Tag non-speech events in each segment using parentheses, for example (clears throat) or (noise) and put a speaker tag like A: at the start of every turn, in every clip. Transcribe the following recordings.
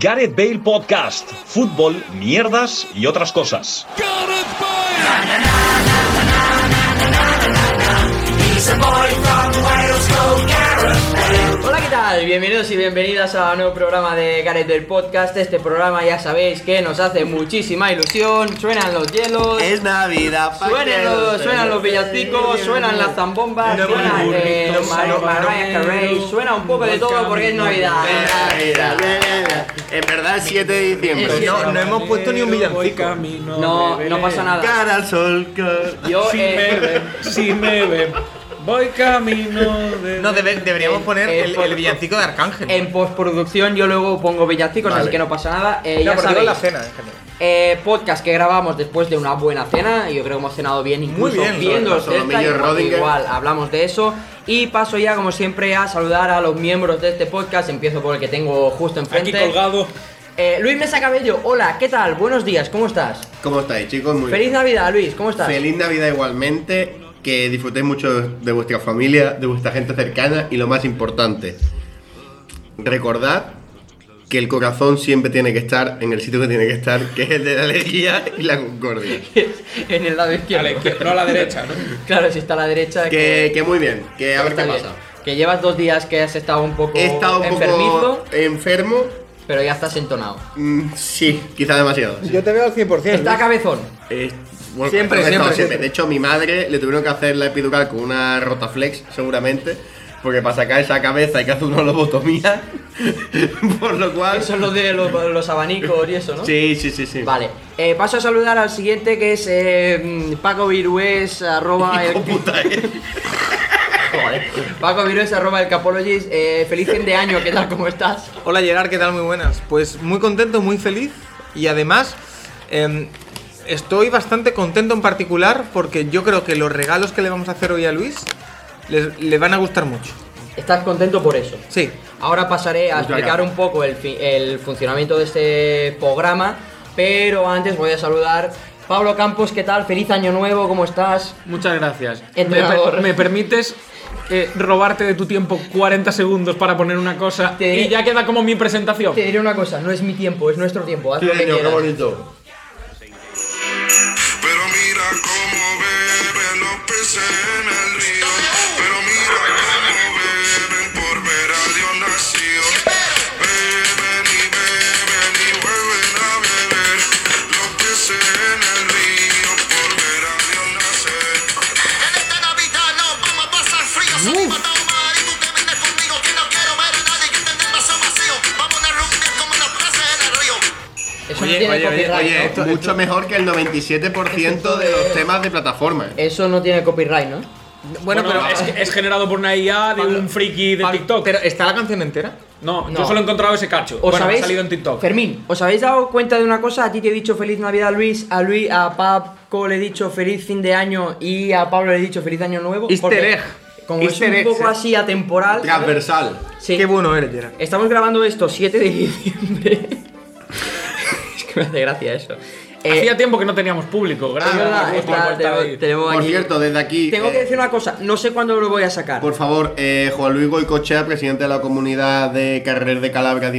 A: Gareth Bale Podcast, fútbol, mierdas y otras cosas.
B: Hola, ¿qué tal? Bienvenidos y bienvenidas a un nuevo programa de Gareth del Podcast. Este programa ya sabéis que nos hace muchísima ilusión. Suenan los hielos.
C: Es Navidad, pa'
B: Suenan
C: que
B: los,
C: lo
B: suenan los
C: celebres.
B: villancicos, suenan las zambombas,
C: Tenemos
B: suenan
C: burritos,
B: eh, Mar-
C: los
B: Mariah Carey,
C: caramelos,
B: suena un poco de todo porque es Navidad.
C: Eh, Navidad, eh, Navidad. En verdad, el 7 de
B: Es
C: diciembre.
B: cierto.
C: No, no hemos puesto ni un villancico.
B: No, no pasa nada.
C: Cara al sol. cara-
B: Yo,
D: Si
B: eh,
D: me ven, si me ven, voy camino de.
E: No, debe- deberíamos
B: Eh,
E: poner
B: eh,
E: el,
B: por-
E: el villancico de Arcángel.
B: en postproducción yo luego pongo villancicos, así
C: Vale.
B: que no pasa nada. Eh,
E: No,
B: ya
E: pero digo
B: sabéis,
E: la cena en general.
B: Eh, podcast que grabamos después de una buena cena. y Yo creo que hemos cenado bien, incluso
E: bien,
B: viendo
C: sobre todo
B: esta,
C: Emilio
B: igual-
C: Rodinger.
B: igual hablamos de eso. Y paso ya, como siempre, a saludar a los miembros de este podcast. Empiezo por el que tengo justo
D: Aquí
B: enfrente.
D: colgado.
B: Eh, Luis Mesa Cabello, hola, ¿qué tal? Buenos días, ¿cómo estás?
C: ¿Cómo estáis, chicos? Muy
B: Feliz Navidad, Luis, ¿cómo estás?
C: Feliz Navidad igualmente, que disfrutéis mucho de vuestra familia, de vuestra gente cercana y lo más importante, recordad que el corazón siempre tiene que estar en el sitio que tiene que estar, que es el de la alegría y la concordia.
B: (laughs) en el lado izquierdo.
D: A la izquierda, no a la derecha, ¿no?
B: Claro, si está a la derecha.
C: Que, que muy bien, que a ver qué
B: está bien.
C: pasa.
B: Que llevas dos días que has estado un poco
C: He estado un
B: enfermizo,
C: poco enfermo,
B: pero ya estás entonado.
C: mm, sí, quizá demasiado. sí.
F: Yo te veo al 100%.
B: Está
F: Luis.
B: cabezón.
C: Eh, bueno,
E: Siempre,
C: he estado
E: siempre, siempre.
C: De hecho, a mi madre le tuvieron que hacer la epidural con una rotaflex, seguramente, porque para sacar esa cabeza hay que hacer una lobotomía. (laughs) por lo cual.
B: Eso es lo de los, los abanicos y eso, ¿no?
C: Sí, sí, sí, sí. (laughs)
B: Vale, eh, paso a saludar al siguiente que es eh, mm, Paco Virués, arroba
C: Hijo
B: el, (laughs)
C: puta, eh.
B: Paco Virués, arroba el Capologist. Eh, feliz fin de año, ¿qué tal? ¿Cómo estás?
E: Hola Gerard, ¿qué tal? Muy buenas. Pues muy contento, muy feliz y además em, estoy bastante contento en particular porque yo creo que los regalos que le vamos a hacer hoy a Luis les- le van a gustar mucho.
B: ¿Estás contento por eso?
E: Sí.
B: Ahora pasaré a
C: Muchas
B: explicar
C: gracias.
B: un poco el, fi- el funcionamiento de este programa, pero antes voy a saludar Pablo Campos, ¿qué tal? Feliz año nuevo, ¿cómo estás?
D: Muchas gracias.
B: Entrenador.
D: ¿Me, per- me permites eh, robarte de tu tiempo 40 segundos para poner una cosa?
B: Te diré-
D: Y ya queda como mi presentación.
B: Te diré una cosa, no es mi tiempo, es nuestro tiempo, haz lo que
C: Coño, qué
B: quieras.
C: bonito.
G: Pero mira cómo beben los peces en el río. Pero mira cómo beben por ver a Dios nacido. Beben y beben y vuelven a beber los peces en el río por ver a Dios nacer. En esta Navidad no vamos a pasar frío. Soy matado marido que vende conmigo. Que no quiero ver a nadie que tenga el vaso vacío. Vamos a reunir como los peces en el río.
B: Eso no tiene copyright,
C: Oye,
B: ¿no?
C: mucho mejor que el 97% de los temas de plataforma.
B: Eso no tiene copyright, ¿no?
D: Bueno, pero es, es generado por una IA de
E: Pablo-
D: un friki de
E: Pablo,
D: TikTok.
E: ¿Pero está la canción entera?
D: No,
B: No.
D: yo solo he encontrado ese cacho.
B: ¿Os
D: bueno,
B: habéis,
D: ha salido en TikTok.
B: Fermín, ¿os habéis dado cuenta de una cosa? A ti te he dicho feliz Navidad, Luis. A Luis, a Paco le he dicho feliz fin de año y a Pablo le he dicho feliz año nuevo.
E: Easter
B: porque
E: egg.
B: Como
E: Easter
B: es
E: egg,
B: un poco
E: sí.
B: así atemporal.
C: Transversal.
B: Sí.
E: Qué bueno eres, Gerard.
B: Estamos grabando esto 7 de diciembre. (laughs) es que me hace gracia eso. Eh,
D: Hacía tiempo que no teníamos público,
B: es
D: gracias.
B: verdad,
D: por
B: está-
D: vuelta
B: tenemos-
D: ahí.
B: tenemos
C: Por
B: aquí-
C: cierto, desde aquí.
B: Tengo
C: eh,
B: que decir una cosa, no sé cuándo lo voy a sacar.
C: Por favor, eh, Juan Luis Goicochea, presidente de la comunidad de Carrer de Calabria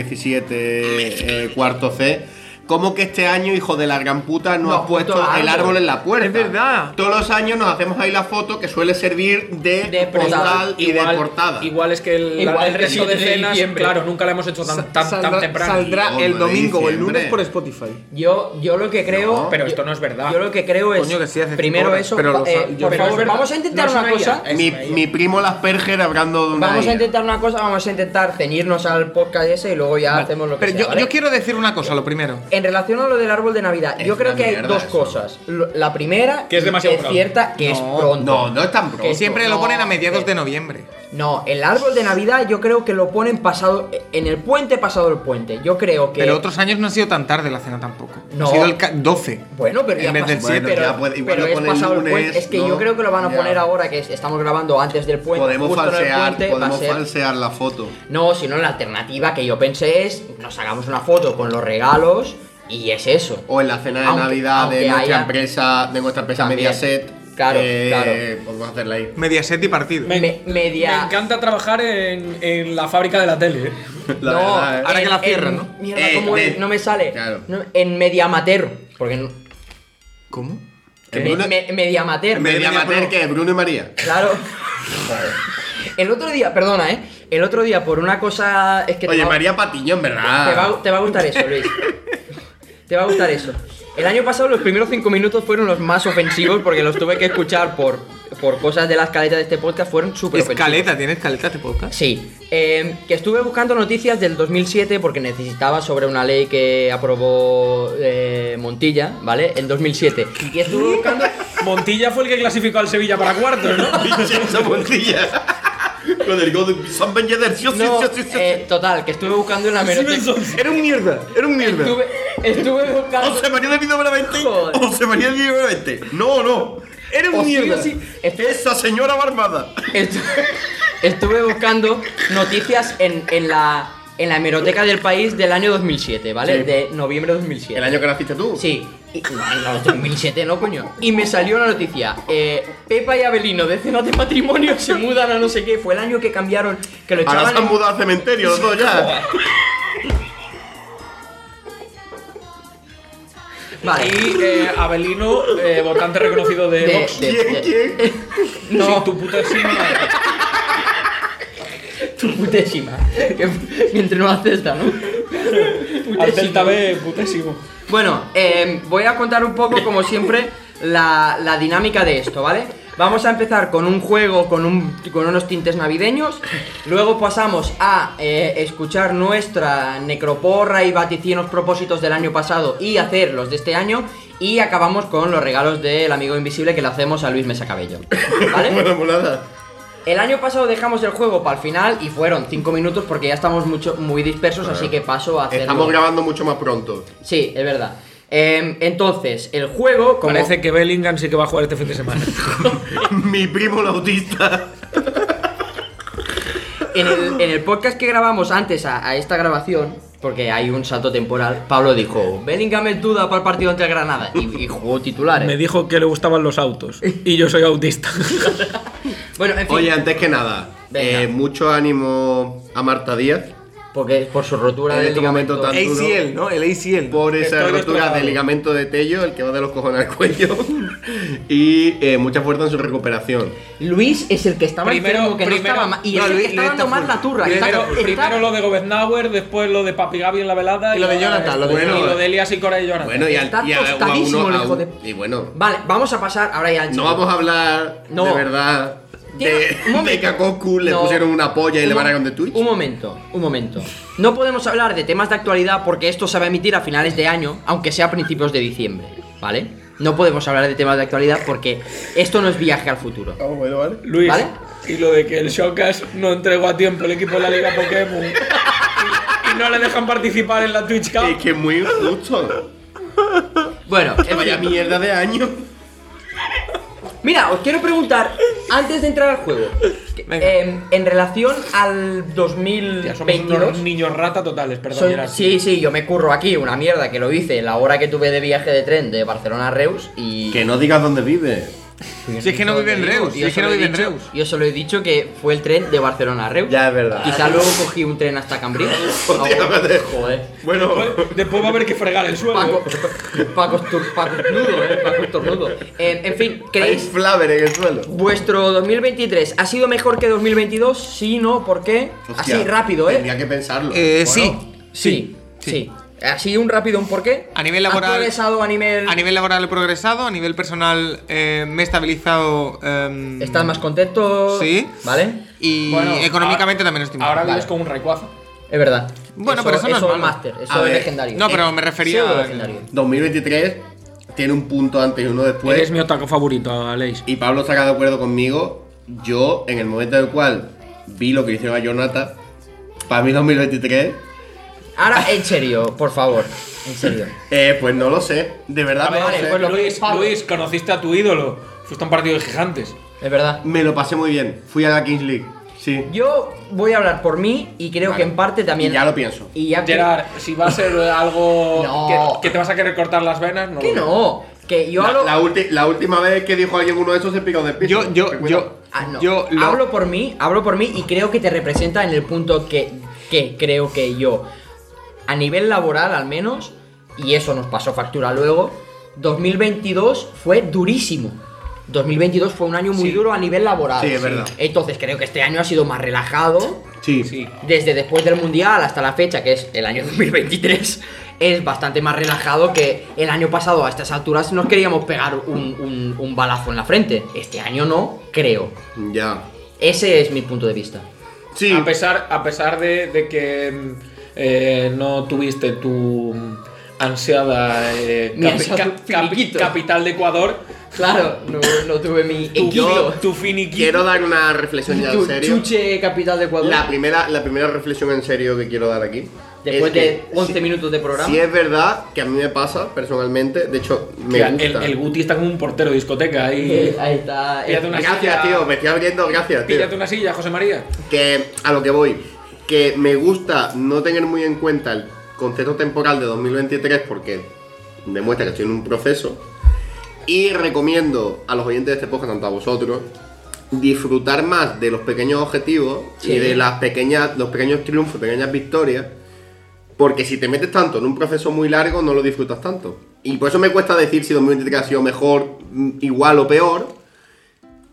C: 17, eh, cuarto C. ¿Cómo que este año, hijo de la gran puta, no,
B: No,
C: has puesto
B: puesto
C: el
B: árbol.
C: árbol en la puerta?
E: Es verdad.
C: Todos los años nos hacemos ahí la foto que suele servir de,
B: De portada.
C: postal y de portada.
D: Igual es que el,
B: Igual
D: el
B: que
D: resto de
B: el de
D: cenas,
B: diciembre.
D: claro, nunca la hemos hecho tan, tan, tan
E: Saldrá-
D: temprano.
E: saldrá
C: Hombre,
E: el domingo o el
C: diciembre.
E: lunes por Spotify.
B: Yo, yo lo que creo.
C: No,
D: pero
B: yo-
D: esto no es verdad.
B: Yo lo que creo es.
E: Coño, que sí hace cinco
B: primero
E: horas,
B: eso.
E: pero lo
B: eh,
E: sa- yo-
B: por
D: pero es
B: favor,
D: verdad.
B: vamos a intentar
D: No es
B: una
D: una
B: cosa.
D: IA, es-
C: mi, mi primo Las Perger hablando de una
B: Vamos a
C: IA.
B: intentar una cosa, vamos a intentar ceñirnos al podcast ese y luego ya hacemos lo que
E: Pero
B: sea,
E: yo,
B: ¿vale?
E: yo quiero decir una cosa, lo primero.
B: En relación a lo del árbol de Navidad, yo
C: Es
B: creo
C: una
B: que hay
C: mierda
B: dos
C: eso.
B: cosas. Lo- La primera
D: Que es
B: y
D: demasiado
B: es
D: pronto.
B: cierta, que es pronto.
C: No, no es tan pronto.
B: Que
E: Siempre
B: No,
E: lo ponen a mediados
B: eh,
E: de noviembre.
B: No, el árbol de Navidad yo creo que lo ponen pasado en el puente pasado el puente. Yo creo que
E: Pero otros años no ha sido tan tarde la cena tampoco.
B: No.
E: Ha sido el ca- 12.
B: Bueno, pero ya
E: en vez del
B: pas-
C: siete.
B: pero,
C: ya puede- igual
B: pero
C: lo
B: es
C: ponen
B: pasado el
C: lunes,
B: puente. Es que yo
C: ¿no?
B: creo que lo van a
C: Ya.
B: poner ahora que es- estamos grabando antes del puente.
C: Podemos
B: justo en el
C: falsear,
B: puente, va a
C: podemos
B: ser-
C: falsear la foto.
B: No, sino la alternativa que yo pensé es nos hagamos una foto con los regalos y es eso.
C: O en la cena de
B: Aunque-
C: Navidad
B: aunque
C: de nuestra
B: haya-
C: empresa, de nuestra empresa
B: También.
C: Mediaset.
B: Claro,
C: Eh,
B: claro.
C: Podemos hacerla ahí.
E: Mediaset y partido.
D: Me,
B: Me- media-
D: me encanta trabajar en, en la fábrica de la tele.
C: (laughs) La
B: no,
C: verdad, eh.
E: ahora
B: en-
E: que la cierran,
B: en-
E: ¿no?
B: Mierda,
C: Eh,
B: ¿cómo es?
C: eh,
B: no me sale.
C: claro.
B: No, en Mediamater. Porque no-
E: ¿Cómo?
C: En
B: me-
C: Bruno-
B: me- Mediamater.
C: en vez de
E: Media
C: amateur,
E: Pro.
C: que es Bruno y María. (laughs)
B: Claro. El otro día, perdona, ¿eh? El otro día, por una cosa. Es que te
C: Oye,
B: va-
C: María Patiño, en
B: Te va,
C: verdad.
B: a- te va a gustar eso, Luis. Te va a gustar eso. El año pasado los primeros cinco minutos fueron los más ofensivos porque los tuve que escuchar por, por cosas de la escaleta de este podcast, fueron súper ofensivos.
E: Escaleta, ¿tienes escaleta este podcast?
B: Sí. Eh, que estuve buscando noticias del 2007 porque necesitaba sobre una ley que aprobó eh, Montilla, ¿vale? En 2007. Y estuve buscando...
D: Montilla fue el que clasificó al Sevilla para cuartos, (laughs) ¿no?
C: Pinche esa
B: (laughs)
C: montilla. Con el gol de San Benjeder. Sí, sí,
B: No,
C: sí, sí, sí.
B: eh, total, que estuve buscando en la meroteca.
D: Stevenson.
E: Era un mierda, era un mierda.
B: (laughs) Estuve, estuve buscando...
C: José María de Vido Benavente.
B: Joder.
C: José María de Vido Benavente. No, no.
E: Era un
B: O sí o
E: mierda.
B: sí, estuve-
C: Esa señora barbada.
B: Estu- (laughs) Estuve buscando noticias en, en la, en la hemeroteca del país del año 2007, ¿vale?
C: Sí.
B: De noviembre de 2007.
C: El año que naciste tú.
B: Sí. Y- No, no, 2007 no, coño. Y me salió una noticia. eh, Pepa y Abelino de cenas de matrimonio se mudan a no sé qué. Fue el año que cambiaron, que lo
C: Ahora
B: echaban...
C: se han
B: en-
C: mudado al cementerio los dos ya.
B: Vale.
D: Y eh, Abelino, eh, votante reconocido de,
B: De-
D: Vox.
B: de-
C: ¿Quién, (laughs)
B: de-
C: quién?
B: No.
D: Sí, tu puta sí, madre.
B: Tu putésima. (laughs) Que- Mientras no haces esta, ¿no?
D: Al Delta B, putésimo.
B: Bueno, eh, voy a contar un poco, como siempre, la, la dinámica de esto, ¿vale? Vamos a empezar con un juego con, un- con unos tintes navideños. Luego pasamos a eh, escuchar nuestra necroporra y vaticinos propósitos del año pasado y hacer los de este año. Y acabamos con los regalos del amigo invisible que le hacemos a Luis Mesa Cabello. (laughs) ¿Vale?
C: Bueno, pues nada.
B: El año pasado dejamos el juego para el final y fueron 5 minutos porque ya estamos mucho, muy dispersos, así que paso a hacerlo.
C: Estamos grabando mucho más
B: (laughs)
C: pronto.
B: Sí, es verdad. Em, entonces, el juego, como,
D: Parece que Bellingham sí que va a jugar este fin de semana.
C: Mi primo el autista.
B: en, el, en el podcast que grabamos antes a, a esta grabación, porque hay un salto temporal, Pablo dijo, Bellingham es duda para el partido ante el Granada. Y, y jugó ¿eh? titulares.
D: Me dijo que le gustaban los autos. Y yo soy (laughs) autista.
B: Bueno, en fin,
C: Oye, antes que nada,
B: Venga.
C: eh, mucho ánimo a Marta Díaz
B: porque por su rotura
C: en
B: del
C: este momento
B: ligamento...
C: tan-
E: ACL, ¿no? El ACL.
C: por esa
D: Estoy
C: rotura
D: destrozado.
C: del ligamento de Tello, el que va de los cojones al cuello. (laughs) y eh, mucha fuerza en su recuperación.
B: Luis es el que estaba
D: Primero-
B: enfermo, que
D: primero-
B: no estaba ma- Y
E: no,
B: es el
E: Luis-
B: que está
E: Luis
B: dando
E: está
B: más
E: full.
B: la turra. está-
D: primero,
B: está-
D: primero lo de Gobeznauer, después lo de Papi Gabi en la velada.
E: Y lo de
D: ahora
E: Jonathan,
D: esto.
E: lo de
D: Y
C: Jonathan.
D: lo de Elías y Cora y Jonathan.
C: Bueno, y, al,
B: Está
C: y a- a
B: tostadísimo el
C: a
B: hijo de-
C: Y bueno,
B: Vale, vamos a pasar ahora ya... en
C: no
B: serio.
C: vamos a hablar
B: No.
C: de verdad
B: Tiene- un
C: de,
B: momento.
C: de Kakoku, le
B: No.
C: pusieron una polla y
B: Un
C: le
B: mo-
C: van a de Twitch.
B: Un momento, un momento. No podemos hablar de temas de actualidad porque esto se va a emitir a finales de año, aunque sea a principios de diciembre, ¿vale? No podemos hablar de temas de actualidad porque esto no es viaje al futuro.
C: Ah, bueno, vale.
D: Luis,
B: ¿Vale?
D: y lo de que el Showcast no entregó a tiempo el equipo de la Liga Pokémon y, y no le dejan participar en la Twitch Cup.
C: Es que es muy injusto.
B: Bueno, eh, en
C: Vaya
B: fin.
C: mierda de año.
B: mira, os quiero preguntar, antes de entrar al juego, que-
E: Venga.
B: em, en relación al
D: Ya somos unos
B: 2022...
D: niños rata totales, perdón,
B: soy-
D: Gerard.
B: sí, sí, yo me curro aquí una mierda que lo hice la hora que tuve de viaje de tren de Barcelona a Reus y...
C: Que no digas dónde vive.
E: Si es que no vive en Reus, si
B: Yo
E: es que
B: solo
E: no
B: he
E: vive en
B: dicho-
E: Reus.
B: Yo solo he dicho que fue el tren de Barcelona a Reus.
C: Ya es verdad.
B: Quizá luego cogí un tren hasta Cambrils.
C: (laughs) Hostia,
B: Ah,
C: vale.
B: Joder.
C: Bueno,
D: Después- Después va a haber que fregar el suelo.
B: Paco, Paco, estu- Paco estornudo, eh. Paco estornudo. Eh, en fin,
C: hay
B: ¿creéis?
C: flaver en el suelo.
B: Vuestro 2023 ha sido mejor que 2022, sí, no, ¿por qué?
C: Hostia,
B: Así rápido, ¿eh?
C: Tendría que pensarlo.
E: Eh,
C: Bueno,
E: sí.
B: Sí, sí,
E: sí.
B: Así un rápido, un por qué.
E: A nivel laboral-
B: ¿Ha progresado a nivel.
E: A nivel laboral he progresado, a nivel personal eh, me he estabilizado. em,
B: ¿Estás más contento?
E: Sí.
B: ¿Vale?
E: Y
D: Bueno,
E: económicamente
D: ahora-
E: también estoy
D: Ahora
E: mal.
D: vives con un raicuazo.
B: Es verdad.
E: Bueno, pero eso no es malo.
B: máster, eso
C: A
B: es
C: ver,
B: legendario.
E: no, pero
B: Eh,
E: me refería
B: pseudo
E: a-
B: legendario.
C: 2023 tiene un punto antes y uno después.
D: Pues Eres mi otaku favorito, Aleix.
C: Y Pablo estará de acuerdo conmigo. Yo, en el momento en el cual vi lo que hicieron a Jonata, para mí 2023,
B: Ahora, en serio, por favor. En serio.
C: eh, pues no lo sé. De verdad,
B: A ver,
C: no lo
B: vale,
C: sé.
B: pues lo-
D: Luis,
B: Pablo.
D: Luis, conociste a tu ídolo. Fuiste a un partido de gigantes.
B: Es verdad.
C: me lo pasé muy bien. Fui a la Kings League. Sí.
B: Yo voy a hablar por mí y creo que en parte también.
C: Y ya lo pienso.
B: Y ya que-
D: Gerard, si va a ser algo
B: No.
D: que, que te vas a querer cortar las venas, no.
B: que
D: lo-
B: no. Que yo
C: La,
B: hablo.
C: la ulti- la última vez que dijo alguien uno de esos se picó del piso.
E: Yo, yo,
C: Ten cuidado.
E: yo,
B: Ah, no.
E: yo lo-
B: Hablo por mí, hablo por mí y creo que te representa en el punto que, que creo que yo, a nivel laboral al menos, y eso nos pasó factura luego, 2022 fue durísimo. 2022 fue un año muy duro a nivel laboral.
C: Sí, es verdad.
B: Entonces creo que este año ha sido más relajado.
C: Sí.
D: Sí.
B: Desde después del Mundial hasta la fecha, que es el año (laughs) 2023, es bastante más relajado que el año pasado. A estas alturas nos queríamos pegar un- un- un balazo en la frente. Este año no, creo.
C: Ya.
B: Ese es mi punto de vista.
C: Sí.
B: Ah,
D: A
B: pues,
D: pesar, a pesar de, de que mm, eh, no tuviste tu mm, ansiada eh,
B: Mi ansiado finiquito.
D: capital de Ecuador,
B: Claro, no, no tuve mi (laughs)
D: tu,
B: equipo.
D: tu finiquito.
C: Quiero dar una reflexión ya en
B: Tu
C: serio.
B: chuche capital de Ecuador.
C: La primera, la primera reflexión en serio que quiero dar aquí.
B: Después
C: es
B: de
C: que
B: 11
C: sí-
B: minutos de programa.
C: Sí es verdad que a mí me pasa personalmente, de hecho me
D: Tía, el,
C: gusta.
D: el Guti está como un portero de discoteca ahí.
B: Eh, Ahí está.
D: Píllate una
C: Gracias,
D: silla.
C: tío, me estoy abriendo, gracias, tío.
D: Píllate una silla, José María.
C: Que a lo que voy, que me gusta no tener muy en cuenta el concepto temporal de 2023 porque demuestra que estoy en un proceso. Y recomiendo a los oyentes de este podcast, tanto a vosotros, disfrutar más de los pequeños objetivos
B: Sí.
C: y de las pequeñas, los pequeños triunfos, pequeñas victorias. Porque si te metes tanto en un proceso muy largo, no lo disfrutas tanto. Y por eso me cuesta decir si 2023 ha sido mejor, mm, igual o peor.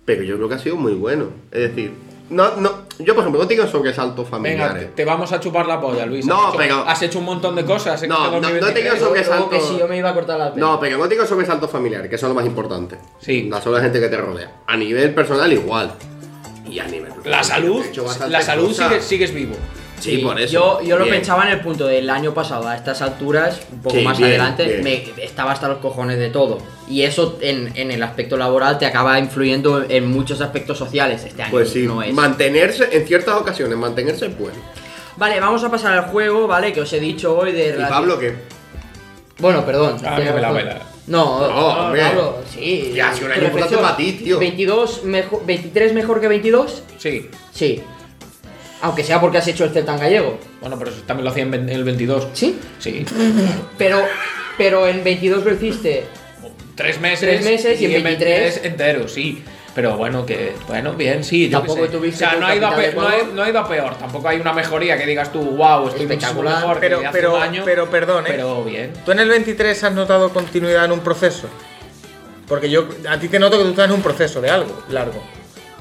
C: Pero yo creo que ha sido muy bueno. Es decir, no, no, yo por ejemplo no tengo sobresaltos
D: Venga, te,
C: familiares.
D: te vamos a chupar la polla, Luis.
C: No,
D: has hecho,
C: pero-
D: Has hecho un montón de cosas. en
C: No,
D: este
C: no, no te
D: 2023.
C: quiero
B: Luego- luego
C: sobresalto.
B: que sí, yo me iba a cortar la
C: no, pero no tengo sobresaltos familiares, que son lo más importante.
D: Sí.
C: La sola gente que te rodea. A nivel personal igual. Y a nivel
D: La
C: profesional,
D: salud,
C: he hecho bastantes
D: la salud
C: cosas.
D: sigue- sigues vivo.
C: Sí, por eso.
B: Yo, yo lo
C: Bien.
B: pensaba en el punto del año pasado, a estas alturas, un poco
C: Sí,
B: más
C: bien,
B: adelante,
C: bien.
B: me estaba hasta los cojones de todo. Y eso en, en el aspecto laboral te acaba influyendo en muchos aspectos sociales este año.
C: Pues sí,
B: no es.
C: mantenerse, en ciertas ocasiones, mantenerse es bueno.
B: Vale, vamos a pasar al juego, ¿vale? Que os he dicho hoy de...
C: ¿Y
B: relati-
C: Pablo qué?
B: Bueno, perdón.
D: Ah,
B: tienes
D: que me la
B: razón.
D: pela.
B: No,
C: No, hombre.
B: Pablo, sí.
C: Ya, si un año
B: Reflexión.
C: importante para ti, tío.
B: 22 mejo- 23 mejor que 22,
D: Sí.
B: sí. Aunque sea porque has hecho el Celta en gallego,
D: Bueno, pero eso también lo hacían en el 22.
B: sí.
D: Sí.
B: Pero, pero en 22 lo hiciste.
D: Tres meses.
B: Tres meses y en 23.
D: entero, sí. Pero bueno, que. Bueno, bien, sí. Yo qué
B: Tampoco
D: sé.
B: tuviste
D: O sea,
B: tu
D: no ha, ido a
B: capital
D: pe- no, ha,
B: Ecuador.
D: no ha ido a peor. Tampoco hay una mejoría que digas tú, wow, estoy muchísimo
B: Espectacular.
D: mejor. que
E: Pero-
D: hace
E: pero-
D: un año".
E: pero perdón, ¿eh?
D: Pero bien.
E: ¿Tú en el 23 has notado continuidad en un proceso? Porque yo a ti te noto que tú estás en un proceso de algo largo,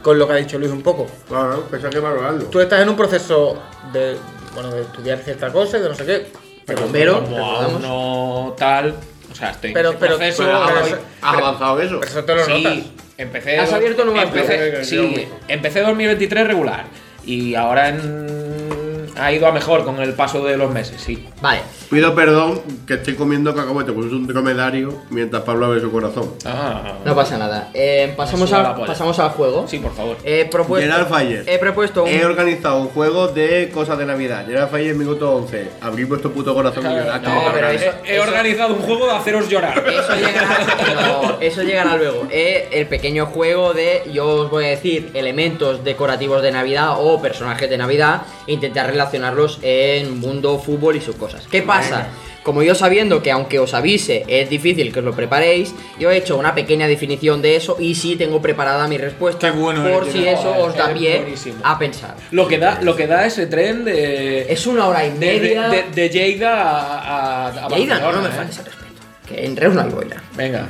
E: con lo que ha dicho Luis un poco.
C: Claro, pensaba que valorarlo.
E: Tú estás en un proceso de, bueno, de estudiar cierta cosa y de no sé qué.
D: Pero,
B: pero-
D: como aún no tal. O sea, estoy.
E: Pero-
D: en
E: pero-
D: proceso, ah,
C: Pero has
E: pero-
D: voy-
C: avanzado- has avanzado eso.
E: Pero eso te lo
D: sí,
E: notas.
D: empecé.
B: Has
D: dos-
B: abierto nuevas
D: empecé,
E: puertas. Creo
D: Sí,
E: mucho.
D: empecé 2023 regular. Y ahora en- ha ido a mejor con el paso de los meses, sí.
B: Vale.
C: Pido perdón que estoy comiendo cacahuete con un dromedario mientras Pablo abre su corazón.
D: Ah,
B: No pasa nada. Eh, pasamos,
D: suda la
B: al,
D: polla.
B: pasamos al juego.
D: Sí, por favor.
B: He propuesto.
C: Gerard Fayer.
B: Pues, He propuesto un.
C: He organizado un juego de cosas de Navidad. Gerard Fayer, minuto 11. Abrí vuestro puto corazón y llorad como
B: No, pero
C: cabrones.
B: eso-
D: He organizado un juego de haceros
B: (laughs)
D: llorar.
B: Eso llegará, (laughs) no, eso llegará luego. Eh, el pequeño juego de, yo os voy a decir, elementos decorativos de Navidad o personajes de Navidad, intentar relacionarlos en mundo fútbol y sus cosas. ¿Qué pasa? Como yo sabiendo que aunque os avise es difícil que os lo preparéis, yo he hecho una pequeña definición de eso y sí tengo preparada mi respuesta
E: Qué bueno
B: por
E: eres,
B: si
D: Joder,
B: eso os da
D: eres
B: pie
D: buenísimo.
B: a pensar.
D: Lo que da, lo que da ese tren de.
B: Es una hora y
D: de, de,
B: media.
D: de- de Lleida a. a,
E: Ah,
D: a
B: Y ahí da- no, no me
D: Barcelona, ¿eh?
B: faltes el respeto. Que en Reus no hay boina.
D: Venga.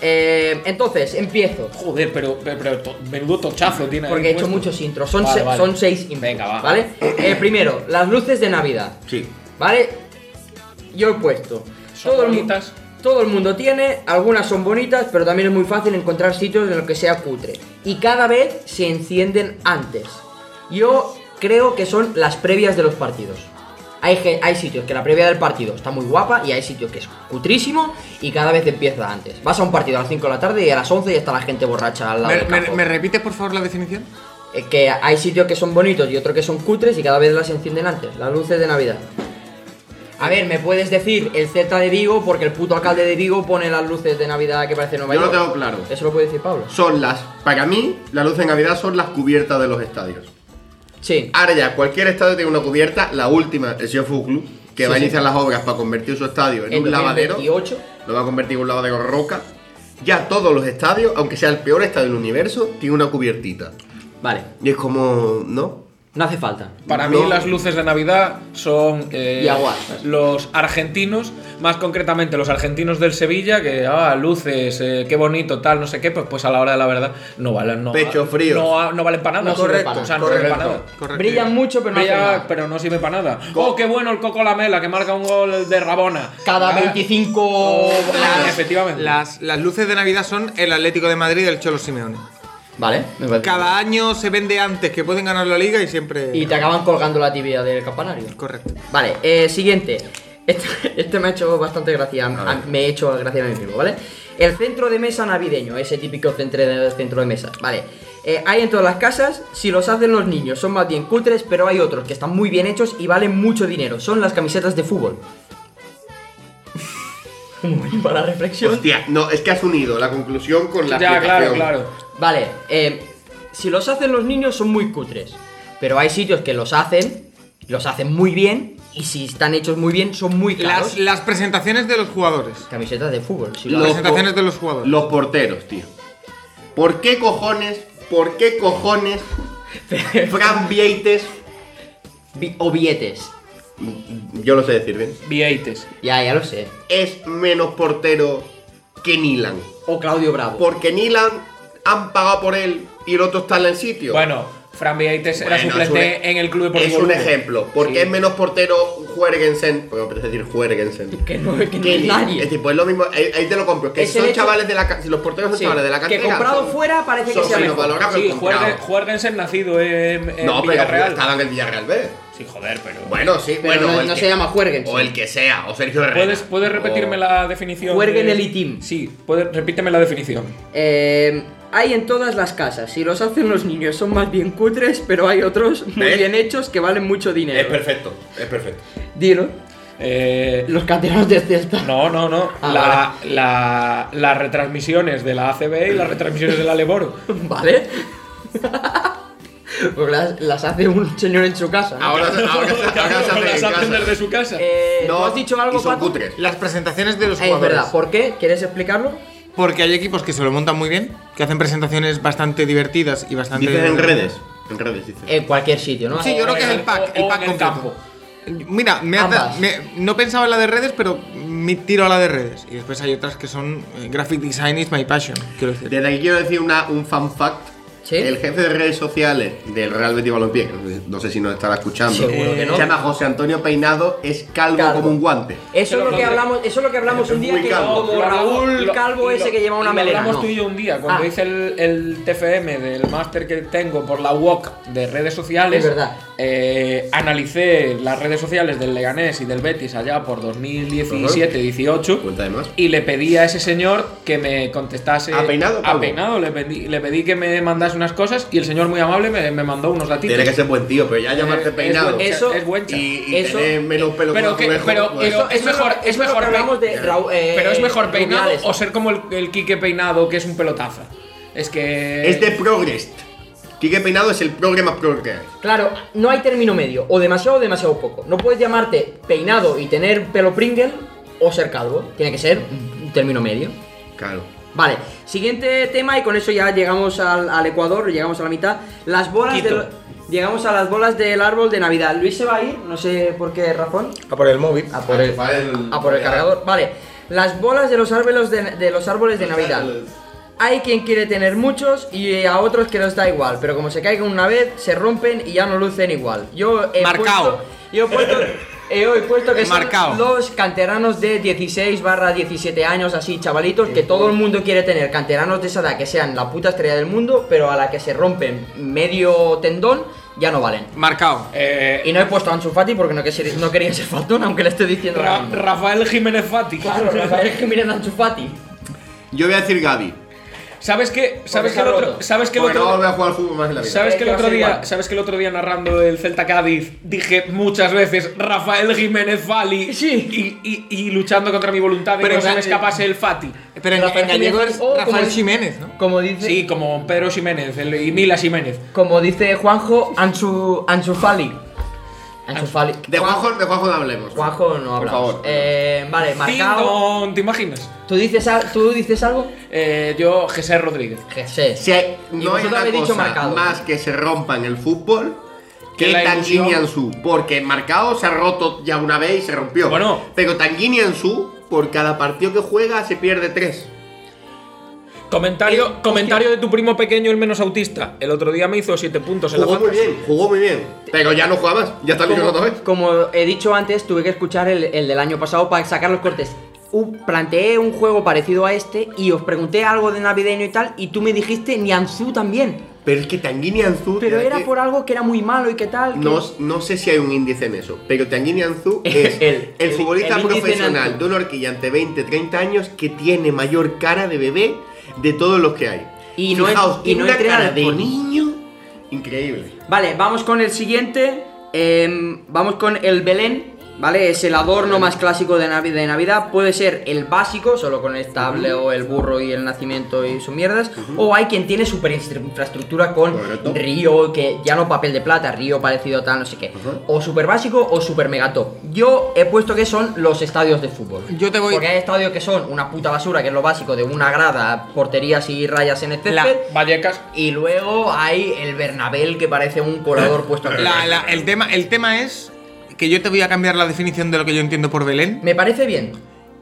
B: Eh, entonces, empiezo.
D: Joder, pero, pero, pero to- menudo tochazo tiene. ahí
B: Porque he hecho
D: puesto.
B: muchos intros. Son,
D: Vale,
B: se-
D: vale.
B: son seis intros.
D: Venga, va.
B: ¿Vale? Eh, primero, las luces de Navidad.
C: Sí.
B: ¿Vale? Yo he puesto.
D: Son
B: el mu-
D: bonitas.
B: todo el mundo tiene, algunas son bonitas, pero también es muy fácil encontrar sitios en los que sea cutre. Y cada vez se encienden antes. Yo creo que son las previas de los partidos. Hay, ge- hay sitios que la previa del partido está muy guapa y hay sitios que es cutrísimo y cada vez empieza antes. Vas a un partido a las 5 de la tarde y a las 11 ya está la gente borracha al lado
E: ¿Me,
B: del
E: me-
B: campo.
E: me repites por favor la definición?
B: Es Eh, que hay sitios que son bonitos y otros que son cutres y cada vez las encienden antes, las luces de Navidad. A ver, me puedes decir el Z de Vigo porque el puto alcalde de Vigo pone las luces de Navidad que parece Nueva
C: Yo lo
B: York.
C: tengo claro.
B: Eso lo puede decir Pablo.
C: Son las, para mí, las luces de Navidad son las cubiertas de los estadios.
B: Sí.
C: Ahora ya, cualquier estadio tiene una cubierta. La última, el Seo Fútbol Club, que
B: Sí,
C: va a
B: sí.
C: iniciar las obras para convertir su estadio en
B: En
C: un lavadero.
B: 2028.
C: Lo va a convertir en un lavadero roca. ya todos los estadios, aunque sea el peor estadio del universo, tiene una cubiertita.
B: Vale,
C: Y es como, ¿no?
B: no hace falta.
D: Para
C: No.
D: mí las luces de Navidad son eh,
B: Y aguas.
D: los argentinos, más concretamente los argentinos del Sevilla, que ah, luces, eh, qué bonito, tal, no sé qué, pues, pues a la hora de la verdad no valen, no,
C: Pecho frío.
D: no, no valen para nada,
B: No sirve
D: correcto,
B: pa' nada.
D: o sea, no
C: Correcto.
D: sirve para nada.
E: Correcto.
B: Brillan mucho, pero no hacen
D: Brilla,
B: nada.
D: pero no sirve para nada. Oh, qué bueno el Coco Lamela que marca un gol de Rabona.
B: Cada
D: Ah,
B: 25
D: ah, efectivamente.
E: Las, las luces de Navidad son el Atlético de Madrid del Cholo Simeone.
B: Vale, me parece.
E: Cada año se vende antes que pueden ganar la liga y siempre.
B: Y te acaban colgando la tibia del campanario.
E: Correcto.
B: Vale, eh, siguiente. Este, (laughs) este me ha hecho bastante gracia. a- me he hecho gracia a mí mismo, ¿vale? El centro de mesa navideño, ese típico centro de, centro de mesa, ¿vale? Eh, hay en todas las casas, si los hacen los niños son más bien cutres, pero hay otros que están muy bien hechos y valen mucho dinero. Son las camisetas de (laughs) fútbol. Muy para reflexión.
C: Hostia, no, es que has unido la conclusión con la
D: Ya, claro,
C: explicación.
D: claro.
B: Vale, eh, si los hacen los niños son muy cutres, pero hay sitios que los hacen, los hacen muy bien, y si están hechos muy bien son muy caros.
E: Las, las presentaciones de los jugadores.
B: Camisetas de fútbol, si lo
E: Las
C: Los
B: hacen-
E: presentaciones
C: po-
E: de los jugadores.
C: Los porteros, tío. ¿Por qué cojones? ¿Por qué
D: (laughs)
C: cojones? Fran Vieites.
B: bi- o billetes.
C: Yo lo sé decir bien.
D: Vieites.
B: Ya, ya lo sé.
C: Es menos portero que Nilan.
B: O Claudio Bravo.
C: Porque Nilan han pagado por él y el otro está en el sitio.
D: Bueno, Fran Vieites era
C: Bueno,
D: suplente
C: es un- e-
D: en el club
C: Es
D: deportivo.
C: un
D: Lugo.
C: ejemplo. Porque
D: Sí.
C: es menos portero Juergensen. Porque me apetece decir Juergensen.
B: que no, que no
C: Que
B: es
C: ni-
B: nadie.
C: Es tipo, es lo mismo. Ahí, ahí te lo compro. Que
B: Es
C: si
B: el
C: son
B: hecho-
C: chavales de la ca- Si los porteros son
B: Sí,
C: chavales de la
B: que
C: cantera.
B: comprado
C: son-
B: fuera parece que
C: son
B: sea
C: menos
B: mejor.
C: valorados que
D: Sí,
C: comprados.
D: Juergen- Juergensen nacido en, en
C: No, pero
D: Villarreal.
C: estaba en el Villarreal B.
D: Sí, joder, pero.
C: Bueno, sí,
B: Pero
C: bueno.
B: no,
C: el
B: no
C: que-
B: se llama Juergen.
C: O el que sea, o Sergio Herrera.
D: ¿Puedes, ¿Puedes repetirme
C: O-
D: la definición?
B: Juergen
D: de-
B: el Itim.
D: Sí, puedes, repíteme la definición.
B: Eh, hay en todas las casas, si los hacen los niños son más bien cutres, pero hay otros muy
C: ¿Ves?
B: bien hechos que valen mucho dinero.
C: ¿Eh? Es perfecto, es perfecto.
B: Dilo.
D: Eh,
B: Los canteranos de Celta.
D: no, no, no.
B: Ah,
D: la, la- las retransmisiones de la ACB y las retransmisiones de
B: (laughs)
D: la Leboro.
B: ¿Vale? Porque las, las hace un señor en su casa. ¿no?
C: Ahora, ahora,
D: (laughs)
C: ahora se
D: Cabrón,
C: hace
D: las
C: en
D: hacen
C: casa.
D: desde su casa.
B: Eh, ¿tú
C: No,
B: has dicho algo,
C: y son
B: Paco?
C: cutres.
E: Las presentaciones de los
B: Eh, es
E: jugadores.
B: verdad, ¿por qué? ¿Quieres explicarlo?
E: Porque hay equipos que se lo montan muy bien, que hacen presentaciones bastante divertidas y bastante.
C: Dicen en redes. En redes dicen.
B: En cualquier sitio, ¿no?
E: Sí, yo creo que es el
D: O-
E: pack,
D: o
E: el pack
D: en
E: completo.
D: el campo.
E: Mira, me has da-
B: Ambas.
E: me- no pensaba en la de redes, pero me tiro a la de redes. Y después hay otras que son eh, Graphic Design is my passion, quiero decir.
C: Desde aquí quiero decir una, un fan fact.
B: ¿Sí?
C: El jefe de redes sociales del Real Betis Balompié, que no sé- no sé si nos estará escuchando,
B: Seguro que no.
C: se llama José Antonio Peinado, es calvo,
B: Calvo.
C: como un guante.
B: Eso es lo que hablamos, eso es lo que hablamos un día
C: muy
B: que
C: calvo.
B: como
D: Lo hablamos-
B: Raúl
D: lo-
B: Calvo
D: lo-
B: ese que lleva una
D: lo
B: melena.
D: hablamos
B: no.
D: tú y yo un día, cuando
B: Ah.
D: hice el, el TFM del máster que tengo por la UOC de redes sociales.
B: Es verdad.
D: eh, analicé las redes sociales del Leganés y del Betis allá por 2017-18.
C: Cuenta de más.
D: Y le pedí a ese señor que me contestase.
C: ¿A Peinado,
D: A
C: Calvo?
D: peinado, le pedí, le pedí que me mandase unas cosas y el señor muy amable me, me mandó unos datitos.
C: Tiene que ser buen tío, pero ya llamarte
D: Eh,
C: Peinado.
D: buen-
B: Eso-
D: es buen
C: y
D: cha-
C: y
B: eso- eh,
C: tener menos pelo
D: pero
C: que
D: que-
C: un conejo,
D: pero-
C: pues,
D: pero- Es mejor-
B: lo que-
D: es
B: lo que
D: mejor pe-
B: hablamos de Raúl, eh,
D: Pero es mejor peinado
B: Rubiales.
D: o ser como el, el Quique peinado, que es un pelotaza. Es que.
C: Es
B: eh,
C: de Progress. Quique Peinado es el progre más progre que hay.
B: Claro, no hay término medio, o demasiado o demasiado poco. No puedes llamarte peinado y tener pelo Pringle o ser calvo. Tiene que ser un término medio.
C: Claro.
B: Vale, siguiente tema y con eso ya llegamos al, al Ecuador, llegamos a la mitad. Las bolas
D: Quito.
B: del, llegamos a las bolas del árbol de Navidad. Luis se va a ir, no sé por qué razón.
D: Ah,
E: A por el móvil.
B: A por el,
C: Para el-
B: a Ah, por el cargador. Vale, las bolas de los árboles de, de los árboles de
C: Los
B: Navidad.
C: árboles.
B: Hay quien quiere tener muchos y a otros que les da igual, pero como se caigan una vez, se rompen y ya no lucen igual. Yo he
E: Marcao.
B: puesto, yo he puesto, he hoy puesto
E: (laughs)
B: que
E: Marcao.
B: son los canteranos de 16 barra 17 años, así chavalitos, que todo el mundo quiere tener canteranos de esa edad que sean la puta estrella del mundo, pero a la que se rompen medio tendón, ya no valen.
E: Marcado.
D: Eh,
B: Y no he puesto a Ansu Fati porque no, quese- no quería ser faltón, aunque le estoy diciendo ahora
D: Ra-
B: mismo.
D: Rafael Jiménez Fati.
B: Claro, Rafael Jiménez Ansu Fati.
C: Yo voy a decir Gaby.
D: ¿Sabes qué?
B: Porque
D: ¿Sabes que el
B: se ha
D: otro,
B: roto.
D: ¿sabes que el
C: Porque no
D: otro,
C: voy a jugar al fútbol más en la vida.
D: ¿sabes
B: Eh,
D: que el
B: yo
D: otro
B: soy
D: día,
B: igual.
D: sabes que el otro día narrando el Celta Cádiz dije muchas veces Rafael Jiménez Fali
B: Sí.
D: y, y- y luchando contra mi voluntad de
E: Pero
D: que no se me
E: Gaby-
D: escapase el Fati.
E: Pero en,
B: Rafael
E: en gallego
B: Jiménez,
E: eh, es
D: Oh,
B: o como
E: Rafael
B: el-
E: Jiménez, ¿no?
B: Como dice,
D: Sí, como Pedro Jiménez el- y Mila Jiménez.
B: como dice Juanjo, Ansu, Ansu Fali. Encefalit.
C: De Juanjo, de Juanjo no hablemos.
B: Juanjo no
C: Por
B: hablamos.
C: favor.
B: Eh, vale, marcado.
D: Tindon, ¿te imaginas?
B: ¿Tú dices, al- ¿Tú dices algo?
D: Eh, yo, José Rodríguez.
B: Jesús.
C: Si hay-
B: Y
C: no hay
B: vosotros
C: una
B: habéis
C: cosa
B: dicho marcado.
C: más que se rompa en el fútbol
D: Que
C: que
D: la ilusión.
C: Tanguini Ansu. Porque marcado se ha roto ya una vez y se rompió.
D: Bueno.
C: Pero Tanguini Ansu, por cada partido que juega, se pierde tres.
D: Comentario,
B: Eh,
D: comentario de tu primo pequeño, el menos autista. El otro día me hizo 7 puntos en la
C: Jugó muy
D: fantasy.
C: bien, jugó muy bien. Pero ya no juega más. Ya está libre otra vez.
B: Como, como he dicho antes, tuve que escuchar el, el del año pasado para sacar los cortes. U- planteé un juego parecido a este y os pregunté algo de navideño y tal, y tú me dijiste Nianzu también.
C: Pero es que Tanguini Ansu.
B: Pero
C: es
B: era
C: que
B: por algo que era muy malo y que tal. que-
C: No, no sé si hay un índice en eso, pero Tanguini
B: (laughs)
C: Anzu es
B: El-
C: el,
B: el-
C: futbolista
B: el índice en
C: profesional
B: Anzu.
C: de una horquilla ante 20, 30 años que tiene mayor cara de bebé de todos los que hay.
B: Y no en- y
C: tiene
B: no
C: una
B: entrena
C: cara
B: al
C: de
B: fútbol.
C: niño increíble.
B: Vale, vamos con el siguiente. Em, vamos con el Belén. ¿Vale? Es el adorno más clásico de, Navi- de Navidad. Puede ser el básico, solo con el table o el burro y el nacimiento y sus mierdas. O hay quien tiene super instru- infraestructura con
C: Correcto.
B: río, que ya no papel de plata, río parecido a tal, no sé qué.
C: Ujú.
B: O super básico o super mega top. Yo he puesto que son los estadios de fútbol.
E: Yo te voy-
B: Porque hay estadios que son una puta basura, que es lo básico de una grada, porterías y rayas en el césped.
E: La-
D: Vallecas.
B: Y luego hay el Bernabel que parece un
D: (laughs)
B: colador puesto aquí.
E: La- la- el, tema, el tema es que yo te voy a cambiar la definición de lo que yo entiendo por Belén
B: Me parece bien.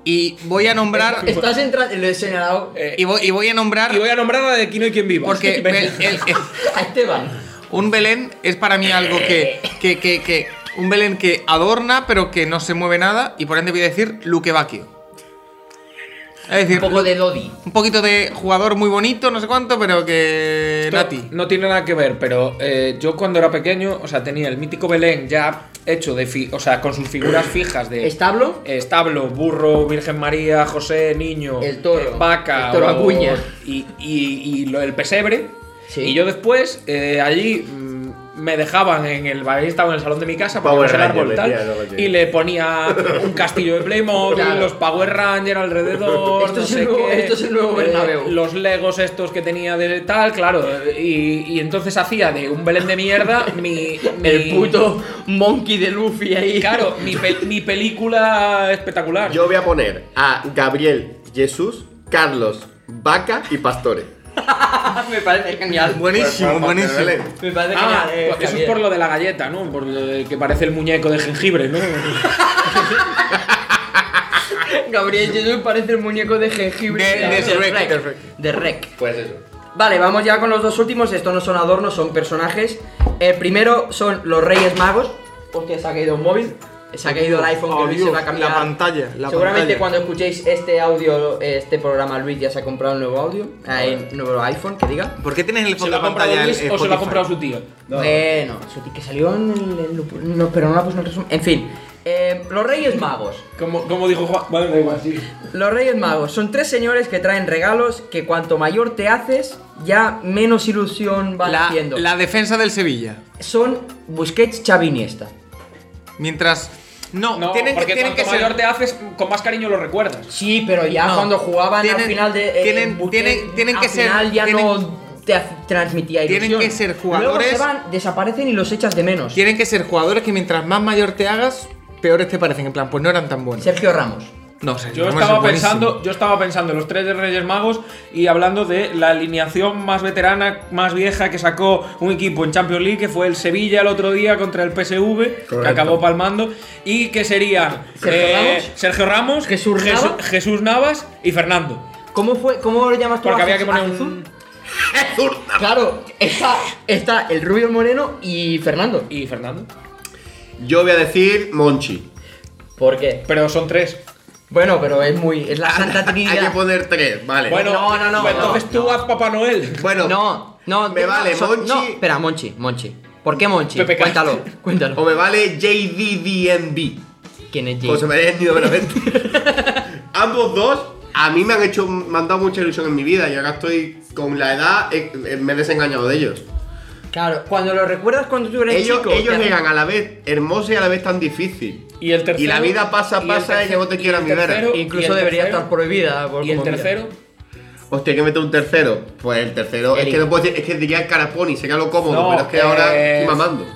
E: y voy a nombrar.
D: pues.
B: Estás entrando. Lo he señalado
E: Y voy, y voy a nombrar.
D: Eh, Y voy a nombrar a la de Kino y quien viva. (laughs)
E: Porque Bel- el- el-
B: (laughs) a Esteban.
E: un Belén es para mí algo que, que, que, que- Un Belén que adorna, pero que no se mueve nada. Y por ende voy a decir Luquevaquio. Es
B: Un
E: decir,
B: poco de Dodi.
E: un poquito de jugador muy bonito, no sé cuánto, pero que.
D: Esto
E: Nati.
D: No tiene nada que ver, pero eh, yo cuando era pequeño, o sea, tenía el mítico Belén ya hecho de. fi- o sea, con sus figuras fijas de.
B: Establo.
D: Establo, burro, Virgen María, José, niño,
B: El toro,
D: eh, vaca,
B: el toro Acuña.
D: y, y- y lo- el pesebre.
B: Sí.
D: Y yo después, eh, allí mm, me dejaban en el barista o en el salón de mi casa para
C: Power
D: el árbol
C: Ranger,
D: tal,
C: decía, no, que-
D: y le ponía un castillo de Playmobil,
B: Claro.
D: los Power Rangers alrededor,
B: Esto es
D: no
B: el
D: sé
B: nuevo-
D: qué,
B: esto es el nuevo
D: eh,
B: Bernabéu.
D: los Legos estos que tenía de tal, claro, y, y entonces hacía de un Belén de mierda mi,
B: (laughs)
D: mi-
B: El puto monkey de Luffy ahí.
D: Claro, mi, pel- mi película espectacular.
C: Yo voy a poner a Gabriel Jesús, Carlos, Vaca y Pastore.
B: Me parece genial.
D: Pues,
E: Buenísimo,
C: Vamos,
E: Ah, buenísimo.
C: Belén.
B: Me parece
D: Ah,
B: genial. eh,
D: pues eso es
B: Javier.
D: por lo de la galleta, ¿no? Por lo de que parece el muñeco de jengibre, ¿no?
B: Gabriel Jesús parece el muñeco de jengibre.
E: De- de Shrek, de
B: Rec.
E: Shrek.
B: De Rec.
C: Pues eso.
B: Vale, vamos ya con los dos últimos. Estos no son adornos, son personajes. El primero son los Reyes Magos. Hostia, se ha caído un móvil. Se ha caído el iPhone que
E: Oh,
B: Luis
E: Dios,
B: se va a cambiar.
E: la pantalla, la
B: Seguramente
E: pantalla.
B: cuando escuchéis este audio, este programa, Luis ya se ha comprado un nuevo audio. Hay nuevo iPhone, que diga.
E: ¿Por qué tienes en el
D: ¿Se
E: fondo
D: lo
E: de
D: ha comprado
E: pantalla el
D: Luis o se lo ha
E: Spotify?
D: comprado su tío?
B: Bueno, eso que salió en el. en- no, pero no la puesto en el resumen. En fin, eh, los Reyes Magos.
D: Como, como dijo Juan. Bueno, da igual, sí.
B: Los Reyes Magos son tres señores que traen regalos que cuanto mayor te haces, ya menos ilusión van
E: la,
B: haciendo.
E: la defensa del Sevilla.
B: Son Busquets, Xavi, Iniesta.
E: Mientras. No,
D: No,
E: tienen que,
D: porque
E: tienen que
D: cuanto
E: ser.
D: mayor te haces, con más cariño lo recuerdas.
B: Sí, pero ya
E: No.
B: cuando jugaban al
E: Tienen-
B: final de. eh,
E: tienen- tienen- tienen
B: al
E: que ser-
B: final ya
E: tienen-
B: no te ha- transmitía ilusión.
E: tienen que ser
B: Luego se
E: jugadores-
B: van, desaparecen y los echas de menos.
E: Tienen que ser jugadores que mientras más mayor te hagas, peores te parecen. En plan, pues no eran tan buenos.
B: Sergio Ramos.
E: No, sé,
D: Yo estaba pensando, yo estaba pensando en los tres de Reyes Magos y hablando de la alineación más veterana, más vieja que sacó un equipo en Champions League, que fue el Sevilla el otro día contra el PSV, que
C: Correcto.
D: acabó palmando, y que sería
B: Sergio Ramos.
D: Sergio Ramos,
B: Jesús
D: Jesu-
B: Navas.
D: Jesús Navas y Fernando.
B: ¿Cómo fue? ¿Cómo lo llamas tú?
D: Porque
B: a
D: había
B: Jes-
D: que poner
B: a
D: un-
B: Jesús?
C: Jesús,
B: Claro, está, está el Rubio el Moreno y Fernando.
D: ¿Y Fernando?
C: Yo voy a decir Monchi.
B: ¿Por qué?
D: Pero son tres.
B: Bueno, pero es muy. Es la Santa
C: Hay que
B: Trinidad.
C: poner tres, vale.
D: Bueno,
B: No, no, no,
D: pues
B: no,
D: entonces tú
B: no.
D: haz Papá Noel.
C: Bueno,
B: No, no,
C: Me
B: no,
C: vale,
B: so-
C: Monchi.
B: No, espera, Monchi, Monchi. ¿Por qué Monchi?
D: PPK.
B: Cuéntalo, cuéntalo.
C: o me vale JDDMB.
B: ¿Quién es
C: Oh, José
B: James?
C: María Nido
D: (laughs)
C: Benavente. Ambos dos a mí me han hecho, me han dado mucha ilusión en mi vida y ahora estoy con la edad, eh, eh, me he desengañado de ellos.
B: Claro, cuando lo recuerdas cuando tú eres
C: Ellos,
B: chico.
C: ellos
B: te-
C: eran a la vez hermosos y a la vez tan difícil.
D: Y el tercero.
C: Y la vida pasa,
D: y el
C: pasa y
D: tercero-
C: yo no te quiero a
D: el
C: mi vera.
D: tercero- y
B: Incluso
D: el
B: debería
D: tercero-
B: estar prohibida. por
D: Y el
B: como mira.
D: tercero.
C: Hostia, hay que meter un tercero. Pues el tercero,
B: El
C: es que
B: Inca.
C: no puedo decir, es que diría el Caraponi, sería lo cómodo,
D: No,
C: pero es que
D: eh,
C: ahora estoy mamando.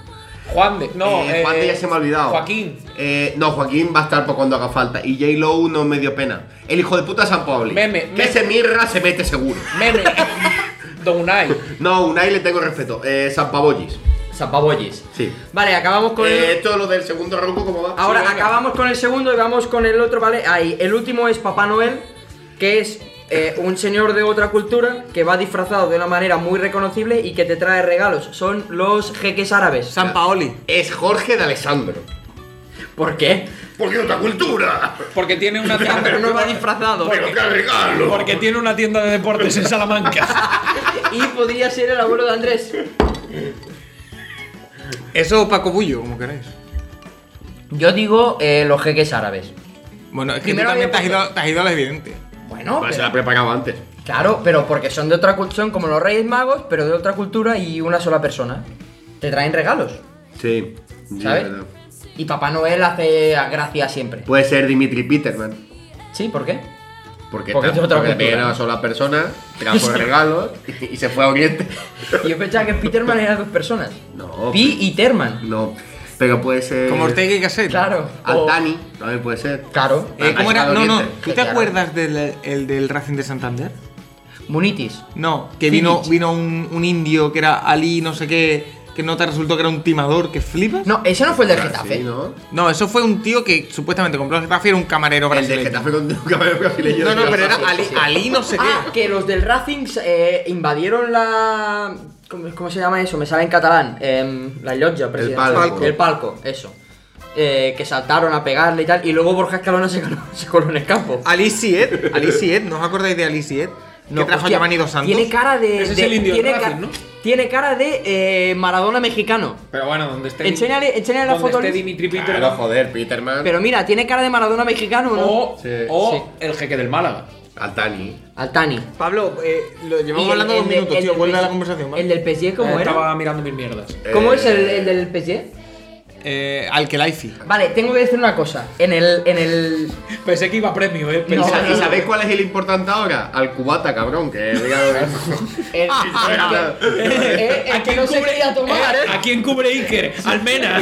D: Juan de. No,
C: Eh, Juan de
D: eh,
C: ya se me ha olvidado.
D: Joaquín.
C: Eh, no, Joaquín va a estar por cuando haga falta. Y J. Low no me dio pena. El hijo de puta San Pablo.
D: Meme,
C: Que
D: meme.
C: se mirra, se mete seguro. (laughs)
D: Meme. Donai.
C: No, Unai le tengo respeto. Eh, San Pavollis.
B: Zapabollis.
C: Sí.
B: Vale, acabamos con
C: Eh,
B: el.
C: esto es lo del segundo ronco, ¿cómo va?
B: Ahora
D: sí, venga.
B: acabamos con el segundo y vamos con el otro, ¿vale? Ahí, el último es Papá Noel, que es eh, un señor de otra cultura que va disfrazado de una manera muy reconocible y que te trae regalos. Son los jeques árabes.
E: San Paoli.
C: Es Jorge de Alessandro.
B: ¿Por qué?
C: Porque otra cultura.
D: Porque tiene una
C: (laughs)
D: tienda.
B: Pero no va (laughs) disfrazado.
C: Pero qué regalo.
D: Porque tiene una tienda de deportes en Salamanca.
B: Y podría ser el abuelo de Andrés.
E: Eso o Paco Bullo, como queráis.
B: Yo digo eh, los jeques árabes.
E: Bueno, es que
B: Primero
E: tú también te has,
B: había
E: ido, te has ido a la evidente.
B: Bueno,
C: Pues se
B: pero-
C: la ha preparado antes.
B: Claro, pero porque son de otra cultura, son como los Reyes Magos, pero de otra cultura y una sola persona. Te traen regalos,
C: Sí.
B: ¿sabes? y Papá Noel hace gracia siempre.
C: Puede ser Dimitri Peterman.
B: Sí, ¿por qué?
C: Porque,
B: Porque
C: está-
B: es otra
C: porque
B: cultura.
C: era una sola persona, trajo regalos y, y se fue a Oriente.
B: Yo pensaba que Peterman eran dos personas.
C: No,
B: Pi y Terman.
C: No. Pero puede ser.
E: Como Ortega y Gasset.
B: Claro. o-
C: Altani también puede ser.
B: Claro.
E: Eh, ¿Cómo era?
C: Al
E: No, no.
C: Oriente.
E: ¿Tú
B: Sí,
E: te
B: claro.
E: acuerdas del el del Racing de Santander?
B: Munitis.
E: No, que vino,
B: Filich.
E: vino un, un indio que era Ali, no sé qué, que no te resultó que era un timador, que flipas.
B: No, ese no fue el del Getafe.
C: Ah, Sí, ¿no?
E: No, eso fue un tío que supuestamente compró el Getafe y era un camarero
C: El del
E: brasileño.
C: Getafe con (laughs) un camarero brasileño.
E: No, no, pero era
B: Sí, sí,
E: Ali,
B: sí.
E: Ali no sé
B: Ah,
E: qué.
B: que los del Racing eh, invadieron la. ¿cómo, cómo se llama eso? Me sale en catalán. Em, la loggia, presidente.
C: palco.
B: El palco, eso. Eh, que saltaron a pegarle y tal. Y luego Borja Escalona se coló, (laughs) se coló en el campo.
E: Ali Siet, Ali Siet, ¿no os acordáis de Ali Siet? que trajo
B: hostia,
E: Giovanni Dos Santos.
B: Tiene cara de.
D: Ese es
B: de-
D: el indio del
B: tiene, ca-
D: Racing, ¿no?
B: tiene cara de eh, Maradona mexicano.
D: Pero bueno, donde esté.
B: Enséñale- enséñale la
D: donde
B: foto,
D: esté
B: Luis.
D: Dimitri Peter.
C: Claro, joder, Peterman.
B: Pero mira, tiene cara de Maradona mexicano, ¿no?
D: o
C: Sí.
D: o el jeque del Málaga.
C: Altani.
B: Altani.
E: Pablo, eh, lo llevamos
B: Y el-
E: hablando dos
B: el de-
E: minutos,
B: el
E: tío.
B: del
E: Vuelve a la
B: PSG
E: conversación,
B: El
E: ¿vale?
B: del PSG, ¿cómo
D: Eh,
B: era?
D: Estaba mirando mil mierdas.
B: ¿Cómo
C: Eh,
B: es el, el del PSG?
E: Eh, Alkelaifi.
B: Vale, tengo que decir una cosa. En el. En el.
D: Pensé que iba a premio, eh.
C: ¿Y
B: No,
D: Pensé
C: sa-
B: no,
C: ¿Y
B: no.
C: sabéis cuál es el importante ahora? Al cubata, cabrón, que diga- (laughs)
B: (laughs) el- (laughs) Eh, el que no se quería tomar,
D: Eh,
B: ¿eh?
D: ¿A quién cubre Iker?
B: (laughs)
D: Almena.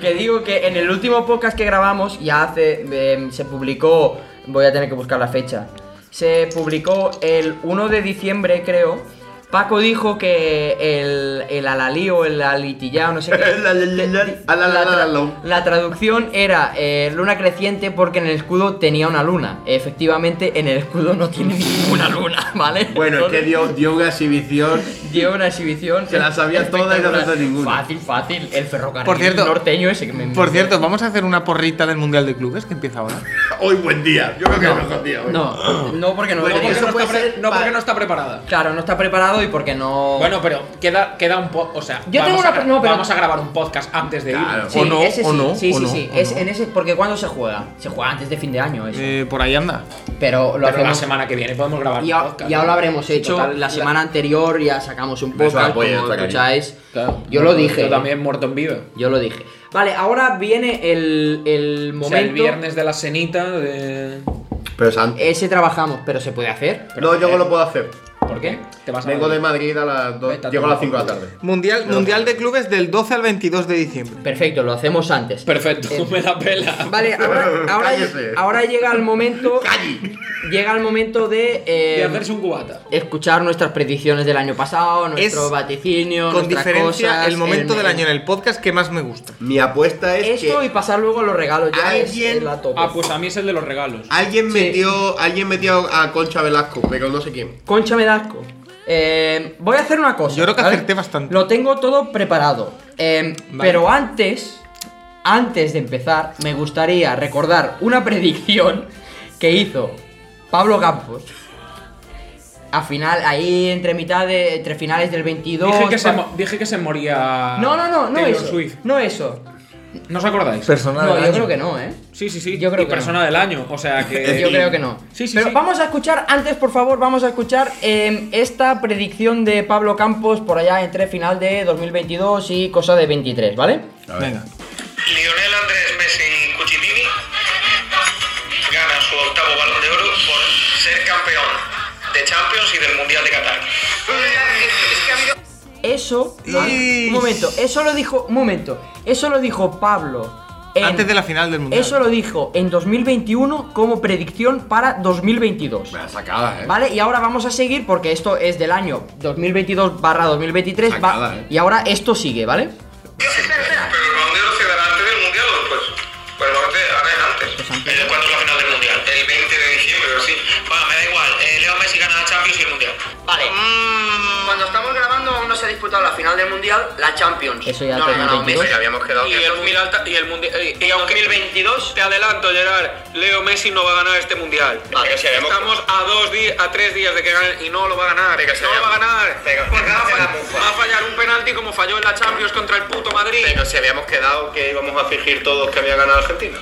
B: Que digo que en el último podcast que grabamos, ya hace. em, se publicó. Voy a tener que buscar la fecha. Se publicó el 1 de diciembre, creo. Paco dijo que el, el alalí o el alitillá o no sé (laughs) qué.
C: El alalilal, alalalalo.
B: la traducción era eh, luna creciente porque en el escudo tenía una luna. Efectivamente, en el escudo no tiene (laughs) ninguna luna, ¿vale?
C: Bueno, es que dio, dio una exhibición.
B: Dio una exhibición.
C: Se la sabía toda y no
B: espectacular.
C: pensó en ninguna.
B: Fácil, fácil. El ferrocarril
E: Por cierto-
B: norteño ese que me.
E: Por cierto, vamos a hacer una porrita del Mundial de Clubes que empieza ahora.
C: Hoy buen día. Yo creo que es mejor día hoy.
B: (coughs) No, no porque no.
C: Bueno,
B: no
C: y
B: porque
C: eso
B: no-
C: puede
D: pre-
C: ser
D: no,
C: pa-
D: porque no está preparada.
B: Claro, no está preparado y porque no.
D: Bueno, pero queda, queda un po O sea,
B: Yo
D: vamos,
B: tengo
D: a,
B: una- no, pero-
D: vamos a grabar un podcast antes de ir.
C: Claro.
B: Sí,
E: o no,
B: ese
E: o
B: sí,
E: no,
B: Sí,
E: o
B: sí,
E: no,
B: sí.
E: o
B: Es,
E: no.
B: En ese, porque cuando se juega, se juega antes de fin de año, eso.
E: Eh, por ahí anda.
B: pero lo
D: Pero la
B: hacemos.
D: semana que viene podemos grabar
B: Ya,
D: un podcast.
B: ya lo habremos
D: Sí,
B: hecho.
D: total,
B: la semana anterior ya sacamos un
C: Beso a
B: podcast,
C: la polla,
B: como
C: está
B: escucháis.
D: Claro.
B: Yo lo dije. ¿eh?
D: Yo también muerto en vida.
B: Yo lo dije. Vale, ahora viene el, el
D: O
B: momento.
D: sea, el viernes de la cenita de...
C: Pero Santi.
B: Ese trabajamos, pero se puede hacer.
C: No, yo no lo puedo hacer.
D: ¿Por qué? Te vas a
C: Vengo de
D: Madrid.
C: Madrid a las dos.
D: Vete a
C: Llego a las
D: tomar
C: 5 de la
D: por
C: tarde.
E: Mundial, mundial de Clubes del 12 al 22 de diciembre.
B: Perfecto, lo hacemos antes.
D: Perfecto,
B: Eh,
D: (laughs) me la pela.
E: (laughs)
B: Vale, ahora, ahora,
C: Cállese.
B: ahora llega el momento. Llega el momento de, eh,
D: De hacerse un cubata.
B: escuchar nuestras predicciones del año pasado, nuestro
E: Es,
B: vaticinio,
E: Con
B: nuestras
E: diferencia,
B: cosas,
E: el momento del año en
B: mes.
E: el podcast que más me gusta.
C: Mi apuesta es
B: Esto y
C: que
B: pasar luego a los regalos. Ya es-
C: Alguien-
B: es la tope.
D: Ah, pues a mí es el de los regalos.
C: alguien metió, alguien metió a Concha Velasco, pero no sé quién.
B: Concha me da asco. Eh, voy a hacer una cosa.
E: Yo creo que acerté bastante.
B: Lo tengo todo preparado. Eh,
E: Vale.
B: Pero antes, antes de empezar, me gustaría recordar una predicción que hizo Pablo Campos. A final, ahí entre mitad de, entre finales del 22.
D: Dije que, se,
B: pa-
D: mo- dije que se moría.
B: No, no, no, no
D: Taylor
B: eso.
D: Swift.
B: No eso.
D: ¿No os acordáis?
E: Persona
B: no,
E: del
B: yo
E: año.
B: creo que no, ¿eh?
D: sí, sí, sí.
B: Yo creo
D: y
B: que
D: persona del año. O sea
B: (laughs)
D: que.
B: Eh, Yo creo que no.
D: Sí, sí,
B: Pero
D: sí.
B: vamos a escuchar, antes por favor, vamos a escuchar eh, esta predicción de Pablo Campos por allá entre final de 2022 y cosa de 23, ¿vale?
E: Venga.
F: Lionel Andrés Messi Cuchitini gana su octavo balón de oro por ser campeón de Champions y del Mundial de Qatar.
B: eso. lo-
E: Ish.
B: un momento, eso lo dijo. Un momento, eso lo dijo Pablo. en-
E: Antes de la final del mundial.
B: Eso lo dijo en 2021 como predicción para 2022.
C: Me la sacabas, eh.
B: Vale, y ahora vamos a seguir porque esto es del año 2022 barra 2023 va-
C: Acaba, eh.
B: y ahora esto sigue, ¿vale?
F: Pero el round lo se dará antes del mundial o después. Bueno, antes, ahora es antes. Eh, ¿Cuándo es la final del mundial? El 20 de diciembre o así. Va, me da igual. Eh, Leo Messi gana la Champions y el mundial.
B: Vale.
H: Cuando estamos grabando aún no se ha disputado la final del mundial, la Champions.
B: Eso ya
H: no
B: te
H: la ha ganado
B: digo.
H: Messi.
F: habíamos quedado
I: Y el mundial ta- y el mundial y, aunque 2022 te adelanto Gerard, Leo Messi no va a ganar este mundial.
F: Vale, si habíamos-
I: Estamos a dos días, a tres días de que gane y no lo va a ganar.
F: Venga, si
I: no lo va a
F: habíamos-
I: ganar.
F: Venga,
I: porque va a,
F: venga,
I: fa-
F: mufa.
I: va a fallar un penalti como falló en la Champions contra el puto Madrid.
F: Pero si habíamos quedado que íbamos a fingir todos que había ganado Argentina.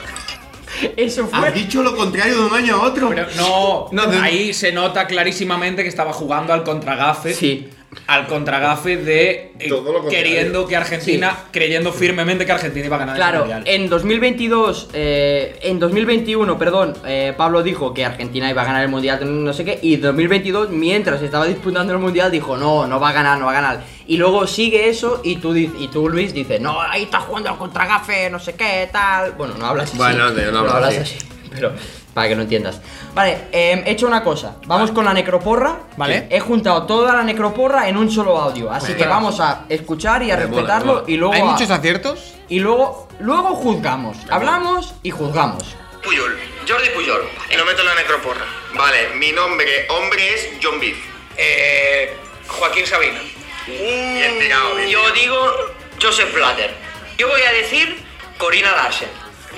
B: Eso fue.
C: Has dicho lo contrario de un año a otro.
D: Pero
B: (laughs)
D: no,
E: No, de-
D: ahí se nota clarísimamente que estaba jugando al contragafe.
B: Sí.
D: Al contragafe de eh,
C: Todo lo contrario.
D: queriendo que Argentina, creyendo firmemente que Argentina iba a ganar el
B: Claro,
D: mundial.
B: en 2022, eh, en 2021, perdón, eh, Pablo dijo que Argentina iba a ganar el mundial, no sé qué, y 2022, mientras estaba disputando el mundial, dijo no, no va a ganar, no va a ganar. Y luego sigue eso y tú, di- y tú Luis, dices no, ahí está jugando al contragafe, no sé qué, tal. Bueno, no hablas así.
C: Bueno, no, no
B: pero
C: hablas
B: hablas
C: así.
B: así, (laughs) pero para que lo entiendas. Vale, eh, he hecho una cosa. Vamos con la necroporra.
E: Vale.
B: He juntado toda la necroporra en un solo audio, así que vamos a escuchar y a
C: Me mola, me
B: respetarlo
C: mola.
B: y luego
E: Hay
B: a-
E: muchos aciertos.
B: y luego, luego juzgamos. Hablamos y juzgamos.
F: Puyol. Jordi Puyol. Lo meto en la necroporra. Vale, mi nombre, hombre es John Beef. Eh, Joaquín Sabina. Bien tirado, bien
H: Yo
F: tirado.
H: digo Joseph Blatter. Yo voy a decir Corina Larsen.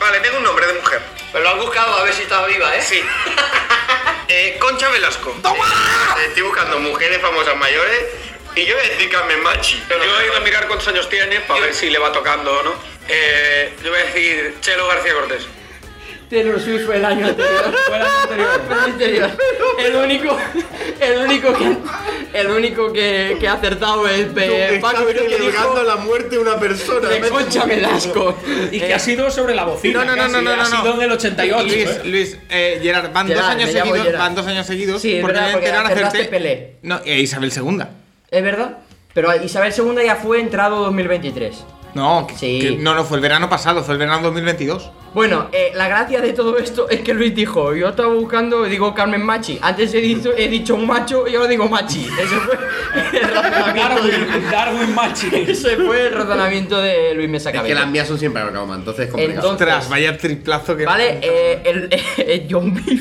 F: Vale, tengo un nombre de mujer.
H: Pero lo han buscado a ver si estaba viva, ¿eh?
F: Sí. Eh, Concha Velasco. Eh, estoy buscando mujeres famosas mayores y yo voy a decir Carmen Machi.
I: Yo he ido a mirar cuántos años tiene para ver si le va tocando o no. Eh, yo voy a decir Chelo García Cortés.
B: Taylor Swift fue el año (laughs) anterior.
D: Fue el año anterior.
B: Fue el año anterior. El único, el único que, el único que, que ha acertado es eh,
C: Estás
B: Paco Bruno, que
C: celebrando
B: dijo
C: la muerte de una persona.
B: de Concha Velasco.
D: Y
B: Eh.
D: que ha sido sobre la bocina.
E: No, no, no,
D: casi,
E: no, no,
D: Ha
E: no,
D: sido
E: no.
D: en el 88.
E: Luis,
D: ¿eh?
E: Luis, eh, Gerard, van
B: Gerard,
E: dos años
B: me llamo
E: seguidos.
B: Gerard.
E: Van dos años seguidos.
B: Sí, es
E: porque
B: verdad,
E: me
B: porque
E: enteraron a
B: acertaste
E: hacerte-
B: Pelé.
E: No, e Isabel II.
B: Es verdad. Pero Isabel II ya fue entrado 2023.
E: No, que-
B: Sí.
E: que- no, no, fue el verano pasado, fue el verano 2022.
B: Bueno, eh, la gracia de todo esto es que Luis dijo, yo estaba buscando, digo Carmen Machi. Antes he dicho, he dicho un macho y ahora digo Machi. Eso fue el (laughs) razonamiento de-
D: Darwin,
B: (laughs)
D: Darwin Machi.
B: Ese fue el razonamiento de Luis Mesa
C: Es que las
B: Cabello.
C: mías son siempre a broma, entonces es complicado.
B: Entonces-
E: Ostras, vaya triplazo que.
B: Vale, eh, el, (laughs) el John Beef.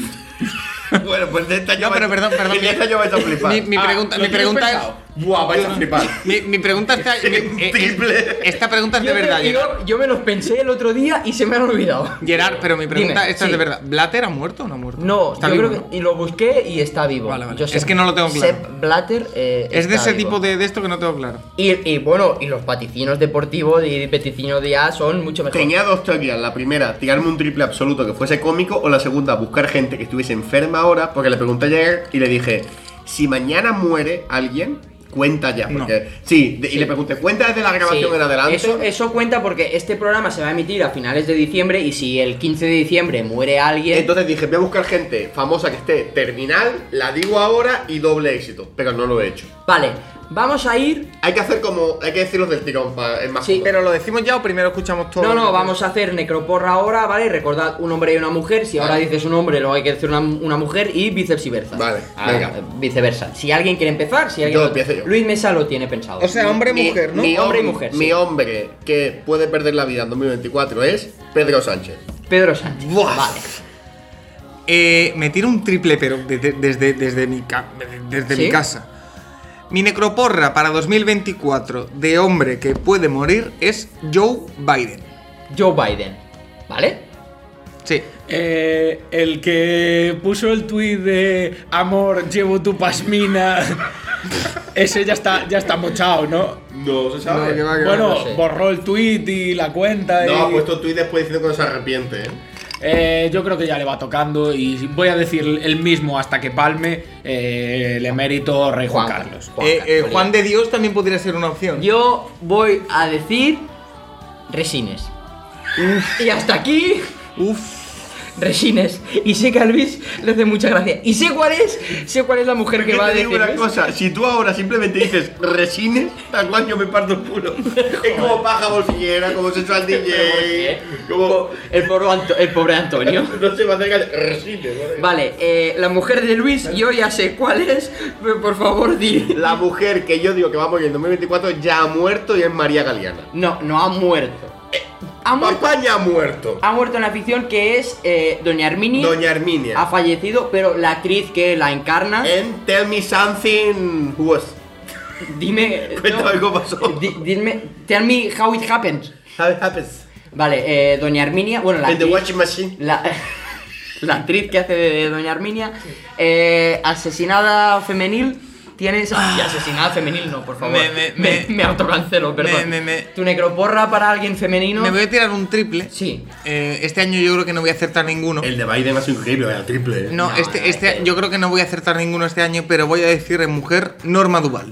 C: (laughs) bueno, pues de esta yo.
E: No, pero perdón, perdón.
C: De esta yo vais a flipar.
E: Mi, mi
D: Ah,
E: pregunta,
D: ¿lo
E: mi
D: tienes
E: pregunta es.
D: pensado?
C: Buah, vais a flipar.
E: Mi, mi pregunta está. mi- eh,
C: Triple.
E: esta pregunta es (laughs) de
B: Yo me-
E: verdad,
B: yo,
E: Gerard.
B: yo me los pensé el otro día y se me han olvidado.
E: Gerard, pero mi pregunta
B: Dime,
E: esta es
B: sí.
E: de verdad. ¿Blatter ha muerto o no ha muerto?
B: No,
E: Está
B: yo
E: vivo,
B: creo
E: ¿no?
B: que. Y lo busqué y está vivo.
E: Vale, vale.
B: Yo
E: Es que no lo tengo claro.
B: Sepp Blatter. eh,
E: Es de
B: está
E: ese
B: vivo.
E: tipo de, de esto que no tengo claro.
B: Y, y bueno, y los vaticinos deportivos y vaticinos de A son mucho mejor.
C: Tenía dos teorías. La primera, tirarme un triple absoluto que fuese cómico. O la segunda, buscar gente que estuviese enferma ahora. Porque le pregunté ayer y le dije: Si mañana muere alguien, cuenta ya. Porque, sí, de- y le pregunté: ¿cuenta desde la grabación
B: Sí,
C: en adelante?
B: Eso, eso cuenta porque este programa se va a emitir a finales de diciembre y si el 15 de diciembre muere alguien.
C: Entonces dije: Voy a buscar gente famosa que esté terminal, la digo ahora y doble éxito. Pero no lo he hecho.
B: Vale, vamos a ir.
C: Hay que hacer como. Hay que decirlos del tirón para es más
B: Sí,
C: justo.
E: Pero lo decimos ya o primero escuchamos todo.
B: No, no, vamos a hacer necroporra ahora, ¿vale? Recordad un hombre y una mujer. Si ahora dices un hombre, luego hay que decir una, una mujer y viceversa.
C: Vale,
B: Ah,
C: venga.
B: eh, Viceversa. Si alguien quiere empezar, si alguien.
C: Yo
B: lo-
C: empiezo yo.
B: Luis Mesa lo tiene pensado.
E: O sea, hombre,
C: Mi-
E: mujer, ¿no?
C: Mi
B: Hombre y
C: hom-
B: mujer,
C: Mi
B: sí.
C: hombre que puede perder la vida en 2024 es Pedro Sánchez.
B: Pedro Sánchez.
E: Buah.
B: Vale.
E: Eh, me tiro un triple, pero desde, desde, desde, mi, ca- desde
B: ¿Sí?
E: mi casa. Mi necroporra para 2024 de hombre que puede morir es Joe Biden.
B: Joe Biden. ¿Vale?
E: Sí.
D: Eh, el que puso el tuit de Amor, llevo tu pasmina. (laughs) Ese ya está, ya está mochado, ¿no?
C: No se
E: No, que va, que va.
D: Bueno,
B: no sé.
D: borró el tuit y la cuenta.
C: No, pues ha
D: y-
C: puesto tweet después diciendo que no se arrepiente, ¿eh?
D: Eh, yo creo que ya le va tocando y voy a decir el mismo hasta que palme eh, el emérito Rey Juan,
B: Juan.
D: Carlos.
B: Juan
E: Eh, eh,
B: Carlos.
E: Juan de Dios también podría ser una opción.
B: Yo voy a decir resines. Y hasta aquí
E: Uf.
B: Resines. Y sé que a Luis le hace mucha gracia. Y sé cuál es, sé cuál es la mujer que
C: Yo
B: va a
C: te digo
B: decir.
C: una
B: ¿ves?
C: cosa, si tú ahora simplemente dices resines, tal cual yo me parto el
B: (laughs)
C: culo. es como paja bolsillera, como sexual DJ, como...
B: El pobre, Anto- el pobre Antonio.
C: (laughs) No se me acerca resines. ¿vale?
B: Vale, eh, la mujer de Luis, yo ya sé cuál es, pero por favor di.
C: La mujer que yo digo que va a morir en 2024 ya ha muerto y es María Galeana.
B: No, no ha muerto. Ha muerto,
C: Papá ya ha muerto.
B: ha muerto en la ficción que es eh, Doña Herminia.
C: Doña
B: Ha
C: Herminia. Eh,
B: fallecido, pero la actriz que la encarna.
C: En Tell Me Something who was.
B: Dime.
C: Cuéntame
B: no,
C: cómo pasó.
B: di- dime. Tell me how it happens.
C: How it happens.
B: Vale, eh, Doña Herminia. Bueno, la
C: In the
B: actriz-
C: washing machine.
B: La, (laughs) la actriz que hace de, de Doña Arminia, eh, asesinada femenil, tienes. y asesinada femenil, no, por favor.
E: Ah. Me- me- me-
B: autocancelo, perdón.
E: me- me-
B: Tu necroporra para alguien femenino.
E: Me voy a tirar un triple.
B: Sí.
E: Eh, este año yo creo que no voy a acertar ninguno.
C: El de Biden ha sido increíble, el triple. ¿eh?
E: No,
B: No, no,
E: este, este,
B: este-
E: yo creo que no voy a acertar ninguno este año, pero voy a decir en mujer Norma Duval.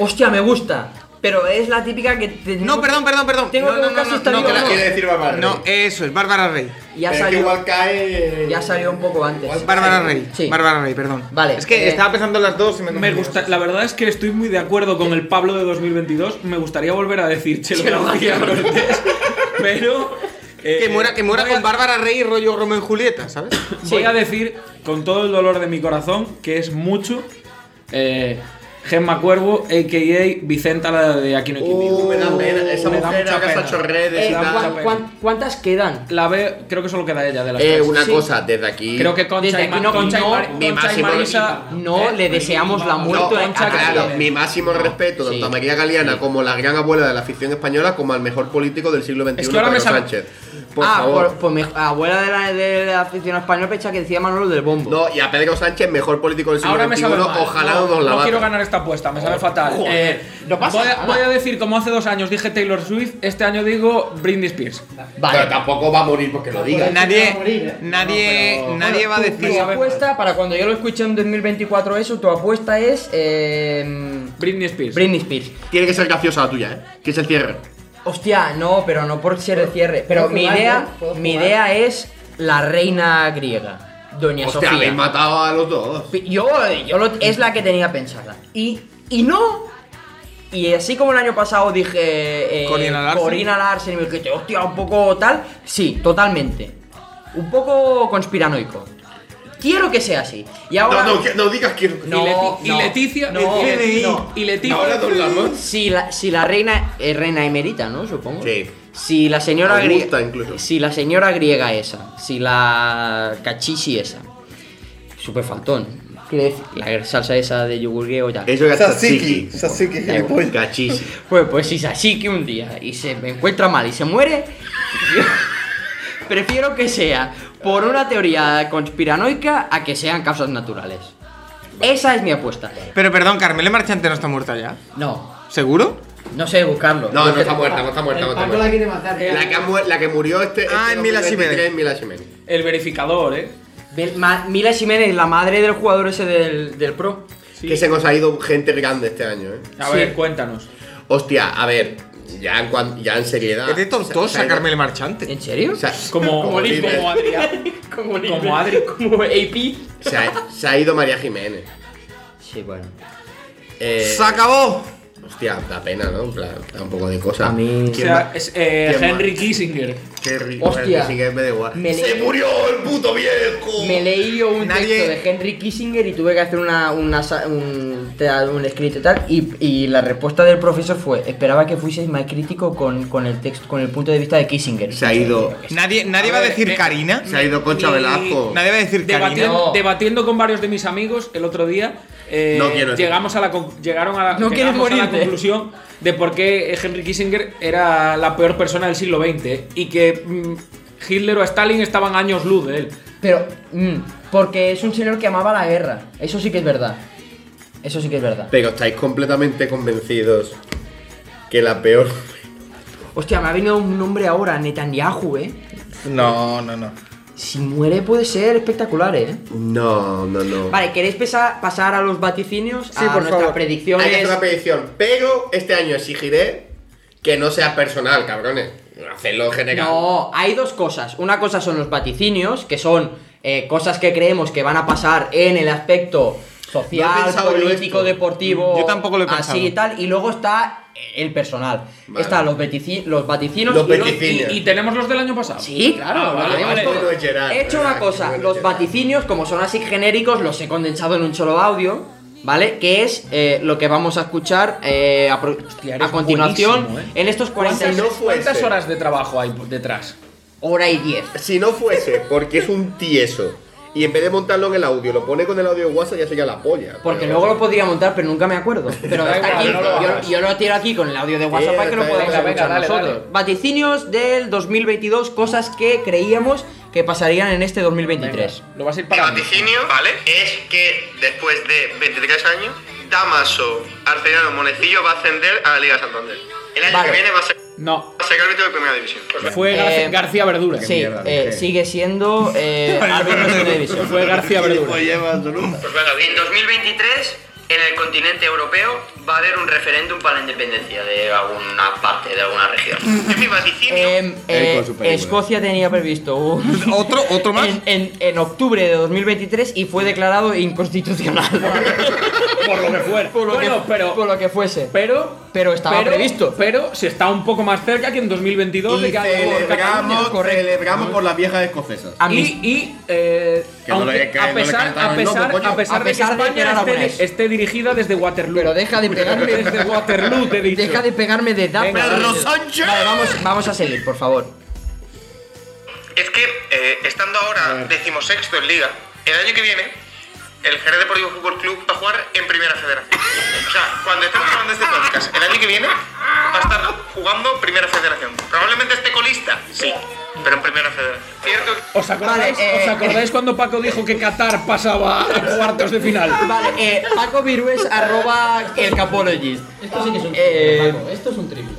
B: Hostia, me gusta. Pero es la típica que. te-
E: No, perdón, perdón, perdón.
B: Tengo
E: no,
B: que
E: no, no,
B: buscar si
E: no,
B: está
E: no,
B: viva
E: que
B: o
E: la-
B: no. eh,
C: Quiere decir Bárbara Rey.
E: No, eso es, Bárbara Rey.
B: Ya
C: Pero es que
B: salió,
C: igual cae.
B: ya salió un poco antes.
E: Bárbara Rey.
B: Sí.
E: Bárbara Rey, perdón.
B: Vale,
E: Es que
B: eh,
E: estaba pensando en las dos y me
D: Me
E: confundí.
D: gusta, la verdad es que estoy muy de acuerdo con el Pablo de 2022. Me gustaría volver a decir Chelo
B: Chelo
D: García
B: García
D: Cortés, pero eh,
E: Que muera, que muera
D: voy a-
E: con Bárbara Rey y rollo Romeo y Julieta,
B: (laughs)
E: ¿sabes?
D: Voy a decir con todo el dolor de mi corazón que es mucho eh, Gemma Cuervo, a.k.a. Vicenta la de Aquí no hay quien viva.
C: Uh, me da pena. Esa
D: me da
C: mujer
D: mucha
C: ha
D: pena.
C: hecho redes
B: Eh,
C: y
D: da
B: ¿cuán-
C: tal.
D: mucha pena.
B: cuán- ¿Cuántas quedan?
D: La B, creo que solo queda ella de las
C: Eh,
D: tres.
C: una
B: Sí.
C: cosa, desde aquí.
D: Creo que Concha
B: Desde
D: y,
B: aquí
D: Ma-
B: no-
D: Concha y
B: no,
D: Mar-
C: mi
D: Concha y
C: máximo-
D: Marisa. eh,
B: No, le deseamos
C: No,
B: la
C: ah,
B: muerte a Concha.
C: claro,
B: que-
C: mi máximo respeto tanto a María Galeana como la gran abuela de la afición española como al mejor político del siglo XXI,
D: Es que ahora me
C: Pedro
D: sale-
C: Sánchez. Por
B: ah,
C: favor.
B: por, por mi abuela de la, de la afición española pecha que decía Manolo del Bombo.
C: No, y a Pedro Sánchez, mejor político del siglo
D: Ahora me
C: XXI,
D: sabe mal.
C: ojalá
D: no,
C: no nos la
D: no
C: bata.
D: quiero ganar esta apuesta, me sabe fatal.
C: joder,
D: Eh,
B: no pasa
D: voy, a,
B: nada.
D: voy a decir, como hace dos años dije Taylor Swift, este año digo Britney Spears.
C: Pero
B: vale.
C: tampoco va a morir porque lo diga.
E: Nadie,
B: ¿eh?
E: nadie, nadie va a
B: Tu-
E: decir.
B: Tu apuesta, para cuando yo lo escuche en 2024 eso, tu apuesta es eh,
D: Britney Spears.
B: Britney Spears.
C: Tiene que ser graciosa la tuya, ¿eh? Que es el cierre.
B: Hostia, no, pero no por ser el cierre. Pero
J: ¿Puedo
B: mi
J: jugar,
B: idea,
J: no? ¿Puedo
B: mi
J: jugar?
B: idea es la reina griega, Doña
C: Hostia, habéis
B: Sofía.
C: matado a los dos.
B: Pi- Yo, yo lo- es la que tenía pensada. Y, y no. Y así como el año pasado dije. eh,
E: Corina Larsen.
B: Corina Larsen, y me dijiste, hostia, un poco tal. Sí, totalmente. Un poco conspiranoico. Quiero que sea así. Y ahora.
C: No, no, que- no digas que...
D: Y, Leti- y
B: no,
D: Leticia.
B: no,
D: y Leti-
B: no.
D: y Leticia.
C: Ahora nos hablamos.
B: Si la, si la reina es reina emerita, ¿no? Supongo.
C: Sí.
B: Si la señora
C: Augusta,
B: griega.
C: incluso.
B: Si la señora griega esa. Si la cachichi esa. Super faltón. Quiero decir, La salsa esa de yogur griego ya.
C: Eso es
J: Sasiki,
C: tzatziki.
J: Sasiki,
B: Da igual.
J: gilipollas.
C: Cachis.
B: Pues, pues si así que un día y se me encuentra mal y se muere, (laughs) prefiero que sea por una teoría conspiranoica a que sean causas naturales. Esa es mi apuesta.
E: Pero perdón, Carmele Marchante no está muerta ya.
B: No,
E: ¿Seguro?
B: no sé buscarlo.
C: No, no está muerta, no está muerta, no
J: El
C: está
J: Paco la
C: muerta.
J: quiere matar.
C: La que, ha muer- la que murió este, este
E: Ah, en Mila
C: 2023
E: Jiménez.
C: en Mila Jiménez.
D: El verificador, eh.
B: Bel- Ma- Mila Jiménez, la madre del jugador ese del, del pro.
C: Que se nos ha ido gente grande este año, ¿eh?
D: A
B: Sí.
D: ver, cuéntanos.
C: Hostia, a ver, ya en, cuan- ya en seriedad.
B: Ah,
E: Es de
C: Se ha
E: tontosa,
C: ido-
E: Carmele Marchante.
B: ¿En serio?
C: se ha- (laughs)
D: Como, como,
C: líder.
D: Adrián.
B: (laughs) como,
D: como Adri.
B: como AP.
C: se, ha, se ha ido María Jiménez.
B: Sí, bueno.
C: Eh,
E: ¡Se acabó!
C: Hostia, da pena, ¿no? En plan, da un poco de cosa.
B: A mí-
C: ¿Quién
D: O sea,
C: más?
D: es, eh,
C: ¿Quién
D: Henry
C: más?
D: Kissinger.
C: Qué rico,
B: Hostia.
C: el que sigue me da igual.
B: Me
C: ¡Se
B: le-
C: murió el puto viejo!
B: Me leí yo un
E: Nadie-
B: texto de Henry Kissinger y tuve que hacer una, una sa- un, te- un escrito y tal. Y, y la respuesta del profesor fue: Esperaba que fueseis más crítico con, con el texto, con el punto de vista de Kissinger.
C: Se ha ido.
E: Nadie, nadie
D: A
E: va a
D: ver,
E: decir
D: eh,
E: Karina.
C: Se ha ido Concha
D: Ni-
C: Velasco.
E: Nadie va a decir Karina.
D: Debatiendo,
B: No.
D: debatiendo con varios de mis amigos el otro día, eh,
C: No quiero decir.
D: llegamos a la con- llegaron a la,
B: No quieres
D: llegamos a la
B: morirte.
D: conclusión de por qué Henry Kissinger era la peor persona del siglo XX y que mm, Hitler o Stalin estaban años luz de él.
B: Pero, mm, porque es un señor que amaba la guerra. Eso sí que es verdad. Eso sí que es verdad.
C: Pero estáis completamente convencidos que la peor.
B: Hostia, me ha venido un nombre ahora: Netanyahu, eh.
E: No, no, no.
B: Si muere, puede ser espectacular, eh.
C: No, no, no.
B: Vale, ¿queréis pesa- pasar a los vaticinios?
E: Sí,
B: a
E: por
B: nuestras
E: favor.
C: Hay que hacer
B: predicciones.
C: una petición, pero este año exigiré que no sea personal, cabrones. Hacerlo general.
B: No, hay dos cosas. Una cosa son los vaticinios, que son eh, cosas que creemos que van a pasar en el aspecto
C: No he
B: social,
C: pensado yo
B: político,
C: esto.
B: deportivo.
E: Yo tampoco lo he pensado.
B: Así y tal. Y luego está el personal.
C: Vale.
B: Están los, vatici- los vaticinios
C: Los
B: y los-
C: vaticinios.
D: Y, y tenemos los del año pasado.
B: Sí, claro,
D: Ah, vale,
B: lo tenemos
D: vale.
B: todo.
C: Bueno, Gerard,
B: He hecho una
C: ¿verdad?
B: cosa,
C: Bueno,
B: los
C: Gerard.
B: vaticinios, como son así genéricos, los he condensado en un solo audio, ¿vale? Que es eh, lo que vamos a escuchar eh, a, pro-
D: Hostia,
B: a
D: eres
B: continuación
D: buenísimo, ¿eh?
B: en estos 40
D: ¿Cuántas,
C: Si no fuese-
D: cuántas horas de trabajo hay detrás?
B: hora y 10.
C: Si no fuese porque es un tieso y en vez de montarlo en el audio, lo pone con el audio de WhatsApp, ya sería la polla.
B: Porque
C: pero-
B: luego lo podría montar, pero nunca me
D: (laughs)
B: acuerdo. Pero
D: Da
B: está
D: igual,
B: aquí,
D: no lo
B: yo,
D: hagas.
B: yo lo tiro aquí con el audio de WhatsApp
C: Bien,
B: para que lo
C: está
B: podamos
C: bien,
B: escuchar
D: venga, dale,
B: nosotros.
D: dale.
B: Vaticinios del 2022, cosas que creíamos que pasarían en este 2023.
D: Lo vas a ir
F: Mi
D: parando.
F: vaticinio, ¿vale? Es que después de 23 años, Damaso Arcediano Monecillo va a ascender a la Liga Santander. El año
B: Vale.
F: que viene va a ser,
D: No.
F: va a ser árbitro de primera división.
D: Fue Garci-
B: Eh,
D: García Verdura.
B: Sí, eh, sigue siendo
D: (laughs)
B: eh, árbitro de segunda división.
D: Fue García Verdura.
F: Pues venga,
H: En 2023, en el continente europeo, va a haber un referéndum para la independencia de alguna parte, de alguna región.
F: Yo mi vaticinio.
B: Em, eh, Escocia tenía previsto un-
E: ¿Otro, (laughs) otro más?
B: en, en- en octubre de 2023 y fue
E: (laughs)
B: declarado inconstitucional.
D: Por lo que fuera.
B: por, lo que,
D: bueno, pero.
B: por lo que fuese.
D: pero.
B: Pero estaba previsto.
D: Pero se está un poco más cerca que en 2022 de
C: Y
D: que haga por
C: celebramos,
D: Cataluña. Correcto.
C: celebramos por las viejas escocesas.
D: Y,
B: Amnist-
D: y, eh,
C: Que no le-
D: aunque-
C: que no
D: a
C: le
D: pesar,
C: cantaban
D: a
C: el
D: pesar,
C: loco, coño.
D: a pesar
B: A
D: de que
B: pesar de que era
D: España esté,
B: aragonés.
D: esté dirigida desde Waterloo.
B: pero deja de pegarme
D: (laughs) desde Waterloo, te he dicho.
B: Deja de pegarme de dar
D: Venga,
B: pedazos.
D: Pedro
B: Vale, vamos, vamos a seguir, por favor.
F: Es que eh, estando ahora decimosexto en liga, el año que viene el Jerez Deportivo Fútbol Club va a jugar en primera federación. O sea, cuando estemos hablando de este podcast, el año que viene va a estar jugando en primera federación. Probablemente esté colista, sí, pero en primera federación. Cierto.
D: ¿Os acordáis,
B: Vale, eh,
D: ¿Os acordáis cuando Paco dijo que Qatar pasaba a cuartos
B: (laughs)
D: de final?
B: Vale, eh, Paco Virués arroba el Capologist. Esto sí que es un triple, Esto es un triple.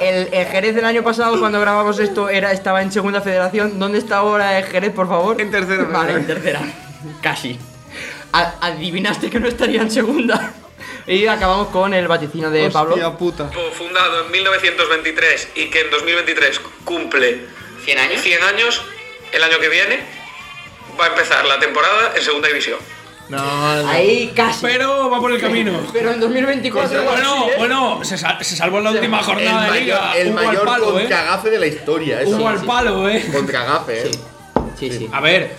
B: el, el Jerez del año pasado, cuando grabamos esto, era, estaba en segunda federación. ¿Dónde está ahora el Jerez, por favor?
E: En tercera.
B: Vale, en tercera. Casi. A- adivinaste que no estaría en segunda. Y acabamos con el vaticino de Pablo.
E: Hostia puta.
I: Fundado en 1923 y que en 2023 cumple
H: 100 años.
I: 100 años, el año que viene va a empezar la temporada en segunda división.
E: No, no.
B: Ahí casi.
D: Pero va por el camino.
B: Pero en 2024.
D: Bueno, bueno, se, sal- se salvó en la última
C: ¿eh? El
D: jornada de liga.
C: mayor, el
D: Hubo al
C: mayor
D: palo, eh.
C: contragafe de la historia. Eso.
D: Hubo al palo, eh.
C: Contragafe, eh.
B: Sí, sí.
D: A ver,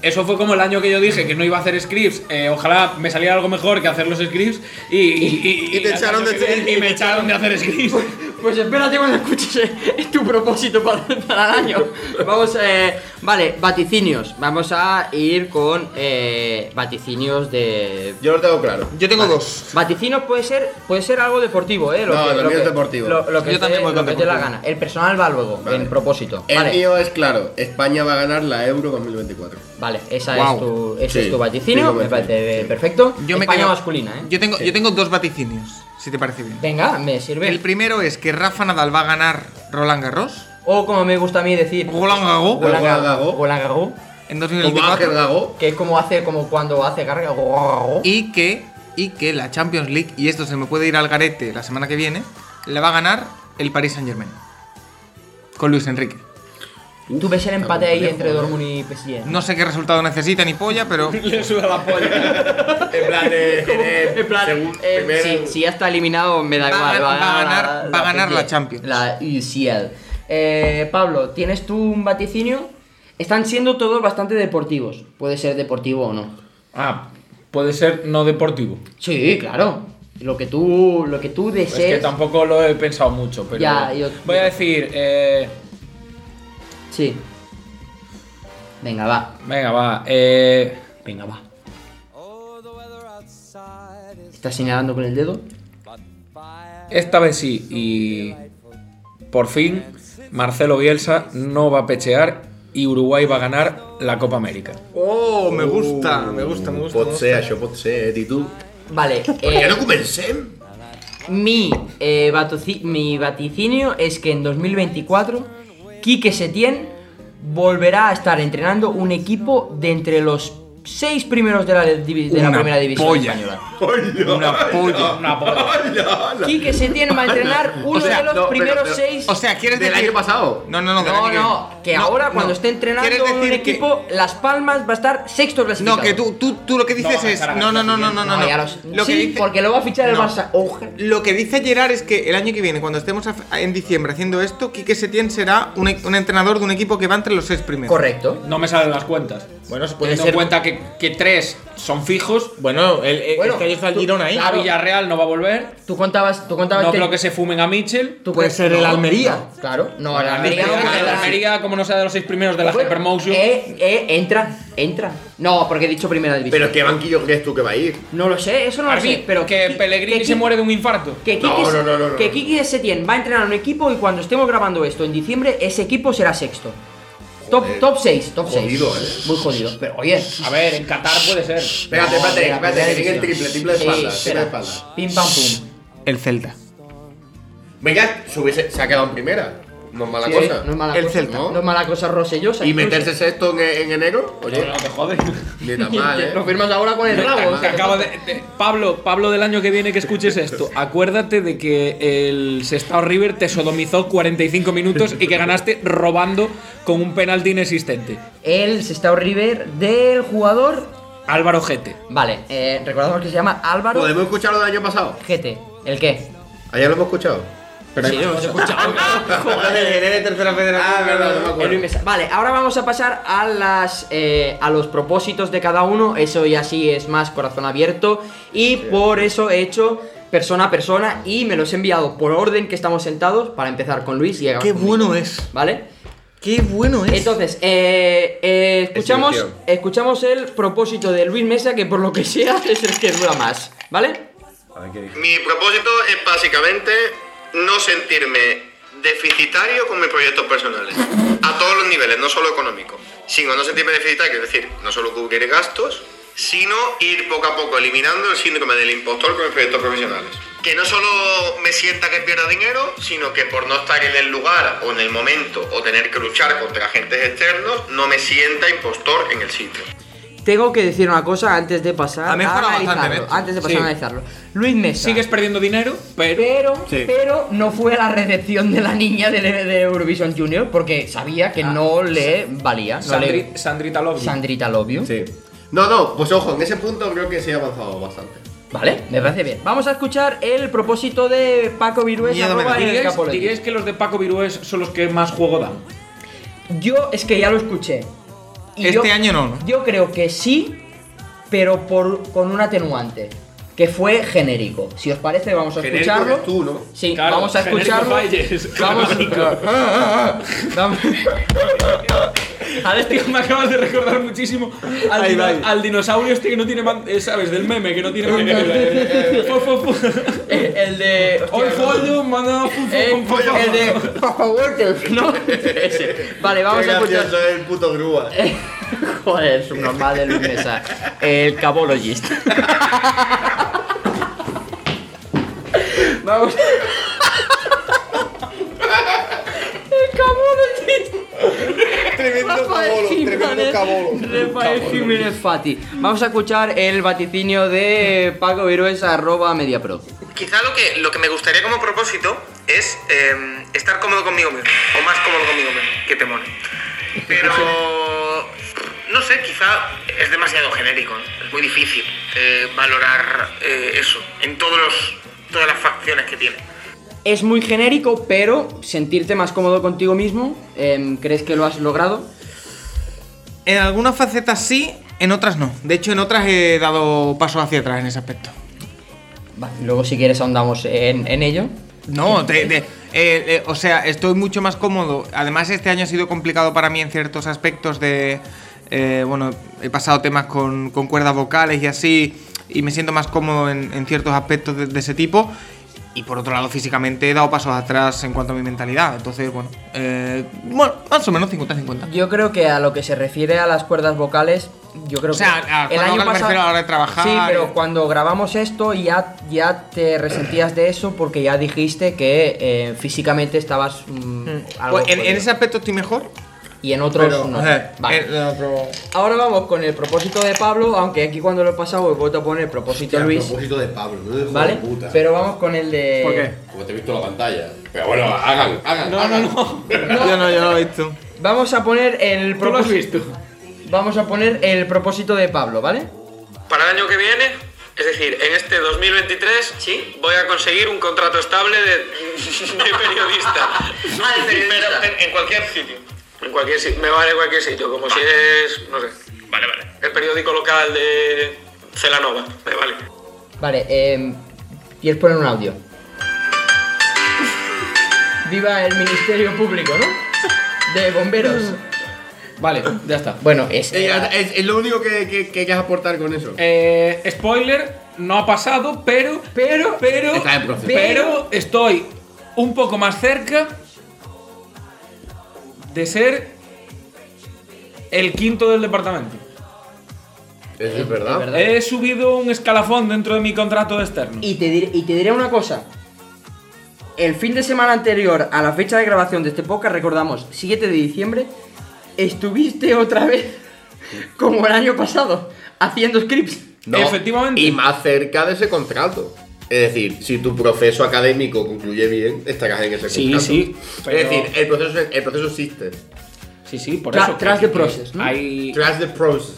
D: eso fue como el año que yo dije que no iba a hacer scripts. eh, ojalá me saliera algo mejor que hacer los scripts. Y, y- y-
C: Y te
D: y-
C: echaron de-
D: y me echaron de hacer scripts.
B: Pues espérate cuando escuches eh, tu propósito para, para el año. Vamos, eh, vale, vaticinios. Vamos a ir con eh, vaticinios de.
C: Yo lo tengo claro.
E: Yo tengo dos.
B: Vaticinios puede ser, puede ser algo deportivo, ¿eh?
C: No, el mío es deportivo.
B: Lo, lo que
E: Yo
B: te-
E: también voy
B: lo
E: con
B: que te dé la
E: deportivo.
B: gana. El personal va luego,
C: Vale.
B: en propósito.
C: El
B: vale,
C: mío es claro. España va a ganar la Euro 2024.
B: vale, esa
E: Guau.
B: es tu, ese
C: Sí,
B: es tu vaticinio.
C: sí,
B: Me
C: sí.
B: parece eh, perfecto.
E: Yo me
B: España
E: quedo-
B: masculina, ¿eh?
E: Yo tengo, yo tengo dos vaticinios, si te parece bien.
B: Venga, me sirve.
E: El primero es que Rafa Nadal va a ganar Roland Garros.
B: O como me gusta a mí decir.
E: Roland Garros
B: Golan
C: Golan
B: Gago.
C: Gago.
B: Golan Gago,
E: en
C: Como Ángel
E: 2024.
C: Gago.
B: Que es como hace, como cuando hace carga.
E: Y que, y que la Champions League, y esto se me puede ir al garete la semana que viene, la va a ganar el Paris Saint Germain. Con Luis Enrique.
B: ¿Tú ves el empate
C: Está
B: ahí
C: muy
B: entre
C: lejos,
B: Dortmund y PSG?
E: No sé qué resultado necesita ni polla,
B: (laughs)
E: pero
D: Le suda la polla.
C: En plan (laughs) de Jerez, segun-
B: eh,
C: primero.
B: si, si ya está eliminado, me da
E: Va a
B: igual.
E: gan- va a ganar- va a ganar la
B: PSG,
E: Champions.
B: La UCL. Eh, Pablo, ¿tienes tú un vaticinio? Están siendo todos bastante deportivos. Puede ser deportivo o no.
D: (laughs) Ah, puede ser no deportivo.
B: Sí, claro. Lo que tú, lo que tú
D: Es
B: desees.
D: que tampoco lo he pensado mucho, pero
B: Ya, yo-
D: voy a decir, eh,
B: Sí. Venga, va.
D: venga, va, eh,
B: Venga, va. ¿Estás señalando con el dedo?
D: esta vez sí y por fin Marcelo Bielsa no va a pechear y Uruguay va a ganar la Copa América.
E: Oh, me gusta, me gusta, me gusta. me
C: Pot
E: gusta.
C: ser, això pot ser, eh, Titu.
B: Vale.
C: Per
B: eh,
C: què no comencem?
B: Mi, eh, vatoci- mi vaticinio es que en 2024 Quique Setién volverá a estar entrenando un equipo de entre los seis primeros de la, divi- de la
D: Una
B: primera división
D: polla.
B: española.
D: Una polla. Una polla.
B: Quique Setién va a entrenar
E: (laughs)
B: uno
C: sea,
B: de los
C: no, pero-
B: primeros
C: pero-
B: seis.
E: O sea, quieres
C: Del
E: decir.
C: año pasado.
E: No, no, no. del
B: no,
E: año
B: no, que
E: No,
B: ahora
E: no.
B: cuando esté entrenando
E: Quieres
B: un
E: decir que-
B: equipo, Las Palmas va a estar sexto clasificado.
E: No, que tú, tú, tú lo que
D: No,
E: dices
D: va a
E: es.
D: estar a la
E: No, no, no, no, no, no.
B: No,
E: no.
B: ya lo-
E: Lo
B: sí,
E: que dice-
B: porque lo va a fichar el
E: No.
B: Barça. Oh, Ojo.
E: Lo que dice Gerard es que el año que viene, cuando estemos a- en diciembre haciendo esto, Quique Setién será un, e- un entrenador de un equipo que va entre los seis primeros.
B: Correcto.
D: No me salen las cuentas.
J: Bueno, se puede
D: Teniendo
J: ser.
D: en cuenta que, que tres son fijos,
J: Bueno, el, el-
B: eh, Bueno,
J: es que ahí está el
B: tú-
J: Girona ahí.
D: a
B: Claro.
D: Villarreal no va a volver.
B: Tú contabas, tú contabas
D: No
B: que-
D: creo que se fumen a Mitchell. Pues,
B: tú
J: Puede
B: cre-
J: ser el
B: no,
J: Almería.
B: no, claro. No, el Almería. no,
D: Ah,
B: porque
D: el
B: la-
D: Almería, como no sea de los seis primeros de la
B: Bueno,
D: Hypermotion.
B: Eh, eh, entra, entra. No, porque he dicho primera división.
C: Pero ¿qué banquillo crees tú que Ah, va a ir?
B: No lo sé, eso no
D: Para
B: lo
D: mí,
B: sé. Pero
D: que
B: Ki-
D: Pellegrini
B: que
D: se
B: Ki-
D: muere de un infarto.
B: Que Kiki,
C: No, no, no, no, no.
B: que Quique Setién va a entrenar a un equipo y cuando estemos grabando esto en diciembre, ese equipo será sexto. Top,
C: Joder.
B: top 6, top 6.
C: Jodido, eh.
B: Muy jodido. Pero oye,
D: A ver, en Qatar puede ser.
C: Espérate,
B: No,
C: espérate,
B: mira,
C: espérate, que tiene
B: primera
C: el triple,
B: división.
C: triple de
B: Sí,
C: espalda, triple
B: espera.
C: de espalda.
B: pim pam pum.
E: El Celta.
C: Venga, se hubiese- se ha quedado en primera. No es mala
B: Sí,
C: cosa.
B: No es mala
E: El
B: cosa.
E: Celta.
B: No, es mala cosa rosellosa.
C: y
B: incluso.
C: meterse sexto en, en enero, oye,
D: No, que joder.
C: ni tan
B: (laughs)
C: mal, ¿eh?
B: Lo firmas ahora con el rabo. o
D: Que
B: sea,
D: acaba de- de- Pablo, Pablo del año que viene que escuches esto, acuérdate de que el Sestao River te sodomizó 45 minutos y que ganaste robando con un penalti inexistente.
B: El Sestao River del jugador.
D: Álvaro Gete.
B: Vale, eh, recordamos que se llama Álvaro
C: ¿Podemos escuchar lo del año pasado?
B: Gete. ¿El qué?
C: Ayer lo hemos escuchado. Pero
B: Sí, lo hemos escuchado.
E: de tercera federación.
C: (laughs) Ah, verdad, no me
B: El
C: acuerdo.
B: Luis Mesa. Vale, ahora vamos a pasar a las eh, a los propósitos de cada uno. Eso ya sí es más corazón abierto. Y por eso he hecho persona a persona y me los he enviado por orden que estamos sentados para empezar con Luis y llegar
E: Qué
B: con Luis,
E: bueno es.
B: ¿Vale?
E: Qué bueno es.
B: Entonces, eh, eh, escuchamos,
C: Es divertido.
B: escuchamos el propósito de Luis Mesa, que por lo que sea (laughs) es el que dura más, ¿vale?
F: Mi propósito es básicamente no sentirme deficitario con mis proyectos personales. A todos los niveles, no solo económico. Sino no sentirme deficitario, es decir, no solo cubrir gastos, sino ir poco a poco eliminando el síndrome del impostor con mis proyectos profesionales. Que no solo me sienta que pierda dinero, sino que por no estar en el lugar o en el momento o tener que luchar contra agentes externos, no me sienta impostor en el sitio.
B: Tengo que decir una cosa antes de pasar
E: Ha mejorado
B: a
E: bastante,
B: analizarlo.
E: Nacho.
B: Antes de pasar
D: Sí.
B: a analizarlo. Luis Mesa.
D: Sigues perdiendo dinero, pero
B: Pero,
C: Sí.
B: pero no fue a la recepción de la niña del- E de, Eurovision Junior porque sabía que no le valía. No
D: Sandri-
B: le,
D: Sandrita Lobby.
B: Sandrita Lobio.
C: Sí. No, no, pues ojo, en ese punto creo que se ha avanzado bastante.
B: Vale, me parece bien. Vamos a escuchar el propósito de Paco Virués.
E: Miedo me
B: arroba
E: da.
B: en el
D: ¿Diríais,
B: Capoletti.
D: diríais que los de Paco Virués son los que más juego dan?
B: Yo es que ya lo escuché.
E: Este año no, ¿no?
B: Yo creo que sí, pero por, con un atenuante. Que fue genérico. Si os parece, vamos a
C: Genérico
B: escucharlo.
C: eres tú, ¿no?
B: Sí,
D: Claro,
B: vamos a
D: genérico
B: escucharlo. (laughs)
D: Falles.
B: Vamos. Vamos.
D: Al tío, me acabas de recordar muchísimo al,
E: Ahí
D: dino-
E: va.
D: al dinosaurio este que no tiene man- eh, ¿sabes? Del meme, que
B: (laughs)
D: no tiene
B: Eh,
D: meme. Fo, fo, fo.
B: El, el de.
D: Hoy
B: hostia,
D: follo, manda fu, fu,
B: Eh,
D: fu, fu, fu.
B: el de (laughs) Papa Walter, ¿no? (laughs) Ese. Vale, vamos
C: Qué
B: a escuchar.
C: gracioso es el puto grúa. (laughs)
B: (laughs) Joder, es un normal de Luis Mesa. El cabologist. Vamos. El cabologist.
C: Tremendo
B: Rafael
C: cabolo, tremendo
B: Jiménez-
C: cabolo.
B: Rafael Jiménez Fati. Vamos a escuchar el vaticinio de Paco Virués arroba MediaPro.
F: Quizá lo que, lo que me gustaría como propósito es eh, estar cómodo conmigo mismo, o más cómodo conmigo mismo, que te mole. Pero, no sé, quizá es demasiado genérico, ¿no? es muy difícil eh, valorar eh, eso en todos los, todas las facciones que tiene.
B: Es muy genérico, pero sentirte más cómodo contigo mismo, em, ¿crees que lo has logrado?
E: En algunas facetas sí, en otras no. De hecho, en otras he dado paso hacia atrás en ese aspecto.
B: Vale, luego si quieres ahondamos en, en ello.
E: No, te- te- eh, eh, o sea, estoy mucho más cómodo. Además, este año ha sido complicado para mí en ciertos aspectos de... eh, bueno, he pasado temas con, con cuerdas vocales y así, y me siento más cómodo en, en ciertos aspectos de, de ese tipo. Y por otro lado, físicamente he dado pasos atrás en cuanto a mi mentalidad. Entonces, bueno, eh, bueno más o menos 50-50.
B: Yo creo que a lo que se refiere a las cuerdas vocales, yo creo
E: O sea,
B: que
E: a cuerdas vocales me refiero a la hora de trabajar.
B: Sí, pero cuando grabamos esto ya, ya te resentías de eso porque ya dijiste que eh, físicamente estabas mm, algo
E: Pues en, en
B: jodido.
E: ese aspecto estoy mejor.
B: y en otros
E: Pero,
B: no.
E: eh,
B: Vale.
E: eh, no, pero-
B: Ahora vamos con el propósito de Pablo, aunque aquí cuando lo he pasado he vuelto a poner el propósito de Luis,
J: propósito de Pablo, no de
B: ¿vale?
J: puta.
B: Pero vamos con el de...
E: ¿Por qué?
J: Porque te he visto la pantalla. Pero bueno,
C: Eh,
J: hagan, hagan.
D: No, no,
J: hagan.
D: no.
E: Yo no, yo no lo he visto.
B: Vamos a poner el
D: ¿Tú lo has visto?
B: Vamos a poner el propósito de Pablo, ¿vale?
I: Para el año que viene, es decir, en este 2023,
H: Sí.
I: voy a conseguir un contrato estable de, (laughs) de periodista.
H: Ah, de periodista.
I: Pero en, en cualquier sitio. En cualquier sitio. Me vale cualquier sitio, como si es, no sé,
F: Vale, vale.
I: el periódico local de Celanova. Me vale.
B: Vale, eh, quieres poner un audio. Viva el Ministerio Público, ¿no? De bomberos.
D: Vale, ya está.
B: Bueno, es.
C: Eh, es, es lo único que, que, que quieras aportar con eso.
D: Eh, spoiler, no ha pasado, pero.
B: Pero-
D: Pero.
C: Está en proceso.
D: Pero estoy un poco más cerca de ser el quinto del departamento.
C: Eso es verdad.
B: verdad.
D: He subido un escalafón dentro de mi contrato externo.
B: Y te, diré, y te diré una cosa. El fin de semana anterior a la fecha de grabación de este podcast, recordamos, 7 de diciembre, estuviste otra vez, (laughs) como el año pasado, haciendo scripts.
D: Efectivamente.
C: Y más cerca de ese contrato. Es decir, si tu proceso académico concluye bien, estarás en ese
D: Sí,
C: contrato.
D: sí, pero-
C: Es decir, el proceso, el proceso existe.
D: Sí, sí, por
B: Tra-
D: eso.
B: tras
D: que-
B: the process, ¿no?
D: Hay,
C: Tras the process.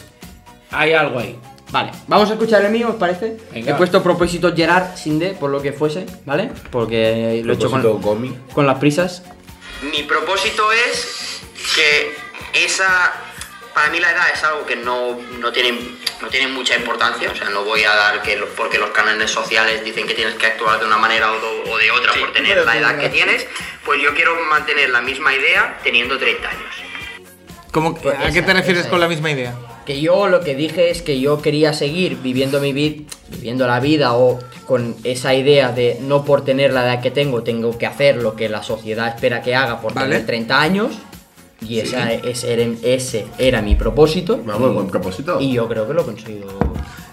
D: hay algo ahí.
B: Vale, vamos a escuchar el mío, ¿os parece?
D: Venga.
B: He puesto propósito Gerard sin D, por lo que fuese, ¿vale? Porque lo he hecho
J: Propósito
B: con,
J: Gomi.
B: con las prisas.
H: Mi propósito es que esa. Para mí la edad es algo que no, no, tiene, no tiene mucha importancia. O sea, no voy a dar que. lo- Porque los canales sociales dicen que tienes que actuar de una manera o, do- o de otra por tener la edad que tienes. Pues yo quiero mantener la misma idea teniendo 30 años.
E: ¿Cómo, que-
B: Pues
E: ¿A qué
B: esa,
E: te refieres
B: esa
E: con
B: es.
E: la misma idea?
B: Que yo lo que dije es que yo quería seguir viviendo mi vida, viviendo la vida o con esa idea de no por tener la edad que tengo, tengo que hacer lo que la sociedad espera que haga por
E: Vale.
B: tener 30 años. Y esa, ese, era, ese era mi propósito.
C: Vamos, buen propósito.
B: Y yo creo que lo he conseguido.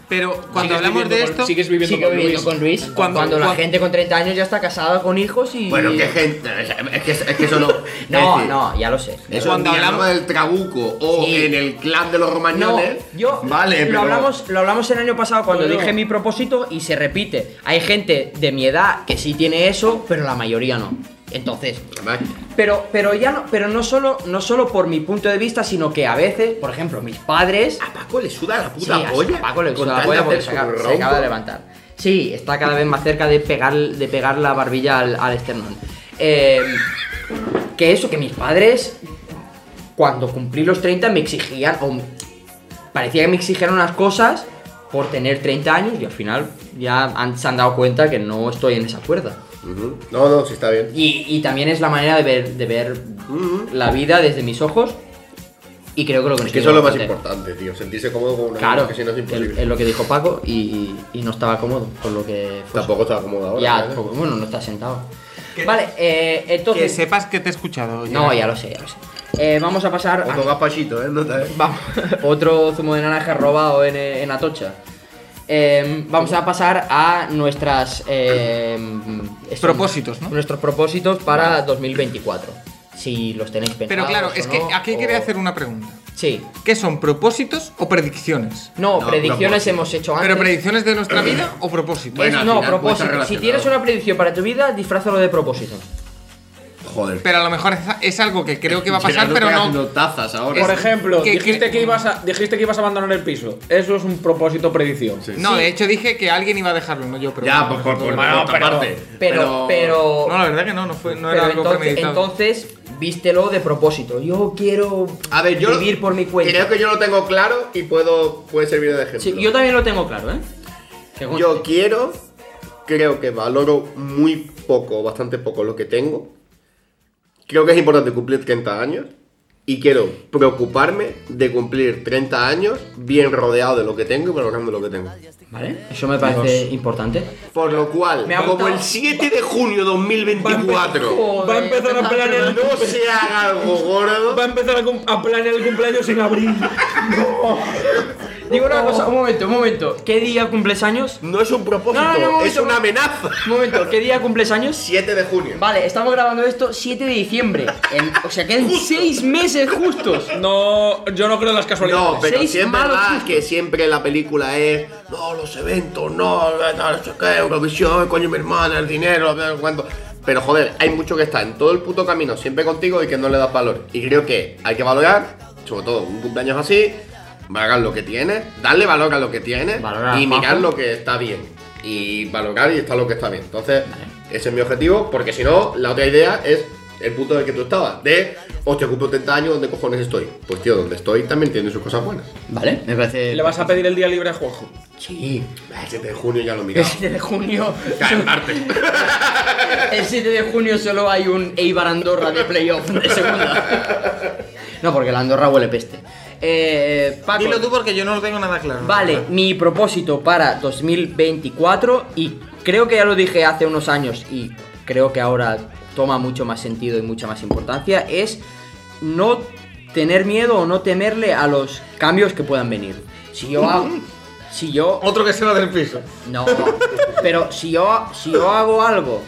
E: Pero cuando
D: Sigues
E: hablamos
D: viviendo
E: de
D: con-
E: esto,
D: Sigues viviendo
B: Sigo
D: con
B: viviendo
D: Luis.
B: con Luis. Cuando,
E: Cuando-
B: la
E: cuando-
B: gente con 30 años ya está casada con hijos y.
C: Bueno, qué gente. Es que, es que eso no.
B: (laughs) No,
C: es decir,
B: no, ya lo sé.
C: Eso
E: Cuando
C: cuando hablamos
E: hablamos-
C: del trabuco o
B: Sí.
C: en el clan de los
B: No,
C: romañones.
B: yo
C: Vale,
B: lo
C: pero.
B: hablamos lo hablamos el año pasado cuando
D: Bueno.
B: dije mi propósito y se repite. Hay gente de mi edad que sí tiene eso, pero la mayoría no. Entonces,
C: Además,
B: pero pero ya no pero no solo no solo por mi punto de vista, sino que a veces, por ejemplo, mis padres
C: A Paco le suda la
B: Sí,
C: puta
B: a
C: polla.
B: Paco le
C: con
B: gusta la
C: tal
B: polla
C: de
B: porque
C: hacer
B: se
C: su
B: acaba, se
C: ronco.
B: acaba de levantar. Sí, está cada vez más cerca de pegar, de pegar la barbilla al, al esternón. Eh, que eso, que mis padres, cuando cumplí los 30, me exigían, o me- parecía que me exigían unas cosas por tener 30 años y al final ya han- se han dado cuenta que no estoy en esa cuerda.
C: Ujú. No, no, sí está bien.
B: Y, y también es la manera de ver, de ver la vida desde mis ojos y creo que lo
C: Es que
B: consigo
C: eso es lo más
B: bastante.
C: importante, tío. Sentirse cómodo con una
B: Claro,
C: cosa que si no es
B: es,
C: imposible.
B: es lo que dijo Paco y, y no estaba cómodo, por lo que fue.
C: Tampoco estaba cómodo ahora.
B: ya,
C: ¿sabes?
B: tampoco- bueno, no está sentado. Vale, eh, entonces...
E: que sepas que te he escuchado.
B: No,
E: Gerard.
B: ya lo sé, ya lo sé. Eh, vamos a pasar
C: Otro
B: a
C: gazpachito, ¿eh? No te-
B: vamos, (laughs) otro zumo de naranja robado en, eh, en Atocha. Eh, vamos a pasar a nuestras... eh,
E: (clears throat)
B: eso,
E: Propósitos, ¿no?
B: Nuestros propósitos para 2024. Si los tenéis pensados
E: Pero claro, es
B: o
E: que
B: no,
E: aquí
B: o-
E: quería hacer una pregunta.
B: Sí.
E: ¿Qué son propósitos o predicciones?
B: No,
C: No,
B: predicciones
C: propósito.
B: hemos hecho antes.
E: ¿Pero predicciones de nuestra vida o propósitos?
C: Bueno,
B: Es-
C: al
B: no,
C: final puede estar
B: propósito. Si
C: relacionado.
B: tienes una predicción para tu vida, disfrázalo de propósito.
C: Joder.
E: Pero a lo mejor es, es algo que creo que va a pasar,
C: Gerardo
E: pero
C: está
E: no.
C: haciendo tazas ahora.
D: Por ejemplo,
E: que-
D: dijiste,
E: que-
D: que ibas a, dijiste que ibas a abandonar el piso. Eso es un propósito predicción.
C: Sí.
E: No, de hecho dije que alguien iba a dejarlo, no yo, pero.
C: Ya, por, por, por,
D: Bueno,
C: otra
D: pero-
C: parte.
B: Pero, pero.
E: No, la verdad que no, no, fue, no era
B: pero
E: algo
B: entonces,
E: premeditado.
B: entonces, vístelo de propósito. Yo quiero
C: A ver, yo.
B: vivir por mi cuenta.
C: Creo que yo lo tengo claro y puedo, puede servir de ejemplo.
B: Sí, yo también lo tengo claro, ¿eh? Que conste.
C: Yo quiero, creo que valoro muy poco, bastante poco lo que tengo. Creo que es importante cumplir 30 años. Y quiero preocuparme de cumplir 30 años bien rodeado de lo que tengo y valorando lo que tengo.
B: ¿Vale? Eso me parece importante.
C: Por lo cual,
B: Me ha
C: como
B: gustado-
C: el 7 de junio 2024
D: Va a empezar a planear el,
C: no se haga algo gordo,
D: va a empezar a, cum- a planear el cumpleaños en abril.
B: Digo una cosa, un momento, un momento. ¿Qué día cumples años?
C: No es un propósito,
B: No, no, no, un
C: es
B: momento,
C: una
B: no.
C: amenaza.
B: Un momento, ¿qué día cumples años?
C: 7 de junio.
B: Vale, estamos grabando esto 7 de diciembre. En- o sea, quedan 6 meses justos.
D: No, yo no creo en las casualidades.
C: No, pero
B: Seis
C: si es
B: malos
C: verdad
B: justos.
C: que siempre la película es no, los eventos, no, no, no sé qué, Eurovisión, coño, mi hermana, el dinero, no sé cuánto. Pero joder, hay mucho que está en todo el puto camino, siempre contigo y que no le das valor. Y creo que hay que valorar, sobre todo un cumpleaños así, valorar lo que tienes, darle valor a lo que tienes
B: Valorar
C: y mirar
B: abajo.
C: lo que está bien. Y valorar y está lo que está bien. Entonces, ese es mi objetivo, porque si no, la otra idea es el punto en el que tú estabas, de, hostia, cumplo 30 años, ¿dónde cojones estoy? Pues tío, donde estoy también tiene sus cosas buenas.
B: Vale, me parece.
D: Le vas a pedir el día libre a Juanjo.
C: Sí, el 7 de junio ya lo
B: El
C: miramos.
B: 7 de junio.
C: Cae en martes.
B: (laughs) El 7 de junio solo hay un Eibar Andorra de playoff de segunda. No, porque la Andorra huele peste. Eh, Paco,
E: Dilo tú porque yo no lo tengo nada claro.
B: Vale, mi propósito para 2024 y creo que ya lo dije hace unos años y creo que ahora toma mucho más sentido y mucha más importancia es no tener miedo o no temerle a los cambios que puedan venir. Si yo hago, si yo
E: Otro que se va del piso.
B: no, pero si yo, si yo hago algo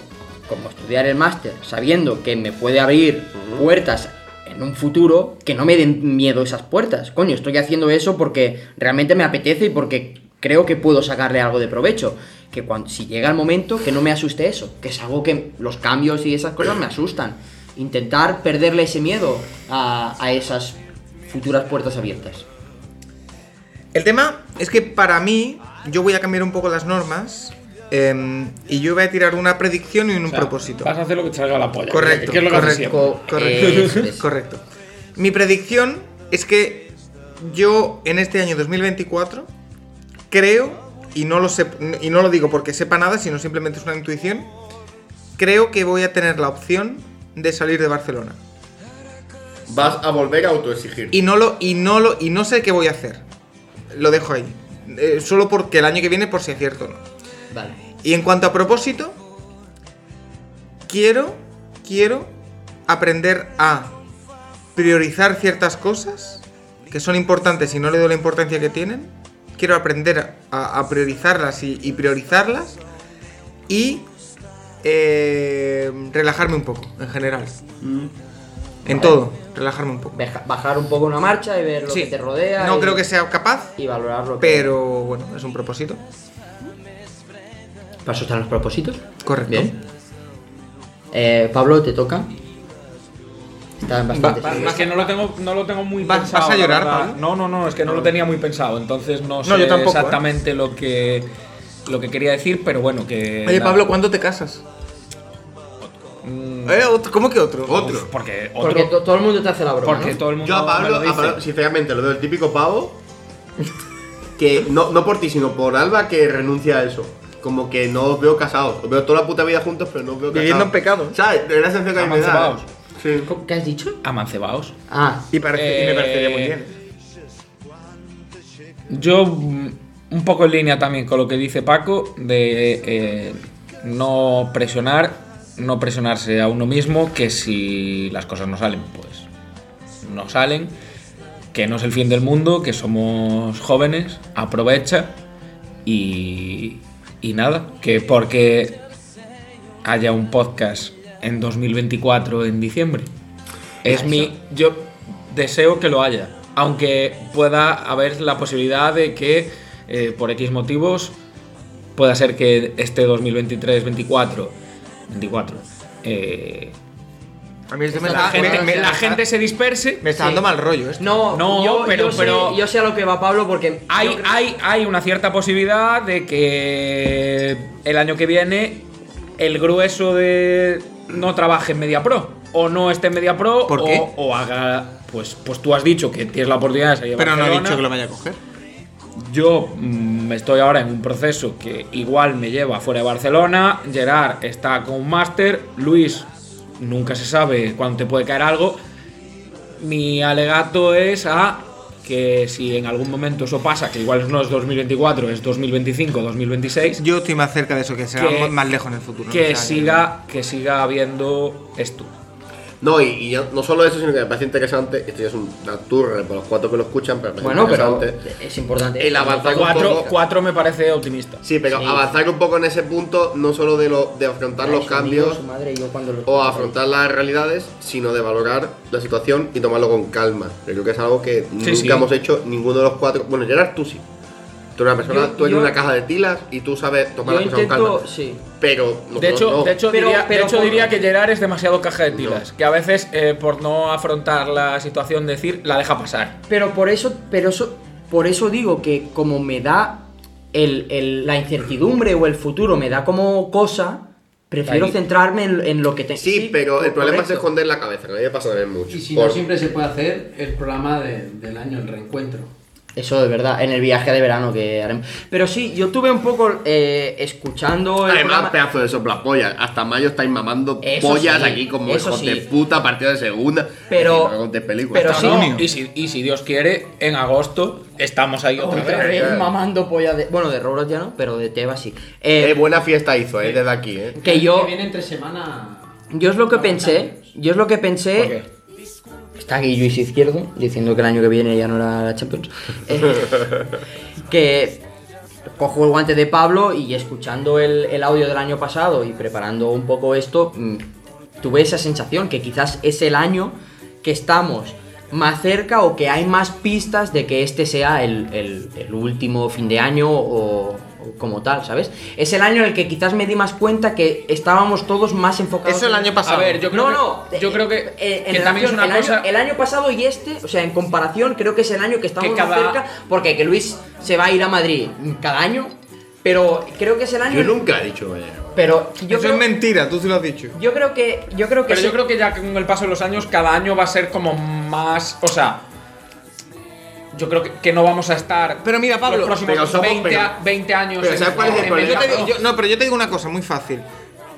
B: como estudiar el máster, sabiendo que me puede abrir puertas en un futuro, que no me den miedo esas puertas. Coño, estoy haciendo eso porque realmente me apetece y porque creo que puedo sacarle algo de provecho. Que cuando, si llega el momento, que no me asuste eso, que es algo que los cambios y esas cosas me asustan. Intentar perderle ese miedo a, a esas futuras puertas abiertas.
E: El tema es que para mí, yo voy a cambiar un poco las normas em, y yo voy a tirar una predicción y un
D: O sea,
E: propósito.
D: Vas a hacer lo que te salga la polla.
E: Correcto,
D: Que es lo que haces siempre. Eh,
E: correcto,
B: Eso
E: correcto,
B: es.
E: correcto. Mi predicción es que yo en este año 2024 creo, y no lo, sé, y no lo digo porque sepa nada, sino simplemente es una intuición, creo que voy a tener la opción de salir de Barcelona.
C: Vas a volver a autoexigir.
E: Y no lo, y no lo, y no sé qué voy a hacer. Lo dejo ahí. Eh, solo porque el año que viene, por si acierto o no.
B: Vale.
E: Y en cuanto a propósito, quiero, quiero aprender a priorizar ciertas cosas que son importantes y no le doy la importancia que tienen. Quiero aprender a, a priorizarlas y, y priorizarlas y eh, relajarme un poco en general. En todo, relajarme un poco.
B: Beja- Bajar un poco una marcha y ver lo
E: Sí.
B: que te rodea.
E: No
B: y-
E: creo que sea capaz,
B: y valorar lo que-
E: pero bueno, es un propósito.
B: Para eso están los propósitos.
E: Correcto.
B: Bien. Eh, Pablo, te toca. Están bastante.
E: va-
D: Es que no lo tengo, no lo tengo muy
E: ¿Vas-
D: pensado.
E: vas a
D: la
E: llorar,
D: verdad.
E: Pablo?
D: No, no, no, es que no lo tenía muy pensado. Entonces no, sé
E: No, yo tampoco, ¿eh?
D: exactamente lo que lo que quería decir, pero bueno, que.
E: Oye,
D: nada.
E: Pablo, ¿cuándo te casas?
B: Mm.
E: Eh, otro- ¿Cómo que otro?
C: Otro.
D: Uf, Porque otro.
B: porque to- todo el mundo te hace la broma.
D: porque
B: ¿no?
D: todo el mundo.
C: Yo a Pablo,
D: me lo dice.
C: a Pablo, sinceramente, lo doy el típico pavo. que no, no por ti, sino por Alba que renuncia a eso. Como que no os veo casados. Os veo toda la puta vida juntos, pero no os veo casados.
E: Viviendo en pecado.
C: ¿Sabes? Es la sensación que a mí me da.
D: Amancebaos.
C: Sí.
B: ¿Cómo- ¿Qué has dicho?
D: Amancebaos.
B: Ah,
E: Y, parece- y me
D: Eh,
E: parecería muy bien.
D: Yo, mm, un poco en línea también con lo que dice Paco, de eh, no presionar, no presionarse a uno mismo, que si las cosas no salen, pues no salen, que no es el fin del mundo, que somos jóvenes, aprovecha y, y nada, que porque haya un podcast en 2024 en diciembre. Es mi. Yo deseo que lo haya. Aunque pueda haber la posibilidad de que eh, por X motivos pueda ser que este 2023, 24, 24, eh,
E: A mí este me
D: la,
E: está-
D: gente,
E: me- me-
D: la
E: me-
D: gente se disperse.
E: Me está
B: Sí.
E: dando mal rollo esto.
B: no,
D: No,
B: yo,
D: pero-
B: yo sé-
D: pero-
B: yo sé a lo que va Pablo porque.
D: Hay, hay, hay una cierta posibilidad de que el año que viene el grueso de no trabaje en Media Pro o no esté en Media Pro
E: ¿Por
D: o,
E: qué?
D: o haga pues pues tú has dicho que tienes la oportunidad de salir a
E: Pero no he
D: Barcelona.
E: dicho que lo vaya a coger.
D: Yo mm, estoy ahora en un proceso que igual me lleva fuera de Barcelona. Gerard está con un máster. Luis nunca se sabe cuándo te puede caer algo. Mi alegato es a que si en algún momento eso pasa, que igual no es 2024, es 2025, 2026,
E: Yo estoy más cerca de eso, que será
D: Que-
E: más lejos en el futuro.
D: que
E: O sea,
D: siga que siga habiendo esto.
C: No, y, y ya- no solo eso, sino que me parece interesante, esto ya es una turre para los cuatro que lo escuchan, pero me parece
B: Bueno, pero
C: interesante
B: es importante.
C: el avanzar un
D: Cuatro,
C: poco-
D: cuatro me parece optimista.
C: Sí, pero
B: Sí.
C: avanzar un poco en ese punto, no solo de, lo, de afrontar los
B: Su
C: cambios
B: amigo, su madre y yo cuando lo-
C: o afrontar las realidades, sino de valorar la situación y tomarlo con calma. Yo creo que es algo que nunca
D: sí.
C: hemos hecho ninguno de los cuatro. Bueno, Gerard, tú sí. Tú eres una persona,
B: Yo-
C: tú eres
B: yo-
C: una caja de tilas y tú sabes tomar
B: Yo
C: las cosas con
B: intento,
C: calma.
B: sí.
C: Pero
D: De
C: nosotros
D: hecho,
C: no.
D: de hecho,
B: Pero-
D: diría, de
B: pero
D: hecho
B: por-
D: diría que Gerard es demasiado caja de tiras. Que a veces, eh, por no afrontar la situación, decir, la deja pasar.
B: Pero por eso, pero eso, por eso digo que como me da el- el- la incertidumbre o el futuro, me da como cosa, prefiero
D: Ahí.
B: centrarme en, en lo que tengo.
C: sí, pero el problema es
B: correcto.
C: esconder la cabeza, que a mí me pasa también mucho.
K: Y si
C: Por-
K: no, siempre se puede hacer el programa de- del año, el reencuentro.
B: Eso de verdad, en el viaje de verano que haremos. Pero sí, yo tuve un poco eh, escuchando el
C: Además,
B: programa-
C: pedazo de soplapollas. Hasta mayo estáis mamando
B: Eso
C: pollas
B: sí,
C: aquí como
B: eso
C: hijos de
B: sí.
C: puta, partido de segunda.
B: Pero-
C: Es que no me contéis películas.
B: pero sí.
D: No, y, si, y si Dios quiere, en agosto estamos ahí otra
B: Otra
D: vez.
B: vez
C: claro.
B: mamando polla de. Bueno, de Roblox ya no, pero de Teba sí. Eh,
C: Eh, buena fiesta hizo, eh, desde aquí, eh.
B: que yo.
K: viene entre semana.
B: Yo es lo que pensé. Yo es lo que pensé.
D: ¿Por qué?
B: Está aquí Luis Izquierdo diciendo que el año que viene ya no era la
D: (laughs)
B: Champions. Eh, que cojo el guante de Pablo y escuchando el, el audio del año pasado y preparando un poco esto, mm, tuve esa sensación que quizás es el año que estamos más cerca o que hay más pistas de que este sea el, el- el último fin de año o, o como tal, ¿sabes? Es el año en el que quizás me di más cuenta que estábamos todos más enfocados.
E: Eso el
B: en-
E: año pasado.
D: A ver, yo creo
B: no,
D: que,
B: no.
D: yo creo que,
B: eh, en
D: que también es
B: relación-
D: una
B: el
D: cosa.
B: Año, el año pasado y este, o sea, en comparación, creo que es el año que estamos
D: Que
B: más
D: cada-
B: cerca. Porque que Luis se va a ir a Madrid cada año. Pero creo que es el año.
C: Yo nunca he dicho eh, vaya.
B: Pero
E: Eso
B: yo
E: es
B: creo,
E: mentira, tú sí lo has dicho.
B: yo creo que. Yo creo que.
D: Pero
B: sí.
D: yo creo que ya con el paso de los años, cada año va a ser como más. O sea. Yo creo que, que no vamos a estar.
E: Pero mira, Pablo,
D: los próximos
C: pero somos-
D: 20, a-
C: pero-
D: 20 años.
C: pero
D: en-
C: ¿sabes cuál es el
D: en
C: problema?
E: Yo te
D: Benfica,
E: digo- yo- no, pero yo te digo una cosa muy fácil.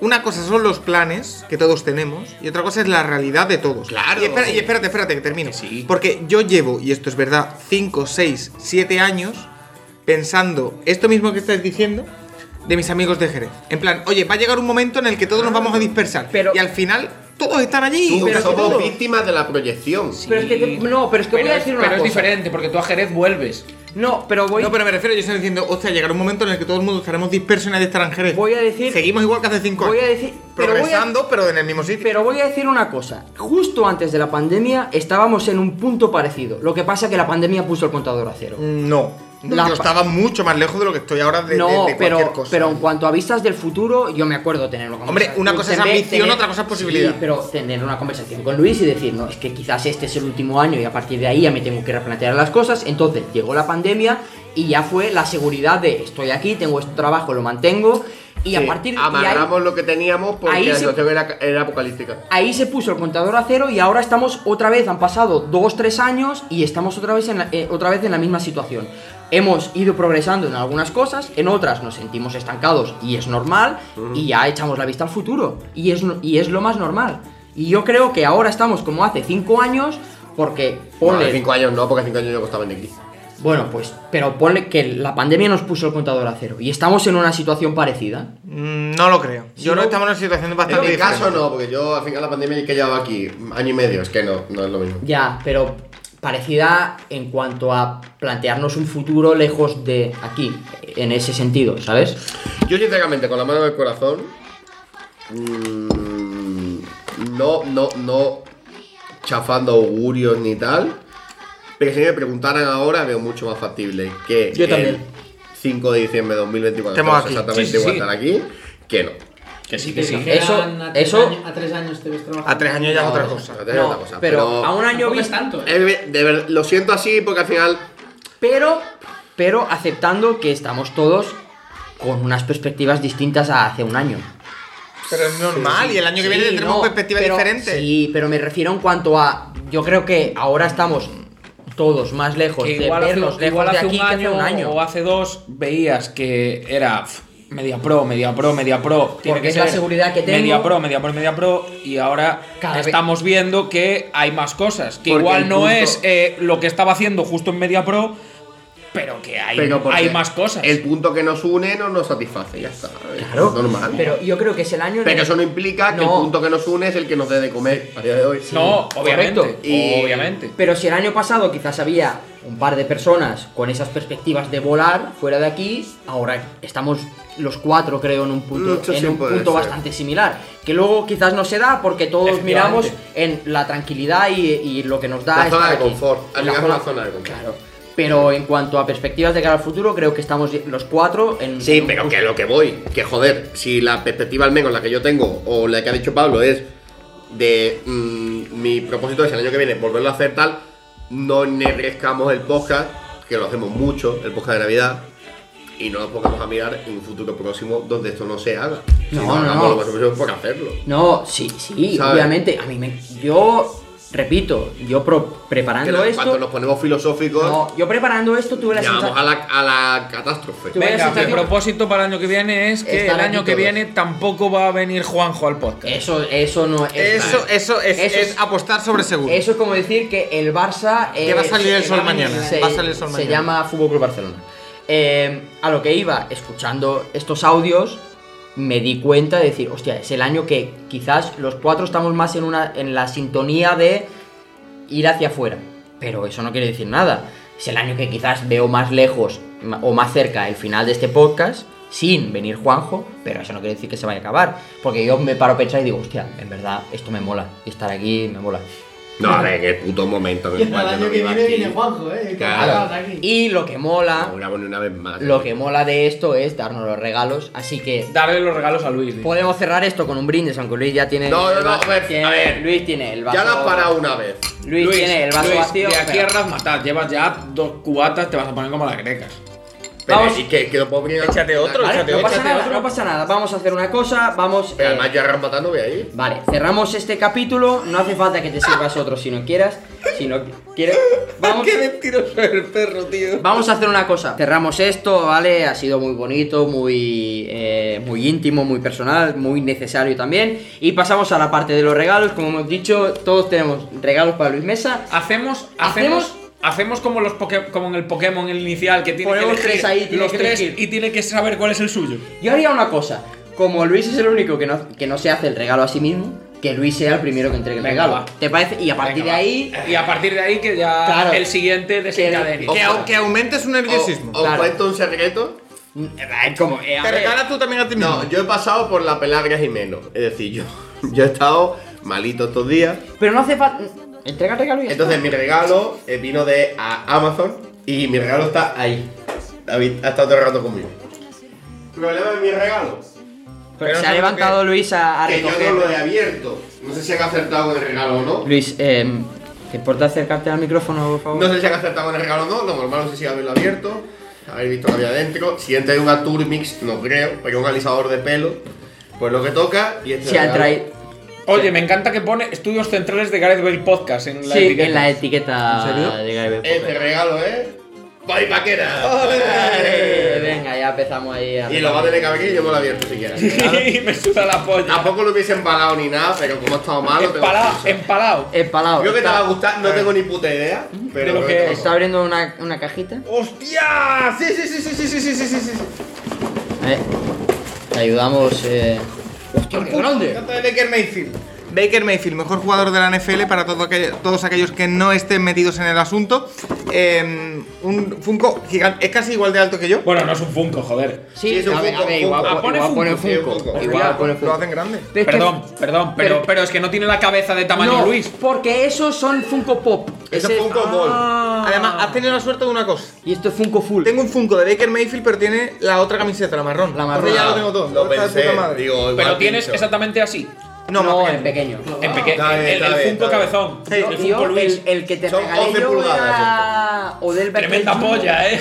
E: Una cosa son los planes que todos tenemos y otra cosa es la realidad de todos.
C: Claro.
E: Y, espera- y espérate, espérate, que termine. Porque yo llevo, y esto es verdad, 5, 6, 7 años pensando esto mismo que estás diciendo de mis amigos de Jerez. En plan, oye, va a llegar un momento en el que todos nos vamos a dispersar.
B: Pero-
E: y al final, todos están allí.
C: Tú,
B: pero
C: somos
B: todo.
C: víctimas de la proyección.
B: Pero es que te- no, pero es que voy a
D: es-
B: decir una
D: pero es
B: cosa.
D: diferente, porque tú a Jerez vuelves.
B: No, pero voy.
E: No, pero me refiero, yo estoy diciendo, hostia, llegará un momento en el que todo el mundo estaremos dispersos y nadie estará en Jerez.
B: Voy a decir-
E: Seguimos igual que hace 5 años.
B: voy a decir- pero voy a-
E: Progresando, pero en el mismo sitio.
B: Pero voy a decir una cosa. Justo antes de la pandemia estábamos en un punto parecido. Lo que pasa que la pandemia puso el contador a cero.
E: No.
B: La
E: yo
B: pa-
E: estaba mucho más lejos de lo que estoy ahora de, de-
B: no,
E: de cualquier
B: pero,
E: cosa.
B: pero en cuanto a vistas del futuro, yo me acuerdo tenerlo con
E: Hombre, una cosa es ambición, otra cosa es posibilidad.
B: Sí, pero tener una conversación con Luis y decir, no, es que quizás este es el último año y a partir de ahí ya me tengo que replantear las cosas. Entonces llegó la pandemia y ya fue la seguridad de estoy aquí, tengo este trabajo, lo mantengo. Y a
C: Sí,
B: partir de
C: Amarramos lo que teníamos porque
B: ahí
C: la
B: sí-
C: situación era, era apocalíptica.
B: Ahí se puso el contador a cero y ahora estamos otra vez, han pasado dos, tres años y estamos otra vez en la, eh, otra vez en la misma situación. Hemos ido progresando en algunas cosas, en otras nos sentimos estancados y es normal y ya echamos la vista al futuro y es, no- y es lo más normal. Y yo creo que ahora estamos como hace cinco años porque
C: Bueno,
B: ponle...
C: de cinco años no, porque cinco años yo no estaba en aquí.
B: Bueno, pues, pero ponle que la pandemia nos puso el contador a cero y estamos en una situación parecida.
E: Mm, No lo creo. Yo creo
B: no-
E: que estamos en una situación
C: En
E: bastante
C: mi
E: diferente.
C: caso no, porque yo al final la pandemia que he llevado aquí año y medio, es que no, no es lo mismo.
B: Ya, pero parecida en cuanto a plantearnos un futuro lejos de aquí, en ese sentido, ¿sabes?
C: Yo sinceramente, con la mano del corazón, mm, no, no, no chafando augurios ni tal, pero si me preguntaran ahora veo mucho más factible que
B: Yo también.
C: el 5 de diciembre de 2024
E: Estemos
C: estemos
E: aquí.
C: exactamente
D: Sí, sí,
C: igual
D: sí.
C: estar aquí, que no.
D: Que sí,
K: Te dijeran a tres,
B: eso-
K: años, a tres años te ves trabajando.
E: A tres años ya es otra
C: No,
E: cosa.
C: no, es otra
B: No,
C: cosa,
B: pero a un año
K: Tampoco es
B: vista,
K: tanto. ¿eh?
C: Eh, de ver- lo siento así porque al final
B: pero, pero aceptando que estamos todos con unas perspectivas distintas a hace un año.
E: Pero es normal y el año que viene
B: Sí,
E: tendremos
B: no,
E: perspectiva
B: pero-
E: diferente.
B: Sí, pero me refiero en cuanto a, yo creo que ahora estamos todos más lejos
D: Que
B: Pues de
D: igual hace,
B: vernos lejos
D: igual
B: de
D: hace
B: aquí
D: un año,
B: que hace un
D: o
B: año.
D: hace dos veías que era pf, media pro, media pro, media pro. Tiene
B: Porque
D: que
B: es la
D: ser
B: seguridad que tengo.
D: Media pro, media pro, media pro. Y ahora
B: Cada vez-
D: estamos viendo que hay más cosas. Que
C: Porque
D: igual
C: el
D: no
C: punto-
D: es eh, lo que estaba haciendo justo en media pro. pero que hay,
C: Pero porque
D: hay más cosas.
C: El punto que nos une no nos satisface, ya está.
B: Claro,
C: es normal.
B: Pero yo creo que es el año. en
C: Pero
B: el-
C: eso no implica que el
B: No.
C: punto que nos une es el que nos dé de comer a día de hoy.
D: no, obviamente.
B: correcto.
C: Y-
D: Obviamente.
B: Pero si el año pasado quizás había un par de personas con esas perspectivas de volar fuera de aquí, ahora estamos los cuatro, creo, en un punto,
C: Mucho
B: en
C: sí
B: un
C: puede
B: punto
C: ser.
B: bastante similar. Que luego quizás no se da porque todos miramos
D: Efectivamente.
B: en la tranquilidad y, y lo que nos da.
C: La
B: estar
C: zona de
B: aquí.
C: confort.
B: La
C: Al
B: zona-
C: la zona de confort.
B: Claro. Pero en cuanto a perspectivas de cara al futuro, creo que estamos los cuatro en.
C: Sí,
B: en un
C: pero
B: punto-
C: que lo que voy, que joder, si la perspectiva al menos la que yo tengo o la que ha dicho Pablo es de mm, mi propósito es el año que viene volverlo a hacer tal, no negrezcamos el podcast, que lo hacemos mucho, el podcast de Navidad, y no lo pongamos a mirar en un futuro próximo donde esto no se haga.
B: No,
C: Sino hagamos
B: no.
C: lo más posible por hacerlo.
B: No, sí, sí,
C: ¿Sabes?
B: obviamente. A mí me. Yo. Repito, yo pro-
C: Que
B: preparando
C: no-
B: Ah, esto.
C: cuando nos ponemos filosóficos,
B: No, yo preparando esto tuve la
C: llegamos
B: sensación.
C: a la, a la catástrofe.
B: Tuve la
D: Venga, mi
B: sensación-
D: propósito para el año que viene es que
B: Estar
D: el año
B: aquí
D: que
B: todos.
D: viene tampoco va a venir Juanjo al podcast.
B: Eso, eso no es.
E: Eso, eso, es,
B: Eso
E: es
B: es-
E: apostar sobre seguro.
B: Eso es como decir que el Barça.
E: Que va a salir el sol mañana,
B: se-
E: va a salir el sol
B: Se
E: mañana.
B: llama Fútbol Club Barcelona. Eh, a lo que iba, escuchando estos audios, me di cuenta de decir, hostia, es el año que quizás los cuatro estamos más en, una, en la sintonía de ir hacia afuera. Pero eso no quiere decir nada. Es el año que quizás veo más lejos ma- o más cerca el final de este podcast sin venir Juanjo, pero eso no quiere decir que se vaya a acabar. Porque yo me paro a pensar y digo, hostia, en verdad, esto me mola. Y estar aquí me mola.
C: No, a ver, que puto momento en
K: (laughs) Y
C: el
K: el
C: cual yo
K: año
C: no
K: que
C: viva
K: viene
C: aquí.
K: viene Juanjo, ¿eh?
C: Claro.
B: Y lo que mola,
C: No grabo ni una vez más.
B: lo que mola de esto es darnos los regalos. Así que
D: Darle los regalos a Luis. digo.
B: podemos cerrar esto con un brindis, aunque Luis ya tiene.
C: No, no,
B: el
C: no,
B: va-
C: a ver,
B: tiene-
C: a ver.
B: Luis tiene el vaso.
C: Ya lo has parado una vez.
B: Luis, tiene el vaso
D: Luis,
B: vacío.
D: De aquí a
B: Espera.
D: Razmataz, llevas ya dos cubatas, te vas a poner como las grecas.
C: Pero
B: Vamos.
C: y que, que no puedo venir a-
E: Échate otro,
C: Vale,
E: échate
B: Vale, no
E: otro.
B: pasa nada, no pasa nada. Vamos a hacer una cosa, vamos.
C: Pero
B: eh,
C: además ya Rambatán no voy a ir.
B: Vale, cerramos este capítulo. No hace falta que te sirvas otro si no quieras. Si no quieres. Vamos.
E: mentiroso el perro, tío.
B: Vamos a hacer una cosa. Cerramos esto, ¿vale? Ha sido muy bonito, muy, eh, muy íntimo, muy personal, muy necesario también. Y pasamos a la parte de los regalos. Como hemos dicho, todos tenemos regalos para Luis Mesa.
D: Hacemos,
B: ¿Hacemos?
D: hacemos, hacemos como los Poké- como en el Pokémon el inicial que tiene
B: Ponemos
D: que elegir
B: tres ahí, tiene
D: los
B: que
D: tres
B: elegir.
D: y tiene que saber cuál es el suyo.
B: Yo haría una cosa. Como Luis es el único que no, que no se hace el regalo a sí mismo, que Luis sea el primero que entregue el
D: Venga,
B: regalo.
D: va.
B: ¿Te parece? Y a partir
D: Venga,
B: de
D: va.
B: ahí.
D: y a partir de ahí que ya
B: Claro.
D: el siguiente desencadene.
E: Que, au- que aumente su nerviosismo.
C: ¿Os
B: Claro.
C: cuento un secreto?
B: Eh, Como, eh, a
E: Te
B: ver.
E: regala tú también a ti mismo.
C: No, yo he pasado por la pelagra Jimeno. Es decir, yo, (laughs) yo he estado malito estos días.
B: Pero no hace falta. Entrega el regalo y ya
C: Entonces
B: está.
C: mi regalo eh, vino de a Amazon y mi regalo está ahí. David ha estado todo el rato conmigo. ¿Problema de mi regalo?
B: Pero
E: Pero
B: se
E: no
B: ha
E: sé
B: levantado Luis a, a
C: Que yo
B: recoger.
C: no lo he abierto. No sé si han acertado con el regalo o no.
B: Luis, eh, ¿te importa acercarte al micrófono, por favor?
C: No sé si han acertado con el regalo o no. Lo normal no sé si haberlo abierto. Haber visto que había adentro. Si entra en una Turmix, no creo, pero un alisador de pelo. Pues lo que toca y este
B: Se ha
C: regalo-
B: traído.
E: Oh,
D: Oye, me encanta que pone estudios centrales de Gareth Bale Podcast en la
B: sí,
D: etiqueta.
B: en
D: (laughs)
B: la etiqueta
E: ¿En serio?
B: de Garibay Poker.
C: Este regalo es. ¡Voy
B: Eh,
C: vaquera!
B: venga, ya empezamos ahí a
C: Y lo va a tener que abrir y yo no lo he abierto siquiera.
B: (laughs)
D: Y me suda la
E: Ah,
D: polla.
C: Tampoco lo hubiese embalado ni nada, pero como ha estado malo, tengo
D: Empalado,
C: excusa.
D: empalado.
B: Empalado.
C: Creo que te
B: está,
C: va a gustar, no tengo ni puta idea, pero.
D: lo
C: creo
D: que
C: te va a
D: es.
B: eh, está
C: gustar.
B: abriendo una, una cajita.
E: ¡Hostia! Sí, sí, sí, sí, sí, sí, sí, sí, sí, sí.
B: Eh, te ayudamos. Eh. ¡Hostia, qué grande!
E: Tanto de Baker Mayfield. Baker Mayfield, mejor jugador de la NFL para todo aquel- todos aquellos que no estén metidos en el asunto. Eh, un Funko gigante, es casi igual de alto que yo.
D: Bueno, no es un Funko, joder.
B: Sí,
C: es un
B: a ver, a
C: Funko,
B: ver,
C: un
B: igual,
C: Funko.
B: po-
D: Ah, pone
B: igual
D: Funko,
B: pone
C: sí,
B: Funko.
C: un Funko.
B: Igual pone Funko.
E: Lo hacen grande.
B: Pero Este es que-
D: Perdón, perdón, pero, pero es que no tiene la cabeza de tamaño
B: no,
D: Luis.
B: porque esos son Funko Pop.
C: Eso
B: Ese-
C: fue un combo.
E: Además, has tenido la suerte de una cosa.
B: Y esto es Funko Full.
E: Tengo un Funko de Baker Mayfield, pero tiene la otra camiseta, la marrón.
B: La marrón.
E: Entonces ya lo tengo todo.
C: Lo
E: Está de
C: pensé,
E: puta madre.
C: digo, igual
D: Pero tienes
C: pincho. Ah,
D: exactamente así.
E: no, más
B: no,
E: pequeño.
B: en pequeño.
D: En peque-
C: Está bien,
D: el- el,
C: está bien,
D: Funko
C: está bien.
D: cabezón.
B: Yo-
D: el
B: yo,
D: Funko Luis.
B: el, el que te
C: Son
B: regalé
C: 11
B: yo
C: pulgadas,
B: era Odell Beckham
D: Tremenda
B: Jr.
D: polla, eh.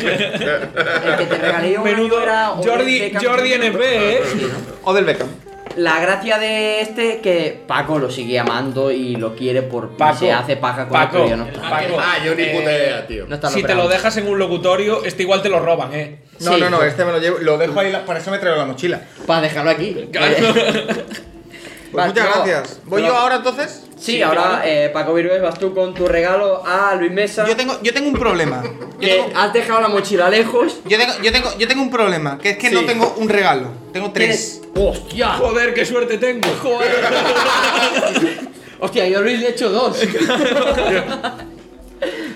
B: El que te regalé yo un año
D: Menudo
B: era Odell
D: Jordi,
B: Beckham
D: Jordi
B: Jr.
D: NB, eh.
E: O del Beckham.
B: La gracia de este que Paco lo sigue amando y lo quiere por
D: Paco,
B: se hace paja con él,
D: Paco,
B: pero yo no.
D: Paco.
C: Ah, yo ni puta
D: eh,
C: idea, tío.
B: No está
D: Si te
B: operado.
D: lo dejas en un locutorio, este igual te lo roban, eh.
E: No,
B: Sí.
E: no, no, este me lo llevo. Lo dejo ahí, la- para eso me traigo la mochila.
B: Para dejarlo aquí.
D: Claro.
E: Pues
B: Vale,
E: muchas
B: luego-
E: gracias. ¿Voy
B: luego-
E: yo ahora entonces?
B: Sí, ahora eh, Paco Virués vas tú con tu regalo a Luis Mesa. Yo
E: tengo, yo tengo un problema.
B: que has dejado la mochila lejos.
E: Yo tengo, yo tengo, yo tengo un problema, que es que no tengo un regalo, tengo tres.
K: ¡Hostia!
L: Joder, qué suerte tengo. Joder.
D: (laughs)
K: Hostia, yo a Luis le he hecho dos.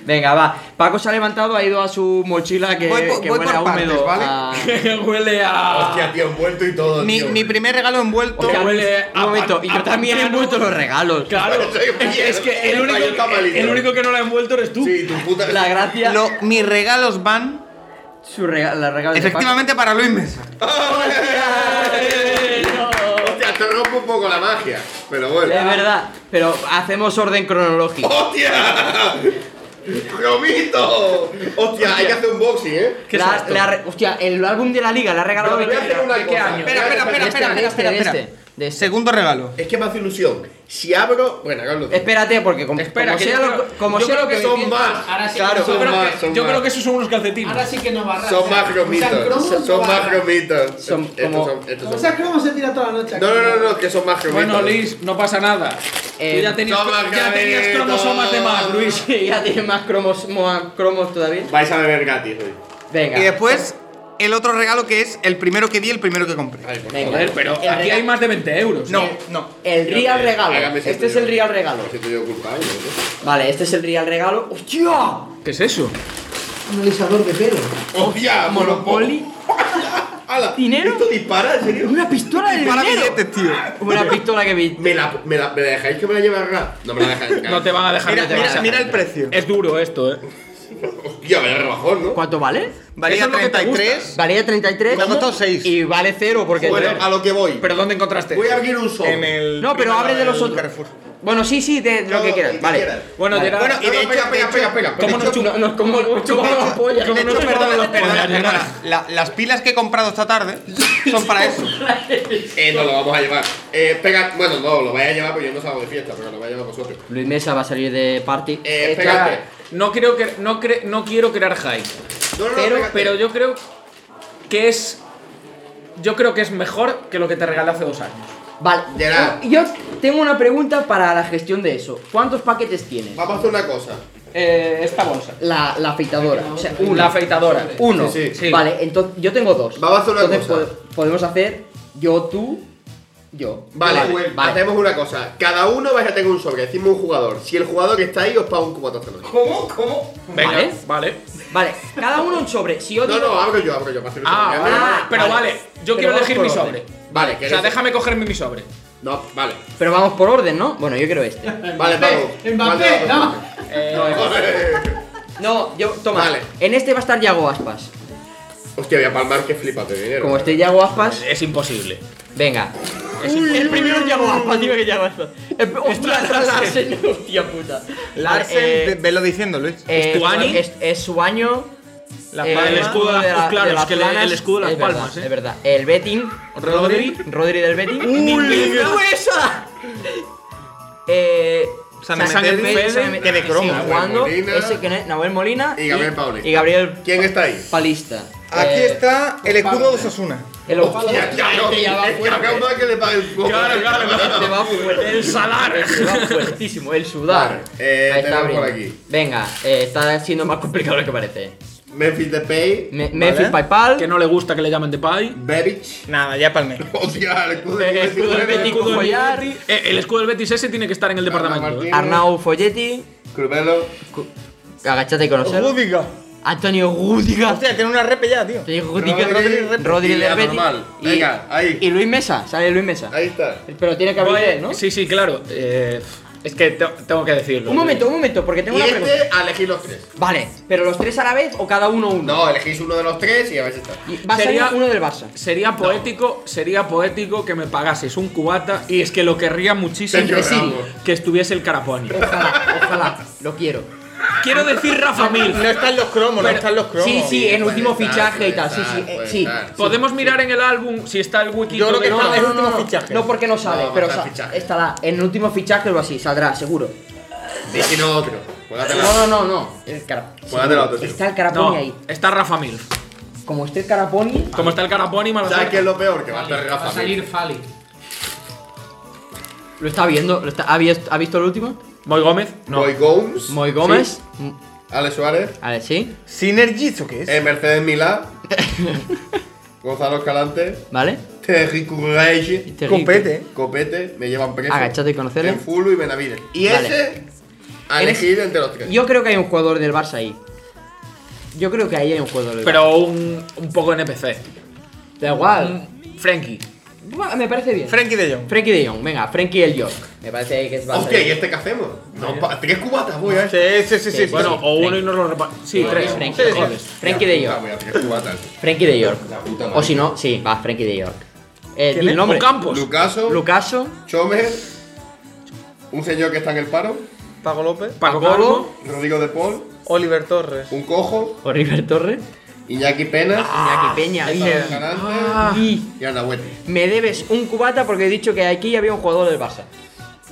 B: Venga, va. Paco se ha levantado, ha ido a su mochila que,
E: Voy por-
B: que
E: voy
B: huele
E: por
B: a húmedo. Ah,
E: partes, ¿vale? (laughs)
L: huele a.
C: Hostia, tío, envuelto y todo.
E: Mi,
C: tío.
E: mi primer regalo envuelto.
L: Que huele
B: a-
L: a.
B: un momento, y yo también he envuelto los regalos.
L: Claro. es, es que el único,
C: Hay un tamalito.
L: el único que no lo ha envuelto eres tú.
C: Sí, tu puta.
B: La gracia,
E: Lo- mis regalos van
B: su rega- las regalos de Paco.
E: efectivamente para Luis Mesa.
C: Hostia, te rompo un poco la magia. Pero bueno.
B: Es verdad, pero hacemos orden cronológico.
E: Oh,
C: ¡Hostia! ¡Cromito! Hostia, hay que hacer un boxing, ¿eh?
B: La- la re- hostia, el álbum de la liga le ha regalado
C: No, voy a hacer una
B: ¿De qué
C: cosa.
B: año?
E: Espera, espera, espera,
B: De este,
E: espera,
B: de
E: espera,
B: este, de
E: espera,
B: este, de este.
E: Segundo regalo.
C: Es que me hace ilusión. Si abro. Bueno, Carlos.
B: Espérate, porque como,
L: Espera,
B: como
L: que
B: sea
L: yo
B: lo
L: creo-
B: como
L: yo
B: sea
L: creo
B: lo que
L: que
C: Son más.
K: Ahora sí,
C: Claro,
K: que
C: son
K: no
L: Yo creo
C: más.
L: que-
C: son
L: yo creo
C: más.
L: que esos son unos calcetines.
K: ahora sí que no barras.
C: Son más cromitos. Son más cromitos.
B: Son como-
C: Estos estos
K: O sea, cromos se tira toda la noche. aquí.
C: No, no, no, no, que son más cromitos.
D: Bueno, Liz, no pasa nada.
B: Eh,
D: Tú ya tenías,
C: toma,
D: ya tenías
C: cabrito.
D: cromosomas de más, Luis.
B: Sí, ya tiene más cromos, mo- cromos todavía.
C: Vais a beber gratis hoy.
B: Venga.
E: Y después, el otro regalo que es el primero que vi, el primero que compré.
C: Ay, por
B: Venga.
C: favor.
D: Pero
B: El
D: aquí
B: rega-
D: hay más de 20 euros.
E: No, no.
B: El
C: Yo
B: real
C: que-
B: regalo.
C: hágame
B: Este
C: siento
B: es el
C: yo.
B: real regalo.
C: Me siento yo culpable, ¿no?
B: Vale, este es el real regalo. ¡Hostia!
D: ¿Qué es eso?
K: Un alisador de pelo.
C: ¡Hostia!
B: (laughs) Monopoly.
C: ¡Hala!
B: ¿Dinero?
C: ¿Esto dispara, en serio?
B: Una pistola del
E: Para
B: dinero.
E: billetes, tío.
B: Una pistola que vi.
C: ¿Me la, me, la, ¿Me la dejáis que me la lleve a Rap? No me la dejáis.
D: No te van a dejar
E: Mira,
D: meter
E: mira,
D: más.
E: mira el precio.
D: Es duro esto, eh.
C: Hostia, vaya rebajón, ¿no?
B: ¿Cuánto vale?
E: Valía
D: Eso es lo que te
E: 33.
B: Valía 33.
E: Me ha costado seis.
B: Y vale 0 porque.
C: Bueno, a lo que voy.
D: ¿Pero dónde encontraste?
C: voy a abrir un sol.
E: En el
B: no, pero
E: primero
B: abre de los
E: del
B: otros.
E: Carrefour.
B: Bueno, sí, sí, de lo que quieras. Vale.
D: Bueno,
B: Vale.
D: Gerard,
E: Bueno,
C: Y de hecho, pega, pega, pega.
D: ¿cómo
C: De
D: nos
C: hecho,
D: chupa?
B: No, como la polla.
E: De hecho,
D: no te
E: perdona,
D: guardan
E: perdona,
D: las pollas,
E: perdona.
D: Gerard?
E: La- las pilas que he comprado esta tarde son para eso.
C: Eh, no lo vamos a llevar. Eh, pega, bueno, no, lo vais a llevar porque yo no salgo de fiesta, pero lo vais a llevar vosotros.
B: Luis Mesa va a salir de party.
C: Eh,
B: Esto-
C: pégate.
D: No creo que no cre- no quiero crear hype,
C: No, no, no,
D: pero
C: pégate.
D: pero yo creo que es yo creo que es mejor que lo que te regalé hace dos años.
B: Vale.
C: Gerard.
B: Yo tengo una pregunta para la gestión de eso. ¿Cuántos paquetes tienes?
C: Vamos a hacer una cosa.
D: Eh, esta bolsa.
B: La, la afeitadora. O sea, uno.
D: La afeitadora.
B: Uno.
C: Sí, sí.
D: Sí.
B: Vale, entonces yo tengo dos.
C: Vamos a hacer una
B: entonces,
C: cosa.
B: po- podemos hacer yo, tú, yo.
C: Vale,
B: vale. vale.
C: hacemos una cosa. Cada uno vais a tener un sobre, decimos un jugador. Si el jugador que está ahí os paga un cubatazo de noche.
D: Venga,
B: Vale.
D: vale.
B: Vale, cada uno un sobre. Si yo
C: No,
B: digo.
C: no, abro yo, abro yo. para hacer un
D: Ah,
C: sobre.
D: vale,
C: Abro-
D: vale. Pero
B: vale.
D: vale, yo
B: Pero
D: quiero
B: vamos
D: elegir
B: por
D: mi
B: orden.
D: sobre.
C: Vale,
D: O
C: ¿quieres?
D: sea, déjame cogerme mi sobre.
C: No, vale. (laughs)
B: Pero vamos por orden, ¿no? Bueno, yo quiero este.
C: Vale, Pago.
K: Mbappé, no.
C: Eh,
B: No, yo, toma.
C: Vale.
B: En este va a estar Yago Aspas.
C: Hostia, voy a palmar que flipas de dinero.
B: Como esté Yago Aspas,
D: Es imposible.
B: venga. el primero es Yago Aspas, dime que Yago Aspas. El, Eh, hostia, Larsen, hostia puta.
E: Larsen,
B: Eh,
E: ve- velo diciendo, Luis.
B: eh,
D: ¿Stuani?
B: Es, es su año.
E: La
B: eh,
E: palma.
D: el escudo de las- Pues claro, es que el-
B: planas,
D: el escudo de las
B: es verdad,
D: palmas, eh.
B: Es verdad. El betting.
E: Rodri.
B: Rodri del betting. ¡Uy! esa! Eh.
E: San Emeterio,
B: Emeterio, San Emeterio,
E: que de
B: que
E: cromo.
B: sigue jugando.
C: Nahuel Molina.
B: Ese que no es Nahuel Molina.
C: Y Gabriel Pauli.
B: Y Gabriel
C: ¿Quién está ahí?
B: Palista.
E: Aquí
B: Eh,
E: está el escudo de Osasuna.
B: El
C: Hostia, ya no.
B: Este ya va
C: Es que habrá uno que le pague el cubo.
B: Este va fuerte.
D: El salar.
B: Este va fuertísimo. El sudar.
C: Vale, eh,
B: Ahí está
C: tenemos por
B: abriendo.
C: aquí.
B: Venga, eh, está siendo más complicado de lo que parece.
C: Memphis Depay.
B: Me- Memphis Paypal.
D: Que no le gusta que le llamen de pie.
C: Berich.
E: Nada, ya palmé.
C: (laughs) Hostia, el escudo de
B: El
C: Messi
B: escudo de
C: Moreno.
B: Messi. Nico Collar.
D: Eh, el escudo del Betis ese tiene que estar en el departamento.
C: Martín.
D: eh.
B: Arnau Folletti.
C: Crubelo.
B: Agachate y conocer.
E: Rúdiga.
B: Antonio Gudiga.
E: Hostia, tiene una repe ya, tío.
B: Antonio Gudiga.
C: Rodri,
B: Rodri
C: y
B: del Betis.
C: Anormal.
B: Y-
C: Venga, ahí.
B: Y Luis Mesa. Sale Luis Mesa.
C: Ahí está.
B: Pero tiene que abrir,
D: Voy-
B: él, ¿no?
D: Sí, sí, claro. Eh, es que te- tengo que decirlo. ¿eh?
B: Un momento, un momento, porque tengo
C: Y
B: una pregunta.
C: este a elegir los tres.
B: Vale, pero los tres a la vez o cada uno uno.
C: No, elegís uno de los tres y a ver si está.
B: Y Va a salir
D: Sería-
B: uno del Barça.
D: Sería poético, sería poético que me pagases un cubata y es que lo querría muchísimo
C: Sergio
D: que sí,
C: Ramos.
D: que estuviese el (laughs) Caraponi.
B: Ojalá, ojalá, lo quiero.
D: Quiero decir Rafa Mil.
E: No están los cromos, no están los cromos.
B: Sí, sí, en
C: puede
B: último
C: estar,
B: fichaje
C: puede
B: y tal. Sí,
C: estar,
B: sí, eh,
C: puede
B: sí.
C: estar.
D: Podemos mirar en el álbum si está el wiki.
E: Yo creo que
D: todo
B: No,
D: de-
E: está-
B: no,
E: el
B: no,
E: último
B: no,
E: fichaje.
B: No, porque no sale,
C: va a
B: pero
C: estar
B: sa-
C: fichaje.
B: estará en el último fichaje o así, saldrá, seguro.
C: Decí no otro. Juégatela.
B: No, no, no, no. El cara-
C: Juégatela otro, tío.
B: Está el Caraponi
D: No,
B: ahí.
D: está Rafa Mil.
B: Como esté el Caraponi,
D: Como está el Caraponi, me lo
C: ¿Sabes
D: saco.
C: qué es lo peor? Que va a estar
K: Va a
C: Rafa.
K: salir Fali.
B: ¿Lo está viendo? ¿Lo está- ha, visto, ¿Ha visto el último?
D: ¿Moy Gómez?
B: No. ¿Moy
C: Gómez?
B: ¿Moy Gómez?
C: Ale Suárez.
B: Ale, sí.
E: ¿Synergies o qué es?
C: Eh, Mercedes Milá. Gonzalo Escalante.
B: ¿Vale?
C: Terry Courage.
B: Terry- Copete.
C: Copete. Me llevan preso.
B: Agáchate y conocele.
C: Enfulu y Benavides. Y
B: Vale.
C: ese. A
B: En ese-
C: elegir entre los tres.
B: Yo creo que hay un jugador del Barça ahí. Yo creo que ahí hay un jugador del Barça.
D: Pero un, un poco NPC.
B: Da igual.
D: Frenkie.
B: Buah, Me parece bien.
E: Frankie de Jong.
B: Frankie de Jong, venga, Frankie el York. Me parece que es Barça.
C: Hostia, ¿y este qué hacemos? No, pa- tres cubatas voy a este.
E: Sí, sí, sí. sí.
D: Bueno, o uno y nos lo repa- Sí, tres.
B: Frankie,
D: Sí, sí.
B: Frankie. Frankie de
C: Ah,
B: York.
C: voy a tres cubatas.
B: Frankie de York.
C: La puta madre.
B: O si no, sí, va, Frankie de York. Eh,
D: ¿Quién
B: di
D: es?
B: el nombre.
D: Ocampos.
C: Lucaso.
B: Lucaso,
C: Chomer. Un señor que está en el paro.
E: Pago López.
D: Paco
E: Calvo,
D: Calvo.
C: Rodrigo de Paul.
E: Oliver Torres.
C: Un cojo.
B: o River Torres,
C: Iñaki
D: Ah,
C: Pena.
B: Iñaki Peña.
C: Gonzalo
B: bien.
C: Escalante.
B: Y
C: Y Anahuete.
B: me debes un cubata porque he dicho que aquí había un jugador del Barça.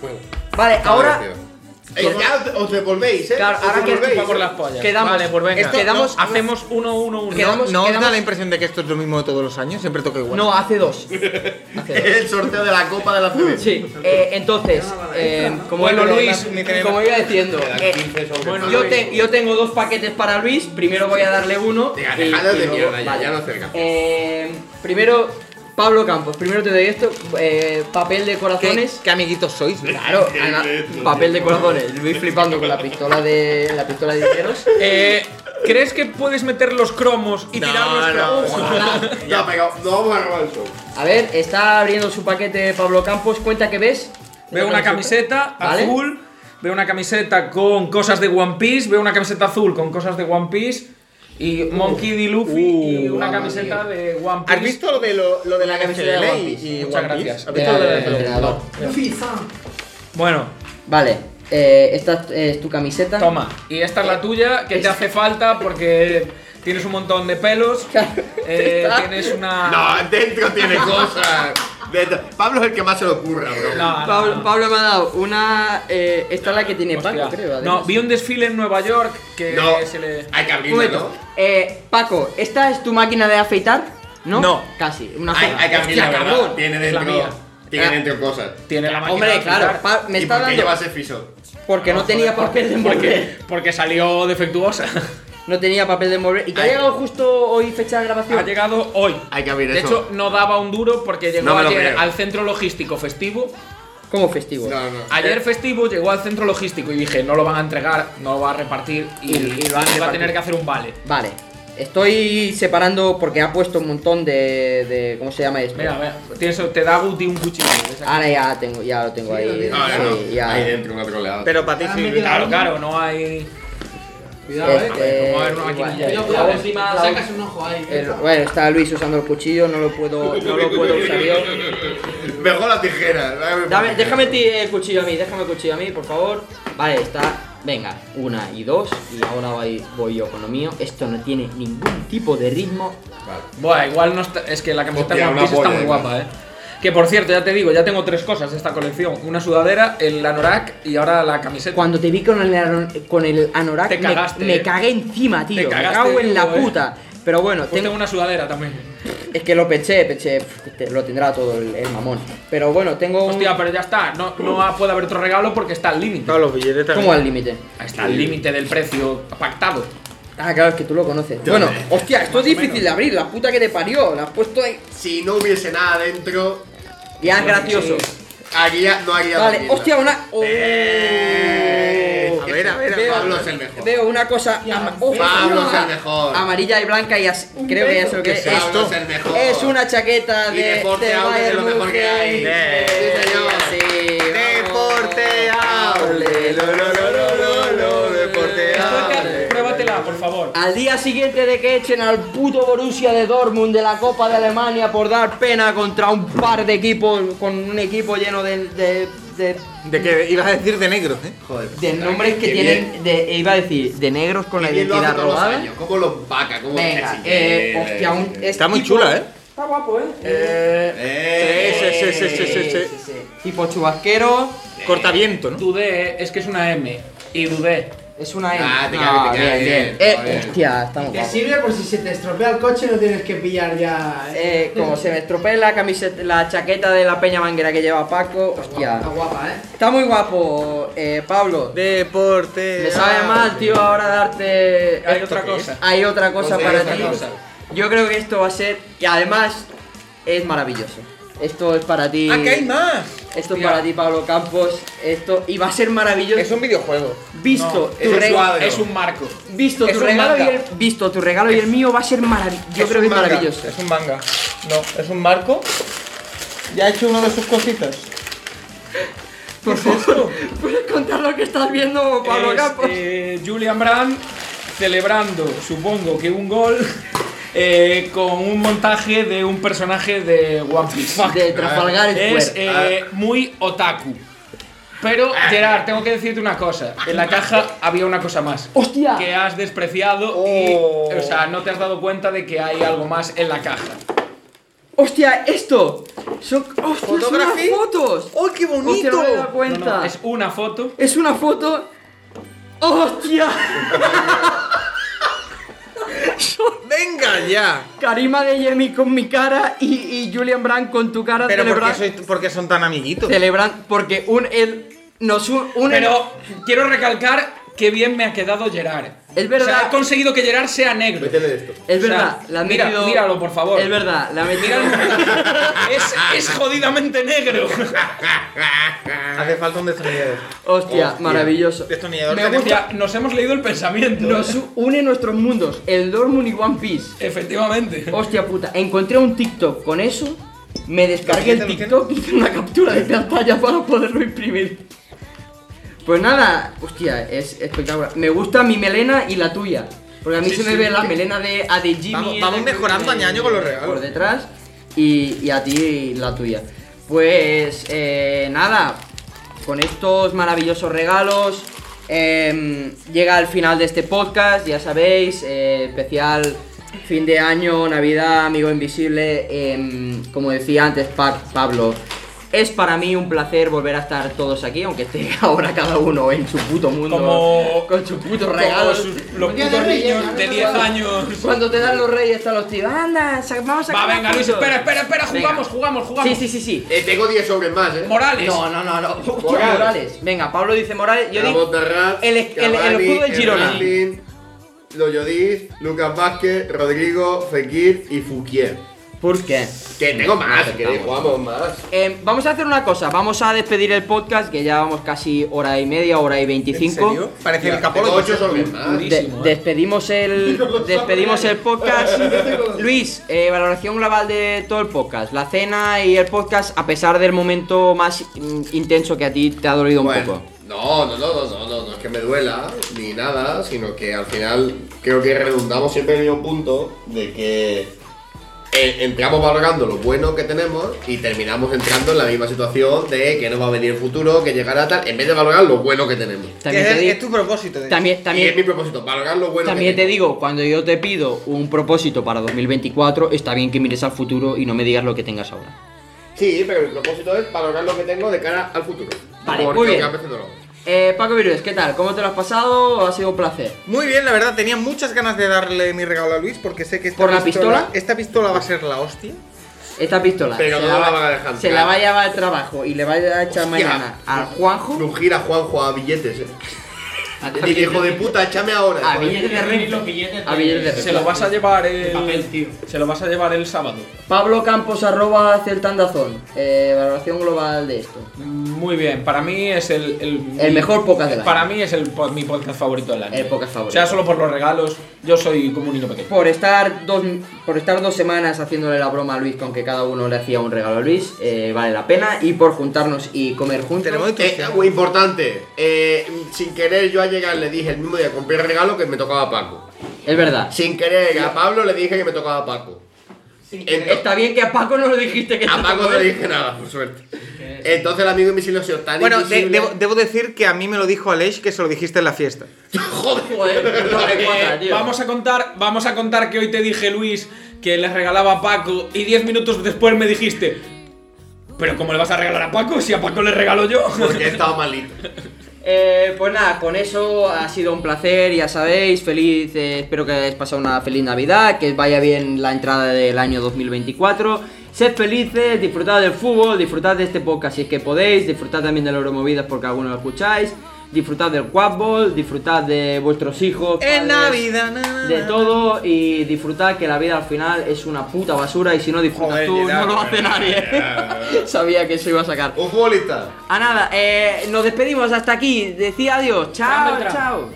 C: Bueno,
B: Vale,
C: está
B: ahora
C: divertido. Eh, ya os devolvéis, ¿eh?
B: Claro,
C: Os
B: ahora que
C: devolvéis,
B: esto va por
C: ¿eh?
B: las
D: Pollas.
B: Quedamos.
D: Vale, pues venga.
B: Esto- Quedamos-
D: No, hacemos uno, uno, uno.
E: ¿No,
B: Quedamos-
E: no os da
B: quedamos-
E: la impresión de que esto es lo mismo de todos los años? Siempre toca igual.
B: no, hace dos. Hace dos.
C: El sorteo de la Copa de la CB.
B: Sí, eh, entonces, eh, como,
E: Bueno,
B: iba-
E: Luis, ni tenemos-
B: como iba diciendo, eh, yo, te- yo tengo dos paquetes para Luis, primero voy a darle uno.
C: Venga,
B: y-
C: dejadnos
B: y
C: de
B: luego-
C: mierda ya,
B: vale.
C: ya no acerca.
B: Eh, primero, Pablo Campos, primero te doy esto, eh, papel de
E: ¿Qué,
B: corazones.
E: qué amiguitos sois?
B: Claro, Ana, papel de corazones. Luis flipando con la pistola de la pistola de dineros.
D: Eh, ¿Crees que puedes meter los cromos y tirar los cromos?
B: Ojalá.
C: Ya, pero no vamos a robar el show.
B: A ver, está abriendo su paquete Pablo Campos, cuenta que ves.
D: Veo una camiseta
B: ¿Vale?
D: azul, veo una camiseta con cosas de One Piece, veo una camiseta azul con cosas de One Piece y
B: Uh.
D: Monkey D. Luffy y una camiseta de One Piece.
E: ¿Has visto lo de, lo, lo de la
B: La camiseta de
E: NFL
B: One
E: y-
B: Piece.
E: y
D: Muchas
E: One Piece? Eh,
D: gracias.
E: ¿Has
B: De
E: visto
B: la-
E: lo de la
B: del
E: NFL?
B: entrenador.
D: Bueno,
B: Vale, eh, esta es tu camiseta.
D: toma. Y esta es la tuya que te hace falta porque tienes un montón
B: (laughs)
D: de pelos, eh, tienes
B: Ah.
D: una.
C: No, dentro tiene cosas. Dentro- Pablo es el que más se le ocurra, bro.
D: No, no,
B: Pablo,
D: no.
B: Pablo me ha dado una. eh, esta es la que tiene
D: Hostia.
B: Paco, creo.
D: No,
B: además.
D: vi un desfile en Nueva York que
C: No,
B: eh,
D: se le.
C: hay que
B: Un
C: abrirla,
B: momento.
C: ¿no?
B: Eh, Paco, ¿esta es tu máquina de afeitar? ¿No?
E: No.
B: Casi, una
C: Hay,
B: sola.
C: hay que abrirla,
B: Hostia,
C: ¿verdad?
B: cabrón.
C: Tiene
D: Es la
C: dentro,
D: mía.
C: tiene
B: Ah.
C: dentro cosas.
D: Tiene la máquina de
B: Hombre, claro,
D: afeitar.
B: pa- me
C: ¿Y
B: está
C: por qué
B: dando.
C: llevas el friso?
B: Porque no tenía papel de envolver.
D: Porque
B: (laughs)
D: salió defectuosa.
B: No tenía papel de envolver. ¿Y que ha llegado justo hoy fecha de
D: ha
B: grabación?
D: llegado hoy.
C: Hay que abrir
D: De
C: eso.
D: hecho, no daba un duro porque llegó
C: No me lo
D: ayer
C: creo.
D: al centro logístico festivo.
B: Como festivo.
C: No, no.
D: Ayer festivo llegó al centro logístico y dije, no lo van a entregar, no lo va a repartir
B: Y-
D: y,
B: y lo han
D: va a
B: repartido.
D: tener que hacer un vale.
B: Vale. Estoy separando porque ha puesto un montón de. de- ¿Cómo se llama esto?
D: Mira, mira, tienes, te da Guti un cuchillo. ¿ves?
B: Ahora ya tengo, ya lo tengo ahí.
C: No, no,
B: Sí,
C: Ah, no.
B: ya.
C: Ahí dentro una troleada.
E: Pero para ti sí.
D: Claro, claro, no hay...
K: Ah, Cuidado, eh.
B: Este,
D: Vamos a ver una
B: igual.
D: maquinilla.
K: Cuidado, cuidado, Sacas un ojo ahí.
B: El- bueno, está Luis usando el cuchillo, no lo puedo,
C: (laughs)
B: no lo puedo usar yo.
C: Mejor la tijera. dame-
B: Dame- déjame ti- el cuchillo a mí, déjame el cuchillo a mí, por favor. Vale, está. Venga, una y dos, y ahora voy, voy yo con lo mío. Esto no tiene ningún tipo de ritmo.
C: Vale.
D: Buah, igual no está... Es que la camiseta
C: Hostia,
D: de One
C: una
D: Piece está
C: polla,
D: muy
C: además.
D: guapa, eh. Que por cierto, ya te digo, ya tengo tres cosas de esta colección. Una sudadera, el anorak y ahora la camiseta.
B: Cuando te vi con el, aron- con el anorak,
D: Te
B: me-
D: cagaste,
B: me,
D: eh.
B: cagué encima, tío. me
D: cagaste,
B: cago en la
D: digo, eh.
B: puta. Pero bueno,
D: Pues
B: tengo,
D: tengo una sudadera también.
B: es que lo peché, peché. pff, te- Lo tendrá todo el, el mamón. Pero bueno, tengo un.
D: Hostia, pero ya está. No, no ha- puede haber otro regalo porque está al límite.
E: Todos los billetes también.
B: ¿Cómo al límite?
D: Está al límite del precio pactado.
B: Ah, claro, es que tú lo conoces. Bueno, hostia, esto es difícil de abrir, la puta que te parió, la has puesto ahí.
C: Si no hubiese nada dentro,
B: Ya es gracioso.
C: haría, no haría la
B: Vale,
C: mierda.
B: hostia, una. Oh.
C: Eh, a ver, a ver,
B: Veo-
C: Pablo es el mejor.
B: Veo una cosa. ama- ojo,
C: Pablo
B: una
C: es el mejor.
B: Amarilla y blanca y así. Creo que ya sé lo que es.
C: Pablo
B: Esto
C: es el mejor.
B: es una chaqueta
C: Y
B: de.
C: Deporte
B: de
C: Out es de
B: Bayern
C: lo mejor que
B: München.
C: hay.
B: Sí,
C: Sí,
B: señor.
C: señor.
B: Sí, vamos.
E: Deporte Out.
B: Lo, lo, lo, lo, lo, lo, Deporte Out.
D: Pruébatela, por favor.
B: Al día siguiente de que echen al puto Borussia de Dortmund de la Copa de Alemania por dar pena contra un par de equipos, con un equipo lleno de- de- de
E: De que ibas a decir de negro, ¿eh?
C: Joder,
B: De nombres que
C: qué
B: tienen,
C: bien.
B: de, eh, iba a decir, de negros con la
C: Qué bien lo
B: identidad
C: hace todos los
B: robada.
C: años, ¿Cómo lo empaca? ¿Cómo
B: Venga,
C: Sí,
B: eh,
C: bien,
B: hostia, un,
C: bien.
B: es
E: Está muy
B: tipo-
E: chula, ¿eh?
B: Está guapo, ¿eh?
C: Eh,
E: Sí, sí, sí, sí, sí, sí.
B: Tipo chubasquero.
E: Cortaviento, ¿no?
D: ¿eh? Dudé, es que es una M. Y dudé.
B: Es una M.
C: Ah, te
B: No,
C: cae, te cae,
B: bien, bien.
C: bien,
B: Eh,
C: bien.
B: hostia, estamos
K: Te
B: guapos.
K: sirve por si se te estropea el coche, no tienes que pillar ya.
B: Eh, como se me estropee la camiseta, la chaqueta de la peña manguera que lleva Paco, hostia. Está guapa, eh. Está muy guapo, eh, Pablo.
E: Deporte.
B: Me sabe mal, tío, ahora darte. Hay otra cosa. Hay otra cosa
E: Hay
B: para
E: otra
B: ti.
E: cosa.
B: Yo creo que esto va a ser. Y además, es maravilloso. Esto es para ti.
E: ¡Ah, que hay más!
B: Esto es para ti, Pablo Campos. Esto. Y va a ser maravilloso. Es
E: un videojuego.
B: Visto
M: es
B: tu
M: un
B: re-
M: cuadro. Es un marco.
B: Visto
E: Es
B: tu
E: un
B: regalo y
E: manga.
B: el. Visto tu regalo y el mío va a ser maravilloso. Yo creo que es
E: manga, (laughs)
B: maravilloso.
E: Es un manga. No, es un marco. Ya ha hecho uno de sus cositas.
B: Por favor, ¿puedes contar lo que estás viendo, Pablo
D: Es,
B: Campos?
D: eh, Julian Brand celebrando, supongo que un gol, (laughs) eh, con un montaje de un personaje de One (laughs) Piece.
B: De Trafalgar Square.
D: Es eh, muy otaku. Pero, Gerard, tengo que decirte una cosa. En la caja había una cosa más.
B: ¡Hostia!
D: Que has despreciado y. O sea, no te has dado cuenta de que hay algo más en la caja.
B: ¡Hostia, esto! Son, ¡Hostia, son unas
D: ¿Fotografía?
B: fotos!
E: ¡Oh, qué
B: bonito! no me he dado cuenta.
D: No, no, es una foto.
B: Es una foto. ¡Hostia!
E: (laughs) ¡Venga ya!
B: Karima de Yemi con mi cara y, y Julian Brand con tu cara
E: Pero ¿por qué,
B: celebran.
E: sois- por qué son tan amiguitos?
B: celebran porque un el nos un, un-
D: Pero quiero recalcar que bien me ha quedado Gerard.
B: Es verdad.
D: O sea, ha conseguido que Gerard sea negro.
B: es
D: O sea,
B: verdad, la han
D: mira,
B: metido-
D: Míralo, por favor.
B: Es verdad, la han metido.
D: Mira el montaje. (laughs) es, es jodidamente negro.
E: Ah. Hace falta un destornillador.
B: Hostia, maravilloso.
E: Destornillador.
D: Me gusta. Nos hemos leído el pensamiento. ¿eh?
B: Nos u- une nuestros mundos, el Dortmund y One Piece.
D: Efectivamente.
B: Hostia puta, encontré un TikTok con eso, me descargué el
E: ¿Lo tienes,
B: TikTok, hice una captura de pantalla para poderlo imprimir. Pues nada, hostia, es espectacular. Me gusta mi melena y la tuya. Porque a mí
E: Sí,
B: se me
E: sí,
B: ve la
E: sí.
B: melena de, a de Jimmy.
E: Vamos- vamos mejorando año a año con los regalos.
B: Por detrás y, y a ti la tuya. Pues eh, nada, con estos maravillosos regalos em, llega al final de este podcast, ya sabéis, eh, especial fin de año, Navidad, amigo invisible, em, como decía antes Pa- Pablo. Es para mí un placer volver a estar todos aquí, aunque esté (laughs) ahora cada uno en su puto mundo,
D: Como-
B: con sus putos
D: como
B: regalos.
D: sus- los putos niños de 10 años.
B: Cuando te dan los reyes están los tíos, anda, sa- vamos a
D: Va,
B: acabar
D: venga, Luis,
B: juntos".
D: espera, espera, espera.
B: Venga.
D: Jugamos, jugamos, jugamos.
B: Sí, sí, sí, sí.
C: Eh, tengo 10 sobres más, eh.
D: Morales.
B: No, no, no, no. Hostia,
C: Morales.
B: Morales. Venga, Pablo dice Morales. Yo digo.
C: Ramos Terraz,
B: el- el- el
C: Cavani,
B: escudo del Girona.
C: Erling, Loyodis, Lucas Vázquez, Rodrigo, Fekir y Fouquier.
B: ¿Por qué?
C: Que tengo más, que
B: Vamos.
C: jugamos más.
B: Eh, vamos a hacer una cosa. Vamos a despedir el podcast, que ya vamos casi hora y media, hora y veinticinco.
E: serio? Parece el
C: Tengo
E: capolo.
C: 8 sobres más.
B: De-
D: ¿eh?
B: despedimos el despedimos el podcast Luis eh, valoración global de todo el podcast la cena y el podcast a pesar del momento más mm, intenso que a ti te ha dolido un
C: Bueno,
B: poco
C: no, no, no, no, no, no, no es que me duela ni nada, sino que al final creo que redundamos siempre en el mismo punto de que eh, entramos valorando lo bueno que tenemos y terminamos entrando en la misma situación de que nos va a venir el futuro, que llegará tal, en vez de valorar lo bueno que tenemos.
E: Que
B: también
E: es,
B: te, di-
E: es tu propósito. de-
B: también,
C: Y es mi
B: también,
C: propósito, valorar lo bueno
B: también
C: que
B: te
C: tenemos.
B: digo cuando yo te pido un propósito para 2024 está bien que mires al futuro y no me digas lo que tengas ahora
C: Sí, pero el propósito es valorar lo que tengo de cara al futuro.
B: Vale,
C: Porque
B: muy bien.
C: a veces no lo hago.
B: Eh, Paco Virués, ¿qué tal? ¿Cómo te lo has pasado? Ha sido un placer.
E: Muy bien, la verdad, tenía muchas ganas de darle mi regalo a Luis porque sé que esta
B: ¿Por la pistola?
E: Esta pistola va a ser la hostia.
B: Esta pistola
C: Pero
B: se,
C: no la
B: la va-
C: van a dejar
B: se la
C: entrar.
B: va a llevar al trabajo y le va a echar mañana al Juanjo
C: Rugir a Juanjo a billetes, eh.
B: a,
C: Y dije, hijo de puta, échame ahora. hijo
B: a
C: de
B: billetes de renta. A billetes de
D: Se
B: renta.
D: lo vas a llevar el.
N: papel, tío.
D: Se lo vas a llevar el sábado.
B: Pablo Campos arroba Celtandazón. Eh, valoración global de esto.
D: Muy bien, para mí es el. El,
B: El mejor podcast del año.
D: Para mí es el, po- mi podcast favorito del año.
B: El podcast favorito.
D: O sea, solo por los regalos, yo soy como un niño pequeño.
B: Por estar dos por estar dos semanas haciéndole la broma a Luis con que cada uno le hacía un regalo a Luis, eh, vale la pena. Y por juntarnos y comer juntos.
E: Tenemos
C: Eh,
E: entusiasmo.
C: algo importante. Eh, sin querer, yo al llegar le dije el mismo día compré el regalo que me tocaba a Paco.
B: Es verdad.
C: Sin querer, a Pablo le dije que me tocaba a Paco. Ento-
B: Está bien que a Paco no lo dijiste que
C: a
B: te
C: Paco
B: tocó
C: no le
B: él.
C: dije nada, por suerte. Entonces el amigo invisible ha sido tan
E: Bueno, de-
C: invisible-
E: debo, debo decir que a mí me lo dijo Aleix que se lo dijiste en la fiesta.
C: Joder.
B: Joder, no me cuadra,
D: Eh,
B: tío.
D: vamos a contar, vamos a contar que hoy te dije Luis que les regalaba a Paco y 10 minutos después me dijiste, pero cómo le vas a regalar a Paco si a Paco le regalo yo. (laughs)
C: Porque he estado malito.
B: Eh, pues nada, con eso ha sido un placer, ya sabéis, feliz, eh, espero que hayáis pasado una feliz Navidad, que vaya bien la entrada del año 2024. Sed felices, disfrutad del fútbol, disfrutad de este podcast si es que podéis, disfrutad también del Euromovidas porque algunos lo escucháis, disfrutad del Quadball, disfrutad de vuestros hijos,
E: En
B: padres,
E: Navidad, na, na,
B: de
E: na.
B: todo y disfrutad que la vida al final es una puta basura y si no disfrutas
E: Joder,
B: tú
E: Gerard,
B: no lo hace nadie. (laughs) Sabía que eso iba a sacar.
C: Un futbolista.
B: A nada, eh, nos despedimos hasta aquí. Decía adiós. Chao, chao.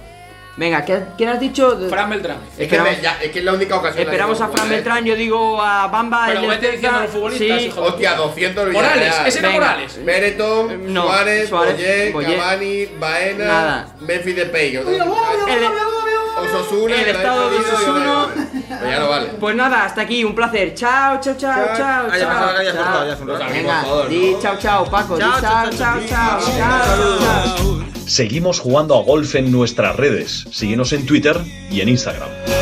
B: Venga, ¿qué, quién has dicho? Fran
D: Beltrán.
C: Es que, me- ya- es que es la única ocasión. en la que
B: Esperamos
C: lo
B: a Fran
C: puedo, ¿eh?
B: Beltrán, yo digo a Bamba.
C: Pero
B: el
C: vete
B: defensa.
C: diciendo los futbolistas,
B: Sí.
C: hijo de Hostia, puta. 200 del Morales, Villarreal. ese era
B: Venga.
C: Morales. Bereton,
B: Eh, No,
C: Suárez, Boyé,
B: Suárez, Boyé.
C: Cavani, Baena,
B: Nada.
C: Memphis Depay. Yo-
B: El,
C: Osasuna, que la he
B: estado de
C: perdido, yo-
B: Osasuna.
C: Pues ya no vale.
B: Pues nada, hasta aquí, un placer. Chao, chao, chao,
C: Chao.
B: chao.
C: Ah, ya
B: chao,
C: pensaba que habías
B: chao.
C: cortado ya hace un rato.
B: Venga,
C: Por favor,
B: di chao, chao, Paco. di
C: Chao,
B: chao, chao, chao, chao, chao.
A: Seguimos jugando a golf en nuestras redes. Síguenos en Twitter y en Instagram.